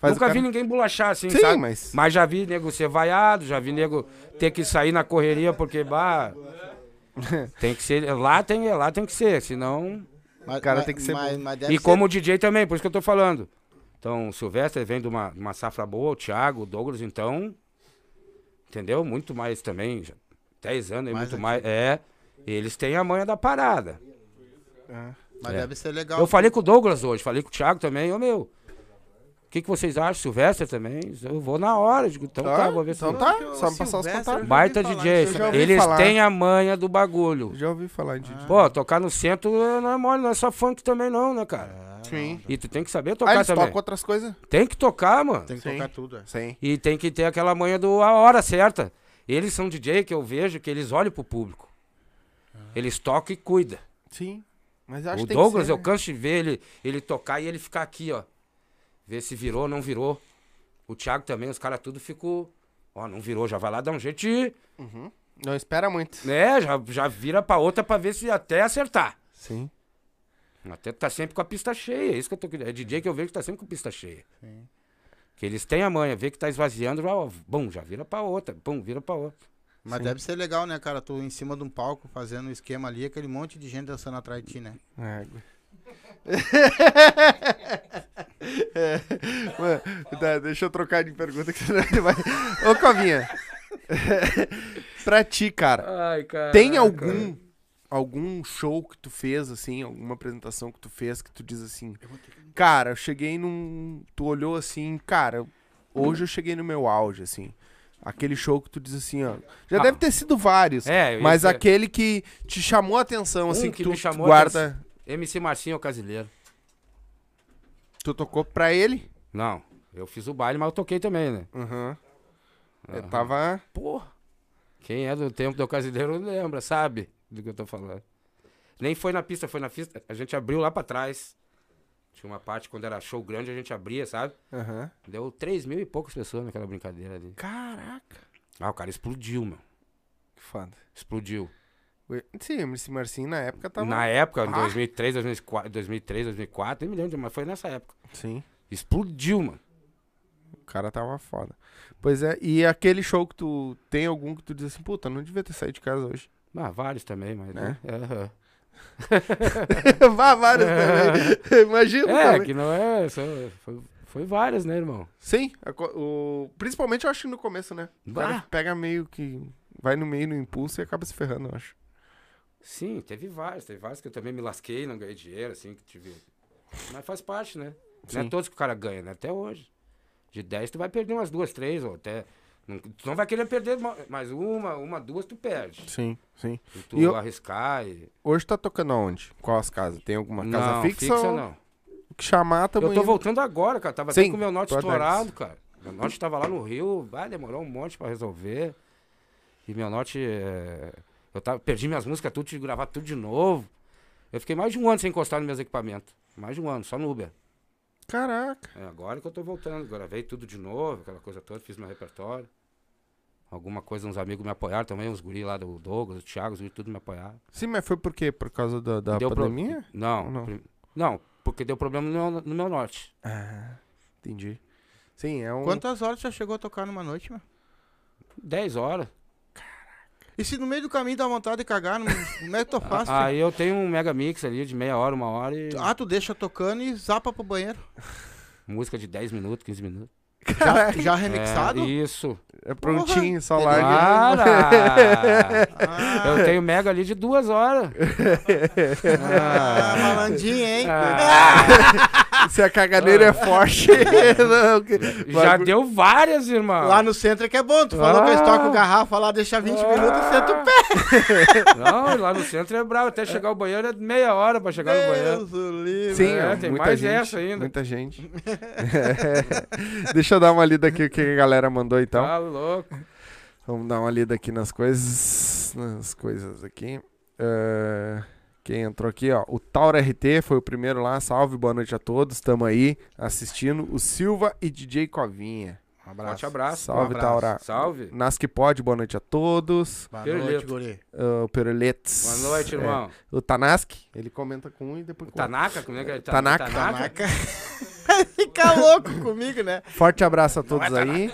S1: Faz
S3: Nunca
S1: o cara...
S3: vi ninguém bolachar assim,
S1: Sim,
S3: sabe?
S1: mas-
S3: já vi nego ser vaiado, já vi nego ter que sair na correria porque, bah... tem que ser... Lá tem, lá tem que ser, senão...
S2: Mas,
S1: O cara
S2: mas-
S1: tem que ser
S2: mas,
S1: bom.
S2: mas deve
S3: E
S2: ser-
S3: como o DJ também, por isso que eu tô falando. Então, o Silvestre vem de uma, de uma safra boa, o Thiago, o Douglas, então... Entendeu? Muito mais também, já, 10 anos, e
S2: Mais
S3: muito
S2: ativo.
S3: mais... É, eles têm a manha da parada.
S2: Mas
S3: É.
S2: deve ser legal.
S3: Eu falei com o Douglas hoje, falei com o Thiago também, ô meu... O que, que vocês acham? Silvestre também? Eu vou na hora. eu Digo, então
S1: Tá,
S3: tá, vou ver se
S1: então
S3: eu-
S1: tá,
S2: Porque o
S1: só me passar os
S2: Silvestre-
S1: contatos.
S3: Baita
S2: Eu já ouvi
S3: DJ.
S2: falar, eu já
S1: ouvi
S3: Eles
S1: falar.
S3: têm a manha do bagulho.
S1: Já ouvi falar de
S2: Uhum.
S3: Pô, tocar no centro eh, não é mole, não é só funk também não, né, cara?
S1: Sim.
S2: É.
S3: E tu tem que saber
S1: Ah,
S3: tocar
S1: eles
S3: também.
S1: tocam outras coisas?
S3: Tem que tocar, mano.
S2: Tem que
S1: Sim.
S2: tocar tudo. é.
S1: Sim.
S3: E tem que ter aquela manha do a hora certa. Eles são DJ que eu vejo que eles olham pro público.
S2: Ah.
S3: Eles tocam e cuidam.
S1: Sim. Mas eu acho
S3: o
S1: que tem
S3: Douglas,
S1: que ser, né?
S3: eu canso de ver ele, ele tocar e ele ficar aqui, ó. Ver se virou ou não virou. O Thiago também, os caras tudo ficou. Ó, não virou, já vai lá dar um jeito de ir.
S1: né? Não espera muito.
S3: né? Já, já vira pra outra pra ver se até acertar.
S1: Sim.
S3: Até tá sempre com a pista cheia. É isso que eu tô querendo. É DJ que eu vejo que tá sempre com pista cheia. Que eles têm a manha, vê que tá esvaziando, já, ó, bom, já vira pra outra, bom, vira pra outra.
S2: Mas deve ser legal, né, cara? Tu em cima de um palco fazendo um esquema ali, aquele monte de gente dançando atrás de ti, né?
S1: É. Mano, tá, deixa eu trocar de pergunta que senão ele vai. Ô, Covinha. pra ti, cara,
S3: Ai, cara.
S1: tem algum algum show que tu fez assim, alguma apresentação que tu fez que tu diz assim: "Cara, eu cheguei num, tu olhou assim, cara, hoje eu cheguei no meu auge assim". Aquele show que tu diz assim, ó. Já
S3: Ah.
S1: deve ter sido vários.
S3: É, eu ia
S1: mas
S3: dizer-
S1: aquele que te chamou a atenção,
S3: Um
S1: assim, que,
S3: que
S1: tu,
S3: me
S1: tu
S3: chamou a
S1: guarda.
S3: MC Marcinho é Casileiro.
S1: Tu tocou pra ele?
S3: Não, eu fiz o baile, mas eu toquei também, né?
S1: Aham. Eu tava.
S3: Porra. Quem é do tempo do Casileiro lembra, sabe do que eu tô falando. Nem foi na pista, foi na pista. A gente abriu lá pra trás. Tinha uma parte quando era show grande, a gente abria, sabe?
S1: Aham.
S3: Deu 3 mil e poucas pessoas naquela brincadeira ali.
S1: Caraca.
S3: Ah, o cara explodiu, meu.
S1: Que foda.
S3: Explodiu.
S1: Ui, Sim, MC Marcinho na época tava.
S3: Na época, em
S1: Ah.
S3: 2003, 2004, 2003, 2004, nem me lembro, um mas foi nessa época.
S1: Sim.
S3: Explodiu, mano.
S1: O cara tava foda. Pois é, e aquele show que tu. Tem algum que tu diz assim, puta, não devia ter saído de casa hoje.
S3: Ah, vários também, mas... Né? Aham.
S1: Vá vários também. Imagino
S3: É,
S1: também.
S3: que não é... só- foi, foi vários, né, irmão?
S1: Sim, a co- o... principalmente eu acho que no começo, né? O cara
S3: Bah.
S1: pega meio que. Vai no meio no impulso e acaba se ferrando, eu acho.
S3: Sim, teve vários. Teve vários que eu também me lasquei, não ganhei dinheiro, assim, que tive... Mas faz parte, né? Não
S1: Sim.
S3: é todos que o cara ganha, né? Até hoje. De 10, tu vai perder umas duas, três, ou até. não- Tu não vai querer perder ma- mais uma, uma, duas, tu perde.
S1: Sim, sim.
S3: E tu
S1: E eu-
S3: arriscar e.
S1: Hoje tá tocando aonde? Qual as casas? Tem alguma casa
S3: não,
S1: fixa? ou
S3: não.
S1: Que chamar
S3: Eu
S1: também.
S3: tô voltando agora, cara. Tava
S1: Sim,
S3: até com o meu norte
S1: tô atrás.
S3: estourado, cara. Meu norte tava lá no Rio, vai, demorou um monte pra resolver. E meu norte. é, Eu tava, perdi minhas músicas tudo, tive que gravar tudo de novo. Eu fiquei mais de um ano sem encostar nos meus equipamentos. Mais de um ano, só no Uber.
S1: Caraca.
S3: É agora que eu tô voltando. Gravei tudo de novo, aquela coisa toda, fiz meu repertório. Alguma coisa, uns amigos me apoiaram também, uns guri lá do Douglas, do Thiago, os guri tudo me apoiaram.
S1: Sim, mas foi por quê? Por causa da, da
S3: Deu pro-
S1: pandemia? Ou
S3: Não,
S1: não?
S3: não. não, porque deu problema no meu, no meu norte.
S1: Ah, entendi. Sim, é um.
S2: Quantas horas já chegou a tocar numa noite, mano?
S3: 10 horas.
S2: E se no meio do caminho dá vontade de cagar, não- como é que tu faz? filho?
S3: Aí eu tenho um mega mix ali de meia hora, uma hora e.
S2: Ah, tu deixa tocando e zapa pro banheiro.
S3: Música de 10 minutos, 15 minutos.
S2: Já, já
S3: É,
S2: remixado?
S3: isso.
S1: É prontinho, só
S2: Porra,
S1: larga.
S3: Para!
S2: Ah,
S3: eu tenho mega ali de duas horas.
S2: ah, malandinho, hein?
S3: Ah,
S1: Se a caganeira é forte. não, que-
S3: já
S1: bagulho-
S3: deu várias, irmão.
S2: Lá no centro é que é bom. Tu falou que eu
S3: Ah.
S2: estoco garrafa lá, deixa 20 minutos e senta o pé.
S3: Não, lá no centro é bravo. Até chegar ao banheiro é meia hora pra chegar no banheiro.
S2: Deus o livre.
S1: Sim,
S3: É,
S1: ó,
S3: tem
S1: muita
S3: mais
S1: gente,
S3: essa ainda.
S1: Muita gente. É. Deixa eu dar uma lida aqui o que a galera mandou então.
S3: Tá louco.
S1: Vamos dar uma lida aqui nas coisas. Nas coisas aqui. Ah, quem entrou aqui, ó. O Tauro RT foi o primeiro lá. Salve, boa noite a todos. Tamo aí assistindo. O Silva e DJ Covinha.
S2: Um
S3: Forte abraço.
S1: Salve,
S2: abraço.
S1: Taura.
S3: Salve.
S1: Nas que pode, boa noite a todos.
S2: Boa
S3: Pirulito.
S2: noite, guri.
S1: Ah, o Peroletes.
S3: Boa noite,
S1: É,
S3: irmão.
S1: o Tanaski, ele comenta com um e depois com outro.
S3: Tanaka, como é que é? Ta-
S1: Tanaka.
S2: Tanaka. Fica louco comigo, né?
S1: Forte abraço a
S3: é
S1: todos aí.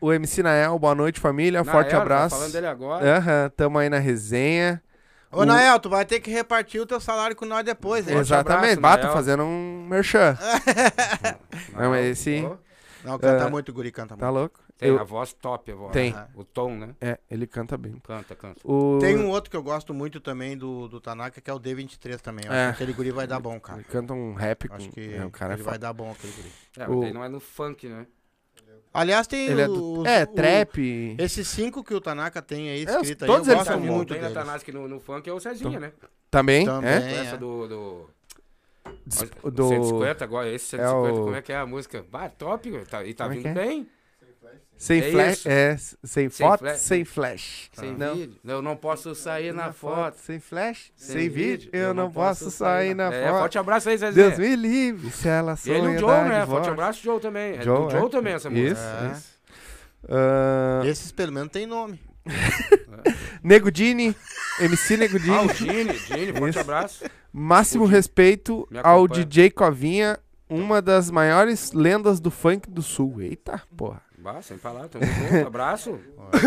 S1: O, o MC Nael, boa noite, família.
S3: Na
S1: Forte
S3: era,
S1: abraço. É,
S3: Tá falando dele agora.
S1: Aham, tamo aí na resenha.
S2: Ô,
S1: O-
S2: Nael, tu vai ter que repartir o teu salário com nós depois, hein?
S1: Exatamente,
S3: abraço,
S1: bato
S3: Nael. Ah.
S1: fazendo um merchan. Não, mas esse
S3: Ô,
S2: Não, canta
S1: É.
S2: muito, guri, canta
S1: tá
S2: muito.
S1: louco.
S3: Tem
S1: Eu-
S3: a voz top, a voz.
S1: Tem.
S3: O tom, né?
S1: é, ele canta bem.
S3: Canta, canta.
S1: O,
S2: Tem um outro que eu gosto muito também do, do Tanaka, que é o D23 também. Eu
S1: É.
S2: acho que aquele guri vai dar bom, cara.
S1: Ele canta um rap com.
S2: Acho que
S1: é, o cara é
S2: ele
S1: fa-
S2: vai dar bom aquele guri.
S3: É,
S1: O-
S3: mas daí não é no funk, né?
S2: Aliás, tem
S1: Ele é,
S2: os-
S1: do...
S2: os-
S1: é
S2: o-
S1: trap.
S2: Esses cinco que o Tanaka tem aí
S1: os-
S2: escrito aí, eu
S1: todos eles
S2: gosto
S1: são bons.
S2: muito
S3: Tem
S2: deles.
S3: na Tanaka no, no funk é o Cezinha, né?
S1: Também, é?
S2: Também. É.
S3: Essa do... do...
S1: Dis-
S3: o
S1: do-
S3: 150 agora, esse
S1: É
S3: 150,
S1: o-
S3: como é que é a música? Bah, top, tá, e tá
S1: Como é que
S3: vindo
S1: é?
S3: bem.
S1: Sem
S3: É
S1: flash.
S3: isso.
S1: É, s- sem
S3: Sem
S1: foto,
S3: flash.
S1: sem flash.
S3: Sem
S1: Não.
S3: vídeo. Eu não posso sair na foto.
S1: Sem flash, sem, vídeo, eu não posso sair na
S3: É,
S1: foto.
S3: forte abraço aí, Zezé.
S1: Deus me livre, se ela
S3: E
S1: sonha
S3: ele e o
S1: dar
S3: Joe, né? Forte
S1: divórcio.
S3: abraço, Joe também. É
S1: Joe,
S3: do Joe
S1: é.
S3: também essa
S1: Isso,
S3: música.
S2: É.
S1: isso. Ah,
S2: Esses pelo menos tem nome.
S1: Nego Dini, MC Nego
S3: Ah, o
S1: Dini,
S3: Gini, Gini, forte
S1: Isso.
S3: abraço.
S1: máximo
S3: o Dini.
S1: respeito
S3: Me
S1: ao
S3: acompanha.
S1: DJ Covinha, uma das maiores lendas do funk do sul. Eita, porra,
S3: Bah, sem falar, tamo junto, abraço.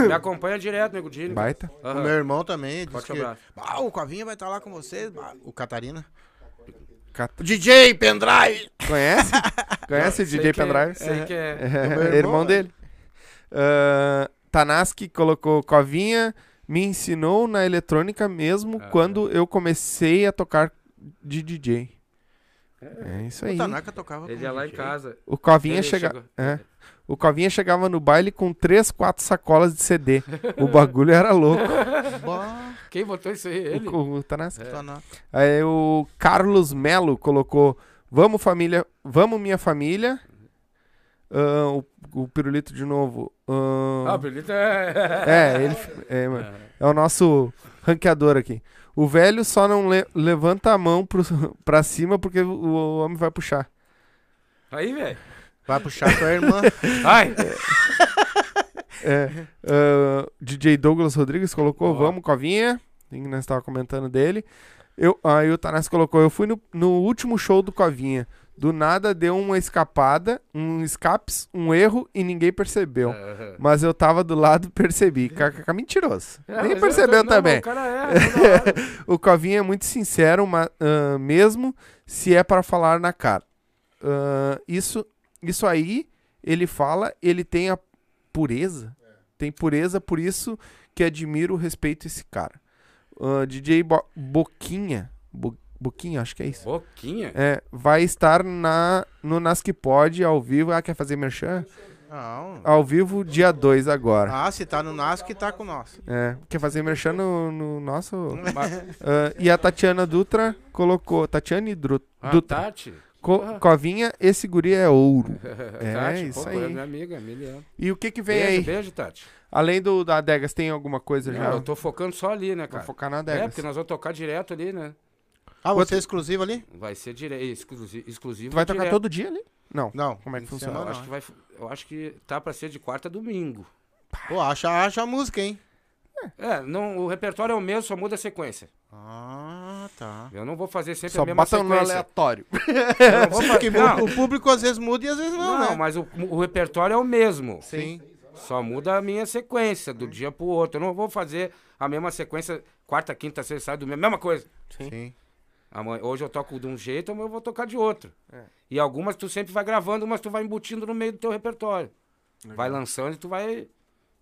S3: Me acompanha direto, nego Gini.
S1: baita.
S2: O
S3: Aham.
S2: meu irmão também disse
S3: Forte
S2: que...
S3: abraço.
S2: Ah, o Covinha vai estar lá com vocês. bah, o Catarina.
S1: Cata-
S2: DJ Pendrive!
S1: Conhece? Conhece o
S3: Sei
S1: DJ
S3: que é-
S1: Pendrive?
S3: Sei que é.
S1: É,
S2: meu
S1: irmão,
S2: irmão, né?
S1: dele. Ah, Tanaski colocou Covinha, me ensinou na eletrônica mesmo
S3: Ah,
S1: quando eu comecei a tocar de DJ.
S3: É,
S1: É isso
S2: O
S1: aí.
S2: Tanaka tocava
S3: Ele
S2: como
S3: ia lá em
S2: DJ.
S3: casa.
S1: O Covinha
S3: Ele
S1: chega...
S3: chegou-
S1: é. O Covinha chegava no baile com três, quatro sacolas de CD. O bagulho era louco.
S2: Bah,
S3: Quem botou isso aí?
S1: O,
S3: Ele?
S1: co- o Tanaski.
S3: É.
S2: Tanaka.
S1: Aí o Carlos Melo colocou: Vamos, família, vamos, minha família. Ah, o, o pirulito de novo.
S3: Ah,
S1: Ah,
S3: o Pirulito é.
S1: é, ele, é, mano, é o nosso ranqueador aqui. O velho só não le- levanta a mão pro, pra cima porque o, o homem vai puxar.
S3: Aí, velho.
S2: Vai puxar tua irmã.
S3: Ai,
S1: É, ah, DJ Douglas Rodrigues colocou:
S3: Boa.
S1: Vamos, Covinha. Que nós estávamos comentando dele. Eu, aí o Tanás colocou: Eu fui no, no último show do Covinha. Do nada deu uma escapada, um escapes, um erro e ninguém
S3: É.
S1: percebeu. Mas eu tava do lado e percebi. KKK mentiroso.
S3: É, mas
S1: Nem
S3: eu
S1: percebeu
S3: tô- não,
S1: também.
S3: O cara é. toda hora.
S1: O Covinha é muito sincero, ma- ahn, mesmo se é para falar na cara. Ahn, isso, isso aí, ele fala, ele tem a pureza. Tem pureza, por isso Ah, que admiro, respeito esse cara. Ahn, DJ Bo- Boquinha, Bo- Boquinha, acho que é isso.
S3: Boquinha?
S1: É, vai estar na, no Nasc Pod ao vivo. Ah, quer fazer merchan?
S2: Não.
S1: Ao vivo, dia 2 agora.
S2: Ah, se tá no NASC, tá com nós.
S1: É, quer fazer merchan no, no nosso. Ah, e a Tatiana Dutra colocou. Tatiane Dru,
S3: Ah,
S1: Dutra.
S3: Tati.
S1: Co-
S3: Ah.
S1: Covinha, esse guri é ouro. É,
S3: Tati,
S1: isso
S3: pô,
S1: aí.
S3: É minha amiga, Miliano.
S1: E o que que vem
S3: Beijo,
S1: aí?
S3: beijo, Tati.
S1: Além do da Adegas, tem alguma coisa
S3: Não,
S1: já?
S3: eu tô focando só ali, né,
S1: Vou
S3: cara?
S1: focar na
S3: É,
S1: Adegas.
S3: porque nós vamos tocar direto ali, né?
S2: Ah, você é exclusivo ali?
S3: Vai ser dire... é, exclusi- exclusivo.
S1: Tu vai tocar
S3: direto.
S1: todo dia ali? Não.
S2: Não.
S1: Como é que
S2: fim de
S1: funciona?
S3: Eu
S2: semana
S3: acho, que vai... eu acho que tá pra ser de quarta a domingo.
S2: não. Pô, acha, acha a música, hein?
S3: É, não, o repertório é o mesmo, só muda a sequência.
S2: Ah, tá.
S3: Eu não vou fazer sempre
S1: Só
S3: é a mesma
S1: bota no
S3: sequência.
S1: aleatório.
S3: Eu não vou fa-
S2: Porque
S3: não,
S2: o público às vezes muda e às vezes não,
S3: não,
S2: né?
S3: mas o, o repertório é o mesmo.
S2: Sim.
S3: Só muda a minha sequência, do dia pro outro. Eu não vou fazer a mesma sequência, quarta, quinta, sexta, sábado, domingo, mesma coisa.
S2: Sim.
S3: Amanhã- Hoje eu toco de um jeito, amanhã eu vou tocar de outro.
S1: É.
S3: E algumas tu sempre vai gravando, mas tu vai embutindo no meio do teu repertório. Vai lançando e tu vai,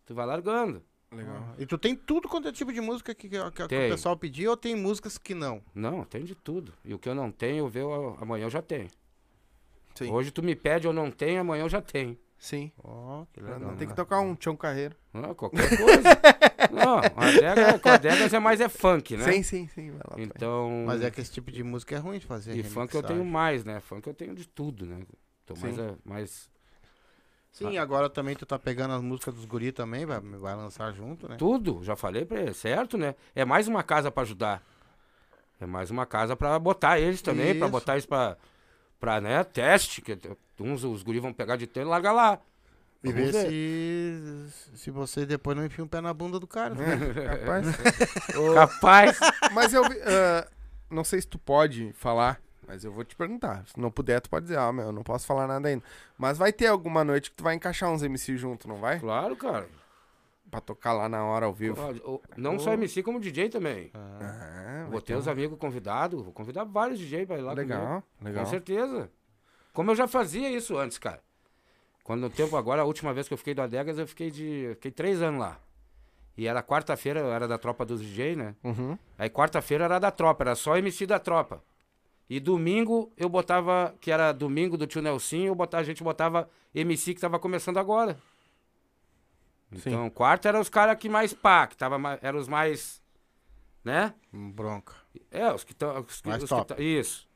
S3: tu vai largando.
S2: Legal. E tu tem tudo quanto é tipo de música que, que- que o
S3: Tem.
S2: pessoal pediu ou tem músicas que não?
S3: Não, tem de tudo. E o que eu não tenho, eu vejo, a- amanhã eu já tenho.
S1: Sim.
S3: Hoje tu me pede, eu não tenho, amanhã eu já tenho.
S1: Sim.
S2: Ó, que
S1: Não, tem que tocar um Tião Carreiro.
S3: Não, qualquer coisa. não, a adega, com a adega é mais é funk, né?
S1: Sim, sim, sim. Vai lá, vai.
S3: Então,
S2: Mas é que esse tipo de música é ruim de fazer.
S3: e
S2: remix,
S3: funk eu
S2: sabe?
S3: tenho mais, né? Funk eu tenho de tudo, né? Tô mais,
S1: Sim.
S3: a- mais
S2: Sim, agora também tu tá pegando as músicas dos guri também, vai, vai lançar junto,
S1: É.
S2: né?
S3: Tudo, já falei pra ele, certo, né? É mais uma casa pra ajudar. É mais uma casa pra botar eles também, pra
S2: Isso.
S3: botar eles pra, pra né, teste. Que t- uns os guri vão pegar de treino e larga lá.
S2: E ver
S3: Vamos ver.
S2: se, se você depois não enfia um pé na bunda do
S1: É.
S2: cara. né?
S1: Capaz.
S3: Capaz.
S1: Mas eu. vi- ah, não sei se tu pode falar, mas eu vou te perguntar. Se não puder, tu pode dizer, ah, meu, eu não posso falar nada ainda. Mas vai ter alguma noite que tu vai encaixar uns MC junto, não vai?
S3: claro, cara.
S1: Pra tocar lá na hora ao vivo.
S3: Ó, ó, Não só MC, como DJ também.
S1: Ah, vai
S3: Botei os amigos convidados, vou convidar vários DJ pra ir lá comigo.
S1: legal, legal.
S3: Com certeza. Como eu já fazia isso antes, cara. Quando no tempo agora, a última vez que eu fiquei do Adegas, eu fiquei de. eu fiquei três anos lá. E era quarta-feira, eu era da tropa dos DJ, né?
S1: Uhum.
S3: Aí quarta-feira era da tropa, era só MC da tropa. E domingo eu botava, que era domingo do tio Nelsinho, eu botava, a gente botava MC que tava começando agora. Então, quarta era os caras que mais pá, que tava, ma- eram os mais, né?
S2: Hum, Bronca.
S3: É, os que estão. Os, que-
S2: Mais
S3: os que
S2: top.
S3: tão- isso.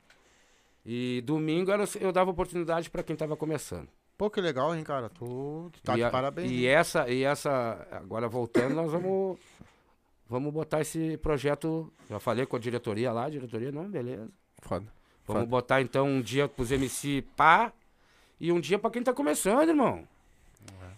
S3: E domingo era, os- eu dava oportunidade pra quem tava começando.
S2: Pô, que legal, hein, cara? Tu, tu tá
S3: e
S2: de
S3: a-
S2: parabéns.
S3: E
S2: hein?
S3: essa, e essa, agora voltando, nós vamos, vamos botar esse projeto. Já falei com a diretoria lá, diretoria, não, beleza.
S1: Foda.
S3: Vamos
S1: Foda.
S3: botar então um dia pros MC pá e um dia pra quem tá começando, irmão.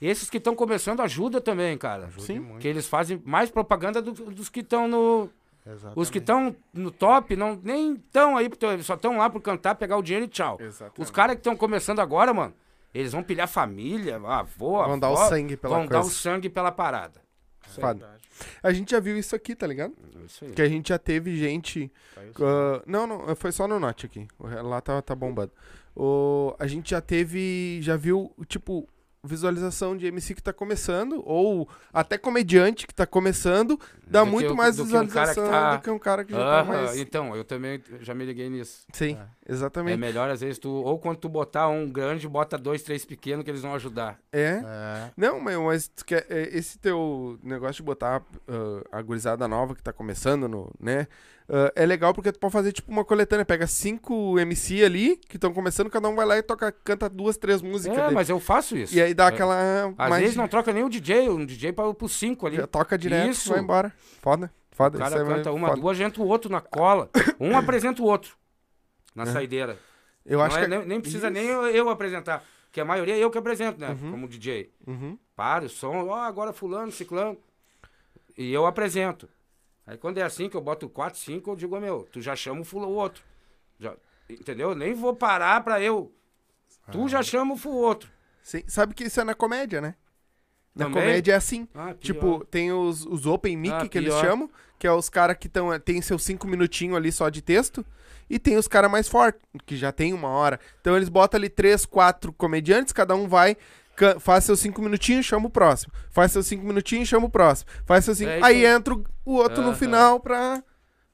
S3: Esses que estão começando ajuda também, cara.
S2: Sim. É. muito.
S3: Que eles fazem mais propaganda do- dos que estão no.
S2: Exatamente.
S3: é Os que estão no top não nem estão aí, pro teu- só estão lá por cantar, pegar o dinheiro e tchau.
S1: Exatamente.
S3: Os caras que estão começando agora, mano, eles vão pilhar família, avô,
S1: Vão dar o
S3: avó,
S1: sangue pela
S3: vão dar
S1: coisa.
S3: o sangue pela parada.
S1: Foda. A gente já viu isso aqui, tá ligado?
S3: É Isso aí.
S1: Que a gente já teve gente.
S2: Caiu o
S1: ah, não, não, foi só no Norte aqui. O re- Lá tá, tá bombando. O, a gente já teve. Já viu, tipo, visualização de MC que tá começando, ou até comediante que tá começando, dá
S3: que
S1: muito
S3: o-
S1: mais
S3: do que um cara que
S1: visualização
S3: tá-
S1: do que um cara que já tá
S3: Aham,
S1: mais.
S3: Então, eu também já me liguei nisso.
S1: Sim,
S3: É
S1: exatamente.
S3: melhor, às vezes, tu. Ou quando tu botar um grande, bota dois, três pequenos que eles vão ajudar.
S1: É.
S2: É.
S1: Não, mas- mas tu quer- é, esse teu negócio de botar ah, a gurizada nova que tá começando, no, né? ah, é legal porque tu pode fazer tipo uma coletânea. Pega cinco MC ali que estão começando, cada um vai lá e toca, canta duas, três músicas.
S3: é,
S1: dele.
S3: mas eu faço isso.
S1: E aí dá
S3: É.
S1: aquela.
S3: Às
S1: mais-
S3: vezes não troca nem o DJ, um DJ para os cinco ali.
S1: já toca direto
S3: Isso.
S1: vai embora. Foda, foda.
S3: O
S1: isso
S3: cara
S1: é
S3: canta uma,
S1: foda.
S3: duas, entra o outro na cola. Um apresenta o outro
S1: Né?
S3: na saideira.
S1: Eu
S3: Não
S1: acho
S3: é-
S1: que.
S3: nem, nem precisa nem eu, eu apresentar. Porque a maioria é eu que apresento, né? Como DJ.
S1: Uhum.
S3: Para o som, ó, agora fulano, ciclano. E eu apresento. Aí quando é assim que eu boto quatro, cinco, eu digo, "Ô, meu, tu já chama o fula- o outro. Já- entendeu? Eu Nem vou parar pra eu.
S1: Ah.
S3: Tu já chama o fu- o outro.
S1: Sim, Sabe que isso é na comédia, né? Na
S3: Também?
S1: comédia é assim.
S3: Ah, pior.
S1: Tipo, tem os, os open mic
S3: Ah,
S1: que eles
S3: pior.
S1: chamam, que é os caras que tão, tem seus cinco minutinhos ali só de texto, e tem os caras mais fortes, que já tem uma hora. Então eles botam ali três, quatro comediantes, cada um vai, ca- faz seus cinco minutinhos, chama o próximo. Faz seus cinco minutinhos, chama o próximo. Faz seus cinco...
S3: É isso
S1: Aí
S3: aí.
S1: entra o- o outro no
S3: Aham.
S1: final pra...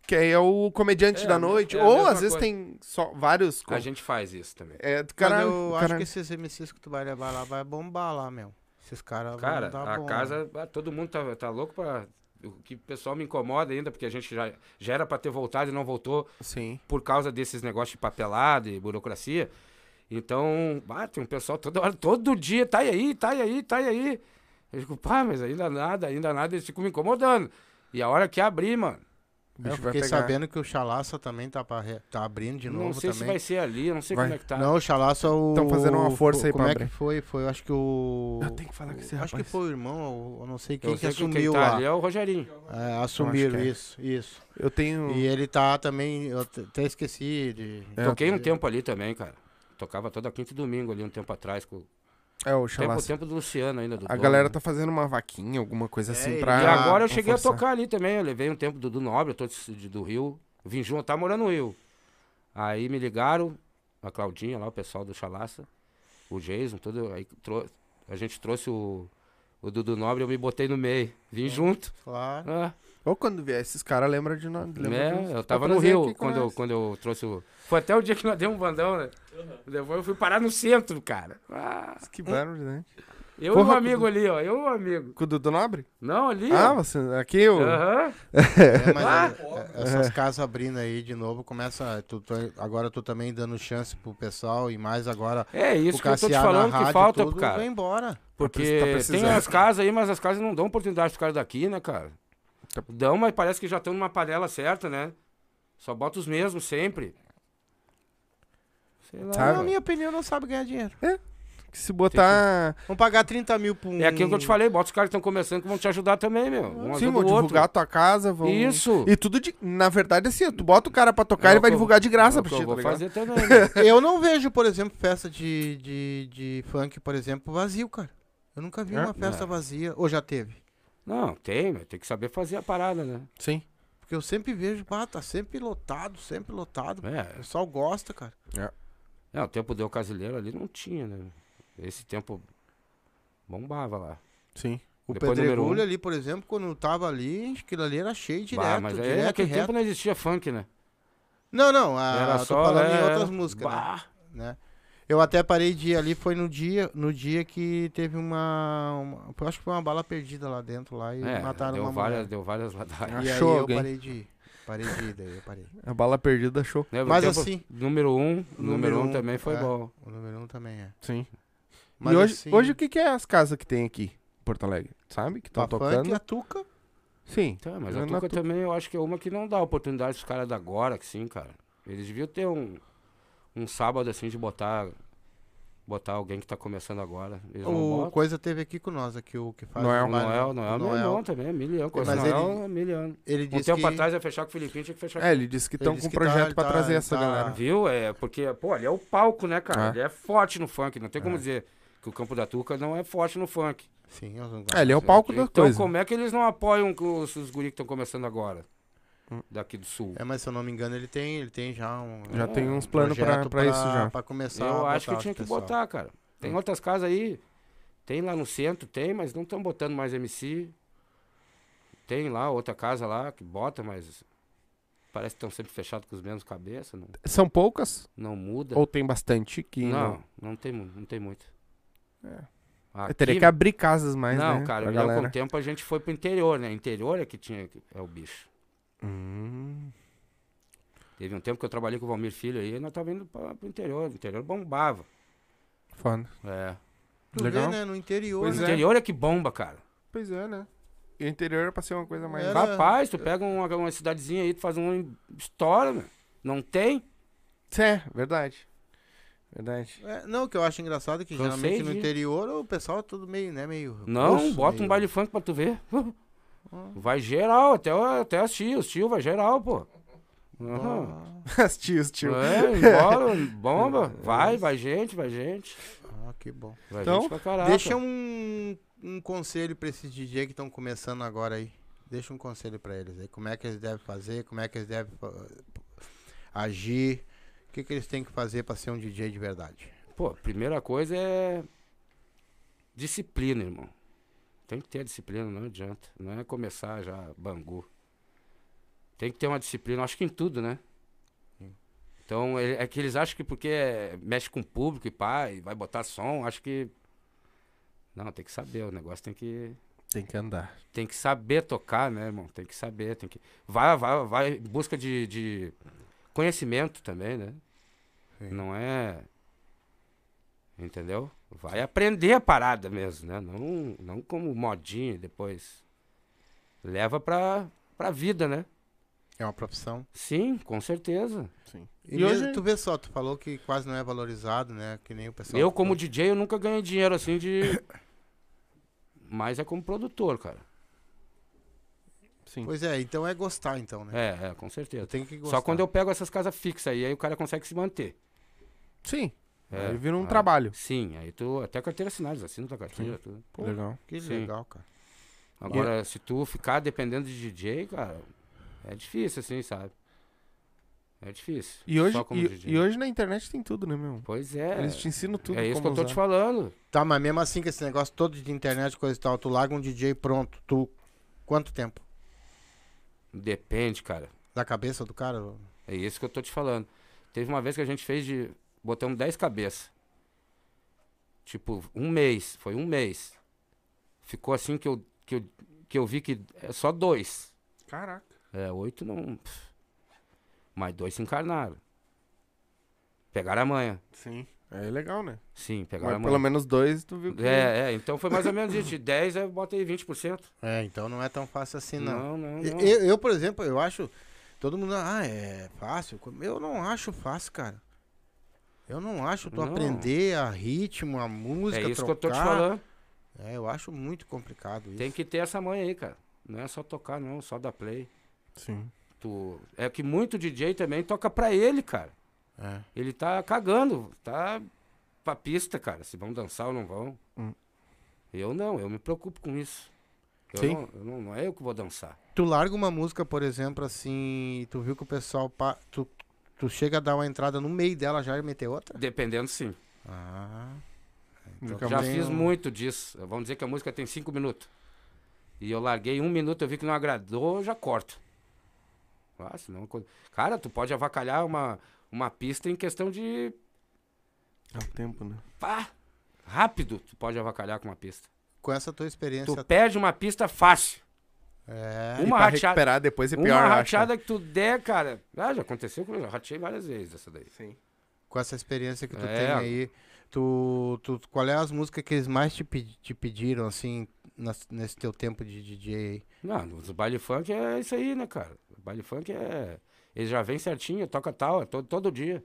S1: que aí é o comediante
S3: É,
S1: da noite.
S3: é a
S1: Ou
S3: mesma
S1: às vezes
S3: coisa.
S1: tem só vários. co-
S3: A gente faz isso também.
S1: É do
S2: Cara,
S1: cara.
S2: eu
S1: do
S2: acho
S1: cara-
S2: que esses MCs que tu vai levar lá vai bombar lá, meu. Esses caras vão
S3: Cara,
S2: dar
S1: tá
S3: a
S2: bom, né?
S3: casa, ah, todo mundo tá, tá louco pra. O que o pessoal me incomoda ainda, porque a gente já, já era pra ter voltado e não voltou
S1: Sim.
S3: por causa desses negócios de papelada e burocracia. Então, ah, tem um pessoal toda hora, todo dia, tá aí, tá aí, tá aí. Eu digo, pá, mas ainda nada, ainda nada, eles ficam me incomodando. E a hora que abrir, mano,
S1: O
S2: É, Eu
S1: bicho vai
S2: fiquei
S1: pegar.
S2: sabendo que o Chalaça também tá, pra re- tá abrindo de novo
S3: não sei se
S2: também.
S3: vai ser ali, eu não sei
S1: Vai.
S3: como é que tá.
S2: Não, o Chalaça é o.
S1: Tão fazendo uma força aí
S2: Como
S1: pra
S2: é que
S1: abrir.
S2: foi? Foi, eu acho que o.
S1: Eu tenho que falar com esse
S2: acho
S1: rapaz.
S2: que foi o irmão, ou- eu não sei quem
S3: Eu
S2: que
S3: sei
S2: assumiu
S3: quem tá
S2: lá.
S3: ali é o Rogerinho.
S2: É, assumiram,
S1: que é.
S2: isso, isso.
S1: Eu tenho.
S3: Hum.
S2: E ele tá também, eu t- até esqueci de.
S1: É,
S3: Toquei um
S2: de-
S3: tempo ali também, cara. Tocava toda quinta e domingo ali, um tempo atrás, com
S1: É
S2: um
S1: o
S3: tempo,
S1: Chalaça.
S3: tempo do Luciano ainda. Do
S1: A
S3: dono,
S1: galera
S3: né?
S1: tá fazendo uma vaquinha, alguma coisa
S2: É,
S1: assim
S2: ele-
S1: pra.
S3: E
S2: Ah,
S3: agora eu
S1: pra
S3: cheguei
S1: forçar.
S3: a tocar ali também. Eu levei um tempo do, do Nobre, eu tô de- de- do Rio. Vim junto, tá morando no Rio. Aí me ligaram, a Claudinha lá, o pessoal do Chalaça, o Jason, tudo. Aí trou- a gente trouxe o, o Dudu Nobre, eu me botei no meio. Vim
S1: É.
S3: junto.
S2: Claro.
S3: Ah,
S1: Ou quando vier esses caras, lembra de nós. lembra
S3: né?
S1: de nós.
S3: Eu
S1: Pra
S3: tava no
S1: trazer
S3: Rio
S1: tá aqui com
S3: quando eu,
S1: nós.
S3: quando eu trouxe o. Foi até o dia que nós demos um bandão, né? Depois eu fui parar no centro, cara. Ah,
S1: Que barulho, né?
S3: eu e um
S1: Porra,
S3: amigo ali, ó. Eu e um amigo.
S1: Com o Dudu Nobre?
S3: Não, ali.
S1: Ah,
S3: ó.
S1: você. Aqui o.
S3: Aham.
S2: É, mas
S3: Ah!
S2: é- é- essas casas abrindo aí de novo, começa. Tu, tu- agora tu também dando chance pro pessoal e mais agora.
S3: É isso
S2: o
S3: que eu tô te
S2: Cassiar na
S3: falando que
S2: rádio,
S3: falta,
S2: tudo,
S3: cara.
S2: Vai embora.
S1: preci-
S3: Porque
S1: tá
S3: tem
S1: precisando.
S3: as casas aí, mas as casas não dão oportunidade pros caras daqui, né, cara?
S1: Tá-
S3: Dão, mas parece que já estão numa panela certa, né? Só bota os mesmos sempre. Sei lá.
S1: Sabe?
S2: Na
S3: velho.
S2: minha opinião, não sabe ganhar dinheiro.
S1: Que se botar.
S2: Vamos pagar 30 mil por um.
S3: É aquilo que eu te falei, bota os caras que estão começando que vão te ajudar também, meu. Um
S1: Sim, vão
S3: ajuda o outro.
S1: divulgar a tua casa, vão.
S3: Isso.
S1: E tudo de. Na verdade, assim, tu bota o cara pra tocar,
S3: É
S1: ele
S3: o
S1: vai
S3: que eu-
S1: divulgar de graça
S3: É o
S1: pra
S3: que eu
S1: ti, tá
S3: vou
S1: ligado?
S3: fazer também, né?
S2: Eu não vejo, por exemplo, festa de, de, de funk, por exemplo, vazio, cara. Eu nunca vi
S1: É?
S2: uma festa
S3: Não.
S2: vazia. Ou já teve?
S3: Não, tem, mas tem que saber fazer a parada, né?
S1: Sim.
S2: Porque eu sempre vejo, pá, tá sempre lotado, sempre lotado. O
S3: É.
S2: pessoal gosta, cara.
S3: É, o tempo do Casileiro ali não tinha, né? Esse tempo bombava lá.
S1: Sim.
S2: O
S3: Depois do número
S2: Pedregulho
S3: um.
S2: ali, por exemplo, quando tava ali, aquilo ali era cheio direto,
S3: Bah, mas aí,
S2: direto,
S3: naquele
S2: reto.
S3: tempo não existia funk, né?
S2: Não, não, a,
S3: Era
S2: Ah, tô
S3: só,
S2: falando
S3: né,
S2: em outras músicas, né,
S3: Bah.
S2: né? Eu até parei de ir ali, foi no dia, no dia que teve uma, uma- eu acho que foi uma bala perdida lá dentro, lá, e
S3: É,
S2: mataram
S3: deu
S2: uma
S3: várias,
S2: mulher.
S3: deu um várias ladainhas.
S1: Ah,
S2: E é-
S1: Achou
S2: aí eu
S1: alguém.
S2: parei de ir, parei de ir, daí eu parei.
S1: A bala perdida, show.
S3: Lembra
S2: Mas
S3: o tempo-
S2: assim,
S3: Número um, número,
S2: número
S3: um,
S2: um,
S3: também foi
S2: é.
S3: bom.
S2: o número um também é.
S1: Sim.
S2: Mas
S1: e hoje,
S2: assim,
S1: hoje o que, que é as casas que tem aqui em Porto Alegre? Sabe? Que
S2: pra
S1: estão
S2: funk
S1: tocando?
S2: e a Tuca,
S1: Sim.
S3: Tá, mas
S1: Eu
S3: a
S1: não
S3: Tuca
S1: tô-
S3: também eu acho que é uma que não dá oportunidade pros caras da agora, que sim, cara. Eles deviam ter um, um sábado assim de botar botar alguém que tá começando agora. Eles não
S2: o
S3: botam.
S2: Coisa teve aqui com nós, aqui o que faz
S1: Noel.
S2: o
S3: O
S2: baile, né?
S3: Noel,
S2: o
S3: Noel, meu irmão também, é milhão. Coisa
S2: Mas
S3: Noel
S2: ele-
S3: é milhão.
S2: Ele
S3: Um
S2: disse
S3: tempo
S2: que...
S3: atrás ia fechar com o Filipinho, tinha que fechar
S1: É, ele disse que
S2: Ele
S1: estão com
S2: disse
S1: um
S2: que tá-
S1: projeto pra
S2: tá-
S1: trazer essa
S2: tá-
S1: galera.
S3: Viu? É, porque, pô, ali é o palco, né, cara?
S1: É.
S3: Ele é forte no funk. Não tem como dizer que o Campo da Tuca não é forte no funk.
S2: Sim, eu não
S1: É, ele é o palco da
S3: Então,
S1: coisa.
S3: como é que eles não apoiam os, os guri que estão começando agora? Daqui do sul.
S2: É, mas se eu não me engano, ele tem, ele tem já um.
S1: Já
S2: um
S1: tem uns planos pra,
S2: projeto
S1: pra isso já.
S2: Pra começar
S3: Eu
S2: a
S3: acho que
S2: botar é
S3: tinha
S2: os
S3: que
S2: pessoal.
S3: botar, cara. Tem outras casas aí. Tem lá no centro, tem, mas não estão botando mais MC. Tem lá outra casa lá que bota, mas parece que estão sempre fechados com os mesmos cabeças. Não,
S1: São poucas?
S3: não muda.
S1: Ou tem bastante que não.
S3: não, não tem, mu- não tem muito.
S1: É.
S3: Aqui-
S1: Teria que abrir casas mais,
S3: não,
S1: né?
S3: cara,
S1: pra
S3: eu me lembro
S1: galera.
S3: com o tempo a gente foi pro interior, né? Interior é que tinha é o bicho.
S1: Hum,
S3: Teve um tempo que eu trabalhei com o Valmir Filho aí, e nós tava indo pra, pro interior. O interior bombava.
S1: foda.
S3: É.
S2: Tu
S1: Legal.
S2: vê, né? No interior.
S1: Pois
S3: o
S2: né?
S1: é.
S3: interior é que bomba, cara.
S1: Pois é, né? E o interior é pra ser uma coisa mais.
S2: Era-
S3: Rapaz, tu pega uma, uma cidadezinha aí, tu faz uma história, meu. Não tem?
S1: É, verdade. Verdade.
S2: É, não, o que eu acho engraçado é que
S3: Cansei
S2: geralmente no
S3: de-
S2: interior o pessoal é tudo meio, né? Meio.
S3: Não,
S2: grosso,
S3: bota um
S2: meio-
S3: baile funk pra tu ver. Vai geral, até, o- até as tias, os tios vai geral, pô. Aham.
S2: Ah,
S1: As tios, tio. É.
S3: É, embora, bomba. Vai, vai gente, vai gente.
S2: ah, que bom.
S3: Vai
S1: Então,
S3: gente pra caraca.
S2: Deixa um, um conselho pra esses DJ que estão começando agora aí. Deixa um conselho pra eles aí. Como é que eles devem fazer, como é que eles devem fa- agir. O que, que eles têm que fazer pra ser um DJ de verdade?
S3: Pô, primeira coisa é disciplina, irmão. Tem que ter disciplina, não adianta. Não é começar já bangu. Tem que ter uma disciplina, acho que em tudo, né? Então, é é que eles acham que porque é- mexe com o público e pá, e vai botar som, acho que. Não, tem que saber, o negócio tem que.
S1: Tem que andar.
S3: Tem que saber tocar, né, irmão? Tem que saber, tem que. Vai, vai, vai em busca de, de conhecimento também, né?
S2: Sim.
S3: Não é. Entendeu? Vai aprender a parada mesmo, né? Não, não como modinha depois. Leva pra, pra vida, né?
S2: É uma profissão.
S3: Sim, com certeza.
S2: E,
S1: E
S2: mesmo-
S1: hoje-
S2: tu vê só, tu falou que quase não é valorizado, né? Que nem o pessoal.
S3: Eu, como DJ, eu nunca ganhei dinheiro assim de. Mas é como produtor, cara.
S1: Sim.
S2: Pois é, então é gostar, então, né?
S3: É, é, com
S2: Eu
S3: certeza.
S2: tenho que gostar.
S3: Só quando eu pego essas casas fixas aí, aí o cara consegue se manter.
S1: Sim.
S3: É,
S1: Aí vira um
S3: ah,
S1: trabalho.
S3: Sim, aí tu até carteira assinada, eles assinam tua carteira, tudo. Pô,
S1: Legal. é
S2: Que
S3: Sim.
S2: legal, cara.
S3: Agora, se tu ficar dependendo de DJ, cara, é difícil assim, sabe? É difícil.
S1: E hoje,
S3: Só como DJ.
S1: e, e hoje na internet tem tudo, né, meu?
S3: Pois é.
S1: Eles te ensinam tudo.
S3: é isso que
S1: como
S3: eu tô te
S1: usar.
S3: falando.
S2: Tá, mas mesmo assim, com esse negócio todo de internet, coisa e tal, tu larga um DJ pronto, tu. Quanto tempo?
S3: Depende, cara.
S2: Da cabeça do cara?
S3: É isso que eu tô te falando. Teve uma vez que a gente fez de. Botamos 10 cabeças. Tipo, um mês. Foi um mês. Ficou assim que eu, que eu, que eu vi que é só dois.
S1: Caraca.
S3: É, oito não. pff. Mas dois se encarnaram. Pegaram a manha.
S1: Sim. É legal, né?
S3: Sim, pegaram
S1: Mas
S3: a
S1: pelo
S3: manha.
S1: menos dois, tu viu que...
S3: É, é, então foi mais ou menos isso. De 10, eu botei 20%.
S2: É, então não é tão fácil assim, não.
S3: Não, não, É não.
S2: E- Eu, eu, por exemplo, eu acho. Todo mundo, ah, é fácil. Eu não acho fácil, cara. Eu não acho tu
S3: Não.
S2: aprender a ritmo, a
S3: é
S2: música,
S3: isso
S2: trocar.
S3: que eu tô te falando.
S2: É, eu acho muito complicado isso.
S3: Tem que ter essa manha aí, cara. Não é só tocar, não, só dar play.
S1: Sim.
S3: Tu... É que muito DJ também toca pra ele, cara.
S2: É.
S3: Ele tá cagando, tá pra pista, cara. Se vão dançar ou não vão.
S1: Hum.
S3: Eu não, eu me preocupo com isso. Eu
S1: Sim.
S3: Não, eu não, não é eu que vou dançar.
S2: Tu larga uma música, por exemplo, assim, e tu viu que o pessoal. pa- Tu, tu chega a dar uma entrada no meio dela já e meter outra?
S3: Dependendo, sim.
S2: Ah.
S1: Fica
S3: Já
S1: bem- um
S3: fiz muito disso. Vamos dizer que a música tem cinco minutos. E eu larguei um minuto, eu vi que não agradou, eu já corto. Ah, senão... co- Cara, tu pode avacalhar uma, uma pista em questão de.
S1: É o tempo, né?
S3: Pá! Rápido tu pode avacalhar com uma pista.
S2: Com essa tua experiência.
S3: Tu perde uma pista fácil.
S2: É.
S1: E
S3: Uma
S1: pra
S3: rateada.
S1: recuperar depois é pior,
S3: Uma
S1: eu acho.
S3: rateada que tu der, cara. Ah, já aconteceu comigo, já rateei várias vezes essa daí.
S1: Sim.
S2: Com essa experiência que tu
S3: É.
S2: tem aí. Tu, tu, qual é as músicas que eles mais te, pe- te pediram, assim, nas- nesse teu tempo de DJ aí?
S3: Não, o baile funk é isso aí, né, cara? O baile funk é. Ele já vem certinho, toca tal, é todo, todo dia.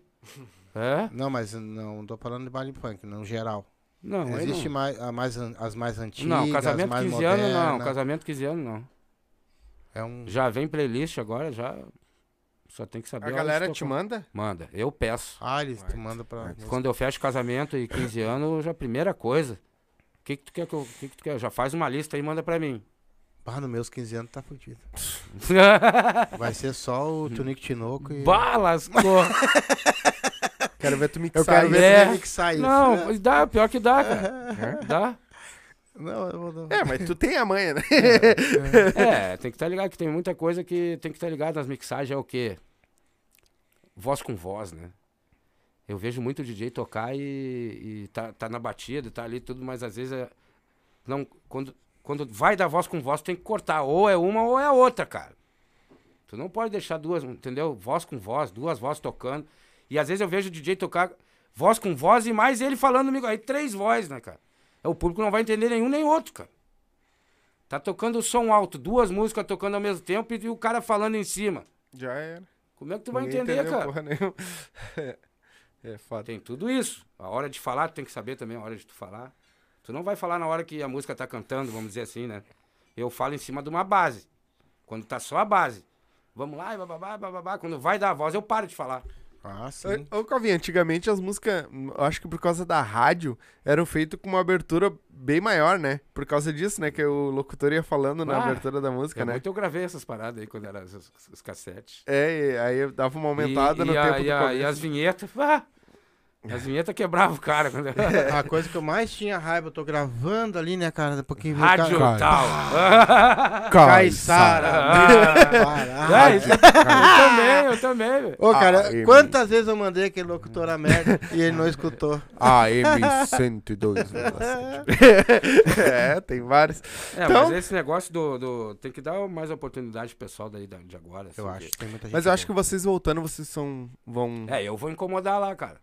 S3: É?
S2: Não, mas não tô falando de baile funk, no geral.
S3: Não, aí
S2: Existe
S3: não.
S2: mais, a mais an- as mais antigas,
S3: Não, casamento
S2: as mais
S3: 15
S2: modernas.
S3: anos não, casamento 15 anos não.
S2: É um...
S3: Já vem playlist agora, já. Só tem que
S1: A
S3: saber. hora de
S1: galera
S3: tocar.
S1: te manda?
S3: Manda, eu peço.
S2: Ah, eles te mandam pra...
S3: Quando eu fecho casamento e 15 anos, já a primeira coisa. O que, que tu quer que eu. o Que que tu quer? Já faz uma lista e manda pra mim.
S2: Ah, nos meus 15 anos tá fudido. Vai ser só o Tunico Tinoco e...
S3: Balas, pô.
S1: Quero ver tu mixar.
S2: Eu quero
S1: isso.
S2: ver
S3: É.
S2: o Tunico sair.
S3: Não, mas dá, pior que dá, cara. Dá.
S2: Não, eu vou... não.
S1: É, mas tu tem a manha, né?
S3: É, tem que estar ligado que tem muita coisa que tem que estar ligado nas mixagens é o quê? Voz com voz, né? Eu vejo muito DJ tocar e, e tá, tá na batida, tá ali tudo, mas às vezes é- não quando quando vai dar voz com voz tem que cortar, ou é uma ou é a outra, cara. Tu não pode deixar duas, entendeu? Voz com voz, duas vozes tocando. E às vezes eu vejo o DJ tocar voz com voz e mais ele falando comigo, aí três vozes, né, cara? É, O público não vai entender nenhum nem outro, cara. Tá tocando o som alto, duas músicas tocando ao mesmo tempo e, e o cara falando em cima.
S1: Já era.
S3: Como é que tu vai
S1: Ninguém
S3: entender,
S1: entendeu
S3: cara?
S1: Porra nenhuma. É, é foda.
S3: Tem tudo isso. A hora de falar, tu tem que saber também a hora de tu falar. Tu não vai falar na hora que a música tá cantando, vamos dizer assim, né? Eu falo em cima de uma base. Quando tá só a base. Vamos lá, e bababá, bababá. Quando vai dar a voz, eu paro de falar.
S2: Ah, sim.
S1: Ô, ô, Calvin, antigamente as músicas, hum, eu acho que por causa da rádio, eram feitas com uma abertura bem maior, né? Por causa disso, né? Que o locutor ia falando na
S3: Ah,
S1: abertura da música,
S3: É
S1: né?
S3: muito eu gravei essas paradas aí quando eram os, os cassetes.
S1: É, e aí eu dava uma aumentada
S3: e,
S1: no
S3: e a-
S1: tempo
S3: e
S1: do
S3: a-
S1: começo.
S3: E as vinhetas. Ah! As vinhetas quebravam o cara. Quando...
S2: A coisa que eu mais tinha raiva, eu tô gravando ali, né, cara? Porque vem o cara-
S3: Rádio
S4: cara.
S3: tá. tal.
S2: Caissara.
S3: Ah, isso- eu também, eu também. velho.
S2: Ô, cara,
S4: Ah, eu-
S2: quantas vezes eu mandei aquele locutor a merda e ele não escutou?
S4: AM 102,7.
S1: é, tem vários.
S3: É,
S1: Então-
S3: mas esse negócio do, do- Tem que dar mais oportunidade pro pessoal daí da- de agora. assim,
S2: Eu
S3: que-
S2: acho que tem muita gente.
S1: Mas eu acho que vocês voltando, vocês são. vão.
S3: É, eu vou incomodar lá, cara.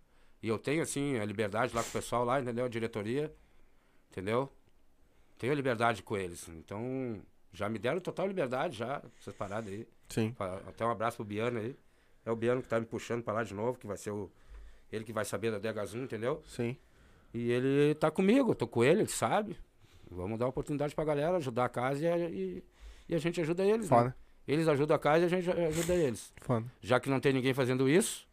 S3: E eu tenho, assim, a liberdade lá com o pessoal lá, entendeu? A diretoria, entendeu? Tenho a liberdade com eles. Então, já me deram total liberdade já, essas paradas aí.
S1: Sim.
S3: Fa- Até um abraço pro Biano aí. É o Biano que tá me puxando pra lá de novo, que vai ser o... Ele que vai saber da Dega Zoom, entendeu?
S1: Sim.
S3: E ele tá comigo, eu tô com ele, ele sabe. Vamos dar oportunidade pra galera, ajudar a casa e a, e- e a gente ajuda eles, né?
S1: Foda.
S3: Eles ajudam a casa e a gente ajuda eles
S1: Foda.
S3: já que não tem ninguém fazendo isso,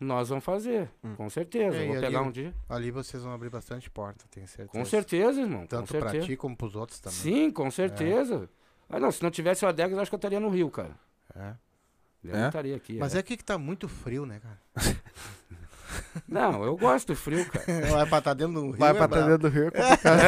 S3: nós vamos fazer, com certeza.
S2: É, e
S3: Vou
S2: ali-
S3: pegar um dia.
S2: Ali vocês vão abrir bastante porta, tenho certeza.
S3: Com certeza, irmão.
S2: Tanto
S3: com
S2: pra
S3: certeza.
S2: ti como pros outros também.
S3: Sim, com certeza. Ah, não, se não tivesse o Adegas, eu acho que eu estaria no Rio, cara.
S2: É.
S3: Eu
S1: É?
S3: não estaria aqui.
S2: Mas
S3: é.
S2: é aqui que tá muito frio, né, cara?
S3: Não, eu gosto do frio, cara.
S2: Vai pra tá dentro do rio.
S1: Vai
S2: é
S1: pra
S2: brabo.
S1: dentro do Rio é complicado.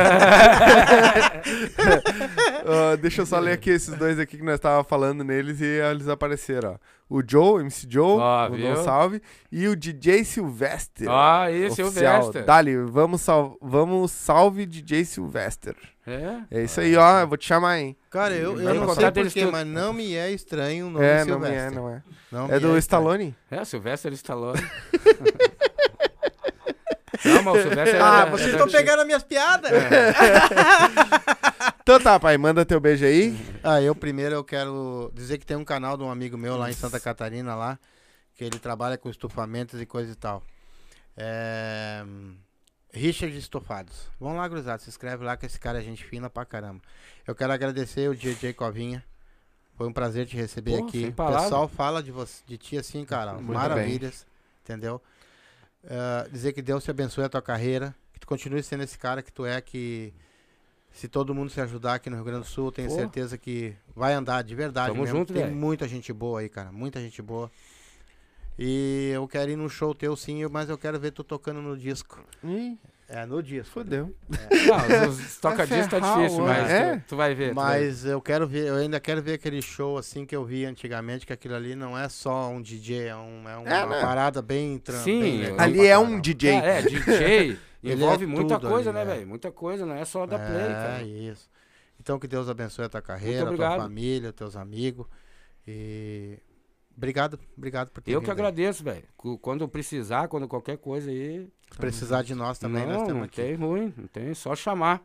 S1: Ah, deixa eu só ler aqui esses dois aqui que nós estávamos falando neles e eles apareceram, ó. O Joe, MC Joe,
S3: Ó,
S1: mandou
S3: viu?
S1: um salve. E o DJ Silvestre.
S3: ah, esse é o
S1: oficial.
S3: Vesta.
S2: tá?
S1: Dali, vamos, sal... vamos salve DJ Silvestre.
S3: É.
S1: É isso aí, ó. Eu vou te chamar, hein?
S2: Cara, eu,
S3: Vai
S2: eu não sei
S3: encontrar deles
S2: porquê,
S3: tudo.
S2: mas não me é estranho o nome
S1: É, não é,
S2: Silvestre.
S1: não é.
S2: Não me
S1: É do
S2: estranho.
S1: Stallone?
S3: É, Silvestre Stallone. não, mas o Silvestre
S2: Ah,
S3: é-
S2: vocês
S3: é-
S2: estão pegando as minhas piadas?
S1: Então tá, pai, manda teu beijo aí.
S2: Ah, eu primeiro eu quero dizer que tem um canal de um amigo meu lá em Santa Catarina, lá, que ele trabalha com estufamentos e coisa e tal. É... Richard Estofados. Vão lá, Cruzado, se inscreve lá que esse cara é gente fina pra caramba. Eu quero agradecer o DJ Covinha. Foi um prazer te receber
S3: Pô, sem
S2: aqui. O
S3: palavras.
S2: pessoal fala de, você, de ti assim, cara.
S1: Muito
S2: maravilhas. Entendeu? É, dizer que Deus te abençoe a tua carreira. Que tu continue sendo esse cara que tu é, que se todo mundo se ajudar aqui no Rio Grande do Sul, eu tenho
S3: Pô.
S2: certeza que vai andar de verdade.
S3: Tamo
S2: mesmo.
S3: junto,
S2: Tem
S3: velho.
S2: muita gente boa aí, cara. Muita gente boa. E eu quero ir num show teu sim, mas eu quero ver tu tocando no disco.
S1: Ih,
S2: É, no disco.
S1: fodeu.
S3: Não, os tocadistas tá
S1: ferrar
S3: difícil,
S1: o
S3: mas
S1: olho.
S3: tu, tu vai ver. tu vai ver.
S2: É? Mas eu quero ver, eu ainda quero ver aquele show assim que eu vi antigamente, que aquilo ali não é só um DJ, é, um- é uma
S1: É, né?
S2: parada bem tran-
S3: Sim,
S2: bem
S3: eu-
S2: legal
S1: Ali
S2: pra
S1: é um
S2: caramba.
S1: DJ.
S3: Ah, é, DJ
S2: Ele
S3: envolve
S2: é
S3: muita
S2: tudo
S3: coisa,
S2: ali,
S3: né,
S2: né?
S3: velho? Muita coisa, não é só da Play,
S2: É,
S3: cara.
S2: isso. Então que Deus abençoe a tua carreira, a tua
S3: obrigado.
S2: família, teus amigos. E obrigado, obrigado por ter
S3: Eu que
S2: vindo aí.
S3: agradeço, velho. Cu- Quando precisar, quando qualquer coisa aí.
S2: Se precisar de nós também, nós
S3: não,
S2: estamos
S3: não
S2: aqui.
S3: tem ruim, não tem, só chamar.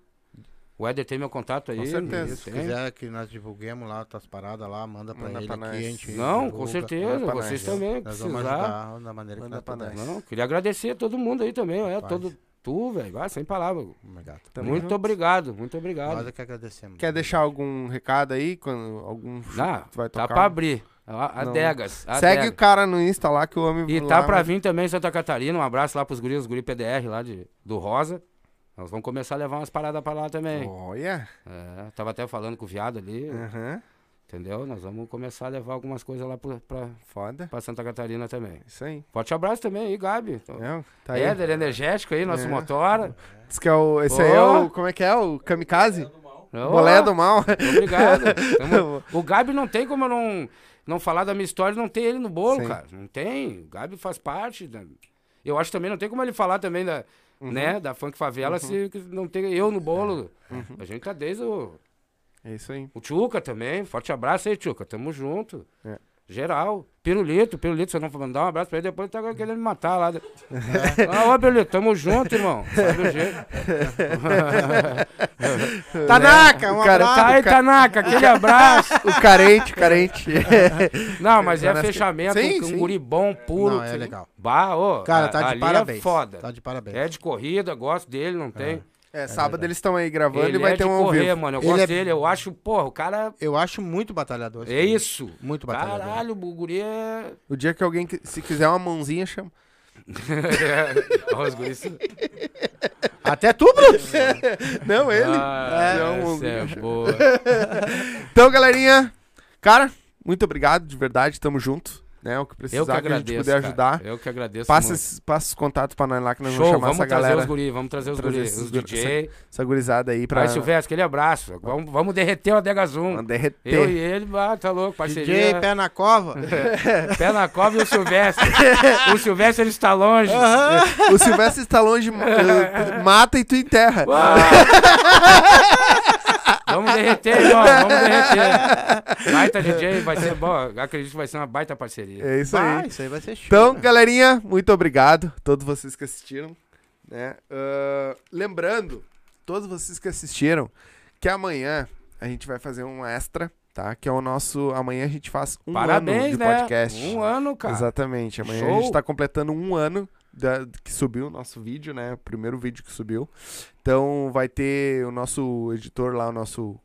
S3: O Éder tem meu contato aí.
S1: Com certeza.
S2: Se
S3: tem.
S2: quiser que nós divulguemos lá tuas paradas lá, manda pra
S1: Manda
S2: ele
S1: pra
S2: aqui,
S1: nós.
S2: a gente
S3: Não,
S2: divulga.
S3: com certeza,
S1: Manda pra
S3: vocês
S1: nós,
S3: também,
S2: Nós vamos
S3: precisar.
S2: ajudar da maneira que
S1: Manda
S2: nós
S1: pra
S2: pudermos.
S1: nós.
S3: Não, queria agradecer a todo mundo aí também, é,
S2: Rapaz.
S3: todo tu, velho, ah, sem palavra.
S2: Obrigado.
S1: Tamo
S3: muito
S1: junto.
S3: obrigado, muito
S2: Nós
S3: obrigado.
S2: é que agradecemos.
S1: Quer deixar algum recado aí? Quando, algum
S3: Ah,
S1: tu vai
S3: tá
S1: tocar? um-
S3: pra abrir. A-
S1: Não.
S3: Adegas.
S1: Segue
S3: adegas.
S1: o cara no Insta lá que o homem
S3: E
S1: lá né?
S3: tá pra
S1: vai-
S3: vir também em Santa Catarina. Um abraço lá pros guris, os guri PDR lá de, do Rosa. Nós vamos começar a levar umas paradas pra lá também.
S1: Olha.
S3: É, tava até falando com o viado ali,
S1: Aham.
S3: entendeu? Nós vamos começar a levar algumas coisas lá pra, pra,
S1: Foda.
S3: pra Santa Catarina também.
S1: Isso aí.
S3: Forte abraço também aí, Gabi. Então,
S1: É, tá aí.
S3: Éder, energético aí, nosso
S1: É.
S3: motora.
S1: Diz que é o, esse aí é
S3: Ó.
S1: o. Como é que é? O kamikaze?
S3: Ó,
S1: Bolé do mal.
S3: Obrigado. Tamo- o Gabi não tem como eu não, não falar da minha história, e não ter ele no bolo,
S1: Sim.
S3: cara. Não tem. O Gabi faz parte. da- Eu acho também, não tem como ele falar também da,
S1: Uhum.
S3: né, da funk favela se que não tem eu no bolo.
S1: Uhum.
S3: A gente tá desde o,
S1: É isso aí.
S3: o Tchuca também. Forte abraço aí, Tchuca. Tamo junto.
S1: É.
S3: Geral. Pirulito, Pirulito, se eu não for mandar um abraço pra ele, depois ele tá querendo me matar lá. Ah, ô, Pirulito, tamo junto, irmão. Sabe o jeito.
S2: Tanaka, um
S1: O cara
S2: abraço.
S3: Tá aí,
S1: ca-
S3: Tanaka, aquele abraço.
S1: O carente, carente.
S3: Não, mas é
S1: Parece que-
S3: fechamento,
S1: Sim,
S3: um, um
S1: sim.
S3: guri bom, puro.
S2: Não, é
S3: que-
S2: legal.
S3: Bah, ô,
S2: Cara,
S3: a-
S2: tá
S3: ali
S2: de parabéns.
S3: É foda.
S2: Tá de parabéns.
S3: É de corrida, gosto dele, não tem.
S1: É, sábado eles estão aí gravando
S3: Ele
S1: e vai
S3: é
S1: ter
S3: de
S1: um ao
S3: correr,
S1: vivo.
S3: mano. Eu
S2: Ele
S3: gosto
S2: é-
S3: dele, eu acho, porra, o cara.
S2: Eu acho muito batalhador. esse
S3: É
S2: filme.
S3: isso.
S2: Muito batalhador.
S3: Caralho, o guri é.
S1: O dia que alguém, que- se quiser uma mãozinha, chama.
S3: Ó, os guris-
S2: Até tu, Bruto!
S1: Não, ele.
S3: Ah,
S1: É, um
S3: essa é
S1: bicho.
S3: boa.
S1: Então, galerinha. Cara, muito obrigado, de verdade. Tamo junto. né? O que precisar
S3: Eu que
S1: que a gente
S3: agradeço.
S1: puder
S3: cara.
S1: ajudar.
S3: Eu que agradeço.
S1: Passa,
S3: muito.
S1: esses, passa os contatos pra nós lá que nós
S3: Show,
S1: vamos chamar
S3: vamos
S1: essa
S3: trazer os
S1: galera,
S3: guri, vamos trazer os
S1: trazer
S3: guri,
S1: esses
S3: os
S1: guri-
S3: DJ.
S1: essa gurizada aí pra
S3: Aí, Silvestre, aquele abraço. Vamos, vamos derreter o Adega Zoom.
S1: pra derreter.
S3: Eu e ele, ah, tá louco, parceria. É
S2: DJ, pé na cova.
S3: Pé na cova e o Silvestre. o Silvestre, ele está longe.
S1: O Silvestre está longe, ma- eh, mata e tu enterra.
S3: Uau! vamos derreter, irmão, vamos derreter. Baita DJ, vai ser bom. Acredito que vai ser uma baita parceria.
S1: É isso
S2: Vai,
S1: aí.
S2: Ah, isso aí vai ser show.
S1: Então,
S2: né?
S1: galerinha, muito obrigado a todos vocês que assistiram. Né? Ah, lembrando, todos vocês que assistiram, que amanhã a gente vai fazer um extra, tá? Que é o nosso. Amanhã a gente faz um ano
S3: Parabéns,
S1: de
S3: né?
S1: podcast.
S3: Um ano, cara.
S1: Exatamente. Amanhã a
S3: Show.
S1: gente tá completando um ano da- que subiu o nosso vídeo, né? O primeiro vídeo que subiu. Então vai ter o nosso editor lá, o nosso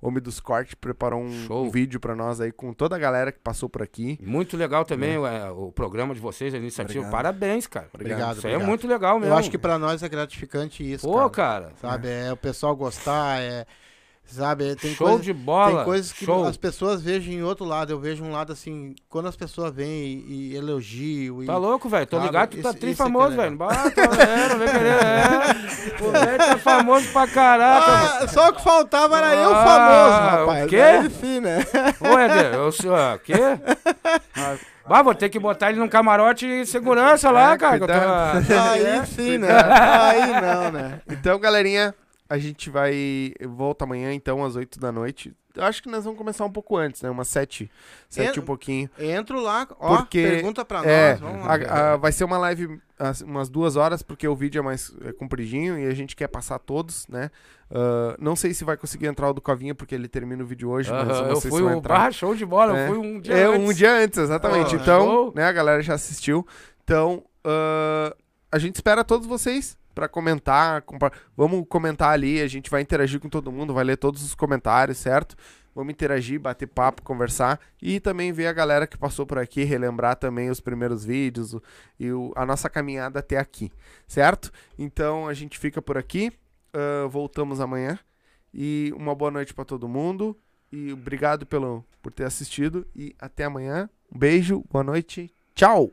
S1: Homem dos Cortes, preparou um,
S3: Show.
S1: um vídeo pra nós aí com toda a galera que passou por aqui.
S3: Muito legal também é, o programa de vocês, a iniciativa.
S1: Obrigado.
S3: Parabéns, cara.
S2: Obrigado,
S3: Isso aí é
S2: obrigado.
S3: muito legal mesmo.
S2: Eu acho que pra nós é gratificante isso,
S3: Pô,
S2: cara.
S3: cara.
S2: Sabe, é o pessoal gostar, é... Sabe, tem
S3: show
S2: coisa-
S3: de bola.
S2: Tem coisas que
S3: show.
S2: as pessoas vejam em outro lado. Eu vejo um lado assim, quando as pessoas vêm e, e elogiam. E...
S3: Tá louco, velho. Tô
S2: Sabe,
S3: ligado, tu tá
S2: esse-
S3: tri
S2: esse é que é
S3: famoso,
S2: legal.
S3: velho. Bah, tá vendo, não vem querer. É. O velho tá famoso pra caraca.
S2: Ah, só o que faltava era eu
S3: Ah,
S2: famoso, rapaz.
S3: o quê?
S2: Mas Enfim, né?
S3: Ô, Éder, eu sou. ah, Quê? Ah, Bah, vou ter que botar ele num camarote de segurança lá, cara. que eu tô-
S2: Aí
S3: É.
S2: sim, né? Aí não, né?
S1: Então, galerinha, a gente vai. Volta amanhã, então, às 8 da noite. Eu acho que nós vamos começar um pouco antes, né? Umas 7. 7
S2: Eu-
S1: um pouquinho.
S2: Entro lá, ó,
S1: Porque-
S2: pergunta É, pra
S1: É,
S2: nós, vamos lá.
S1: a- a- vai ser uma live as- umas duas horas, porque o vídeo é mais é, compridinho e a gente quer passar todos, né? Ah, não sei se vai conseguir entrar o do Covinha, porque ele termina o vídeo hoje, mas
S3: Aham,
S1: eu não
S3: eu
S1: sei
S3: fui
S1: se vai
S3: o
S1: entrar.
S3: barra show de bola,
S1: É.
S3: eu fui um dia.
S1: É,
S3: antes.
S1: um dia antes, exatamente.
S2: Ah,
S1: então,
S3: show.
S1: né, a galera já assistiu. Então, ah, a gente espera todos vocês pra comentar. compa- Vamos comentar ali, a gente vai interagir com todo mundo, vai ler todos os comentários, certo? Vamos interagir, bater papo, conversar e também ver a galera que passou por aqui, relembrar também os primeiros vídeos o- e o- a nossa caminhada até aqui, certo? Então a gente fica por aqui, ah, voltamos amanhã e uma boa noite pra todo mundo. E obrigado pelo, por ter assistido. E até amanhã. Um beijo, boa noite. Tchau!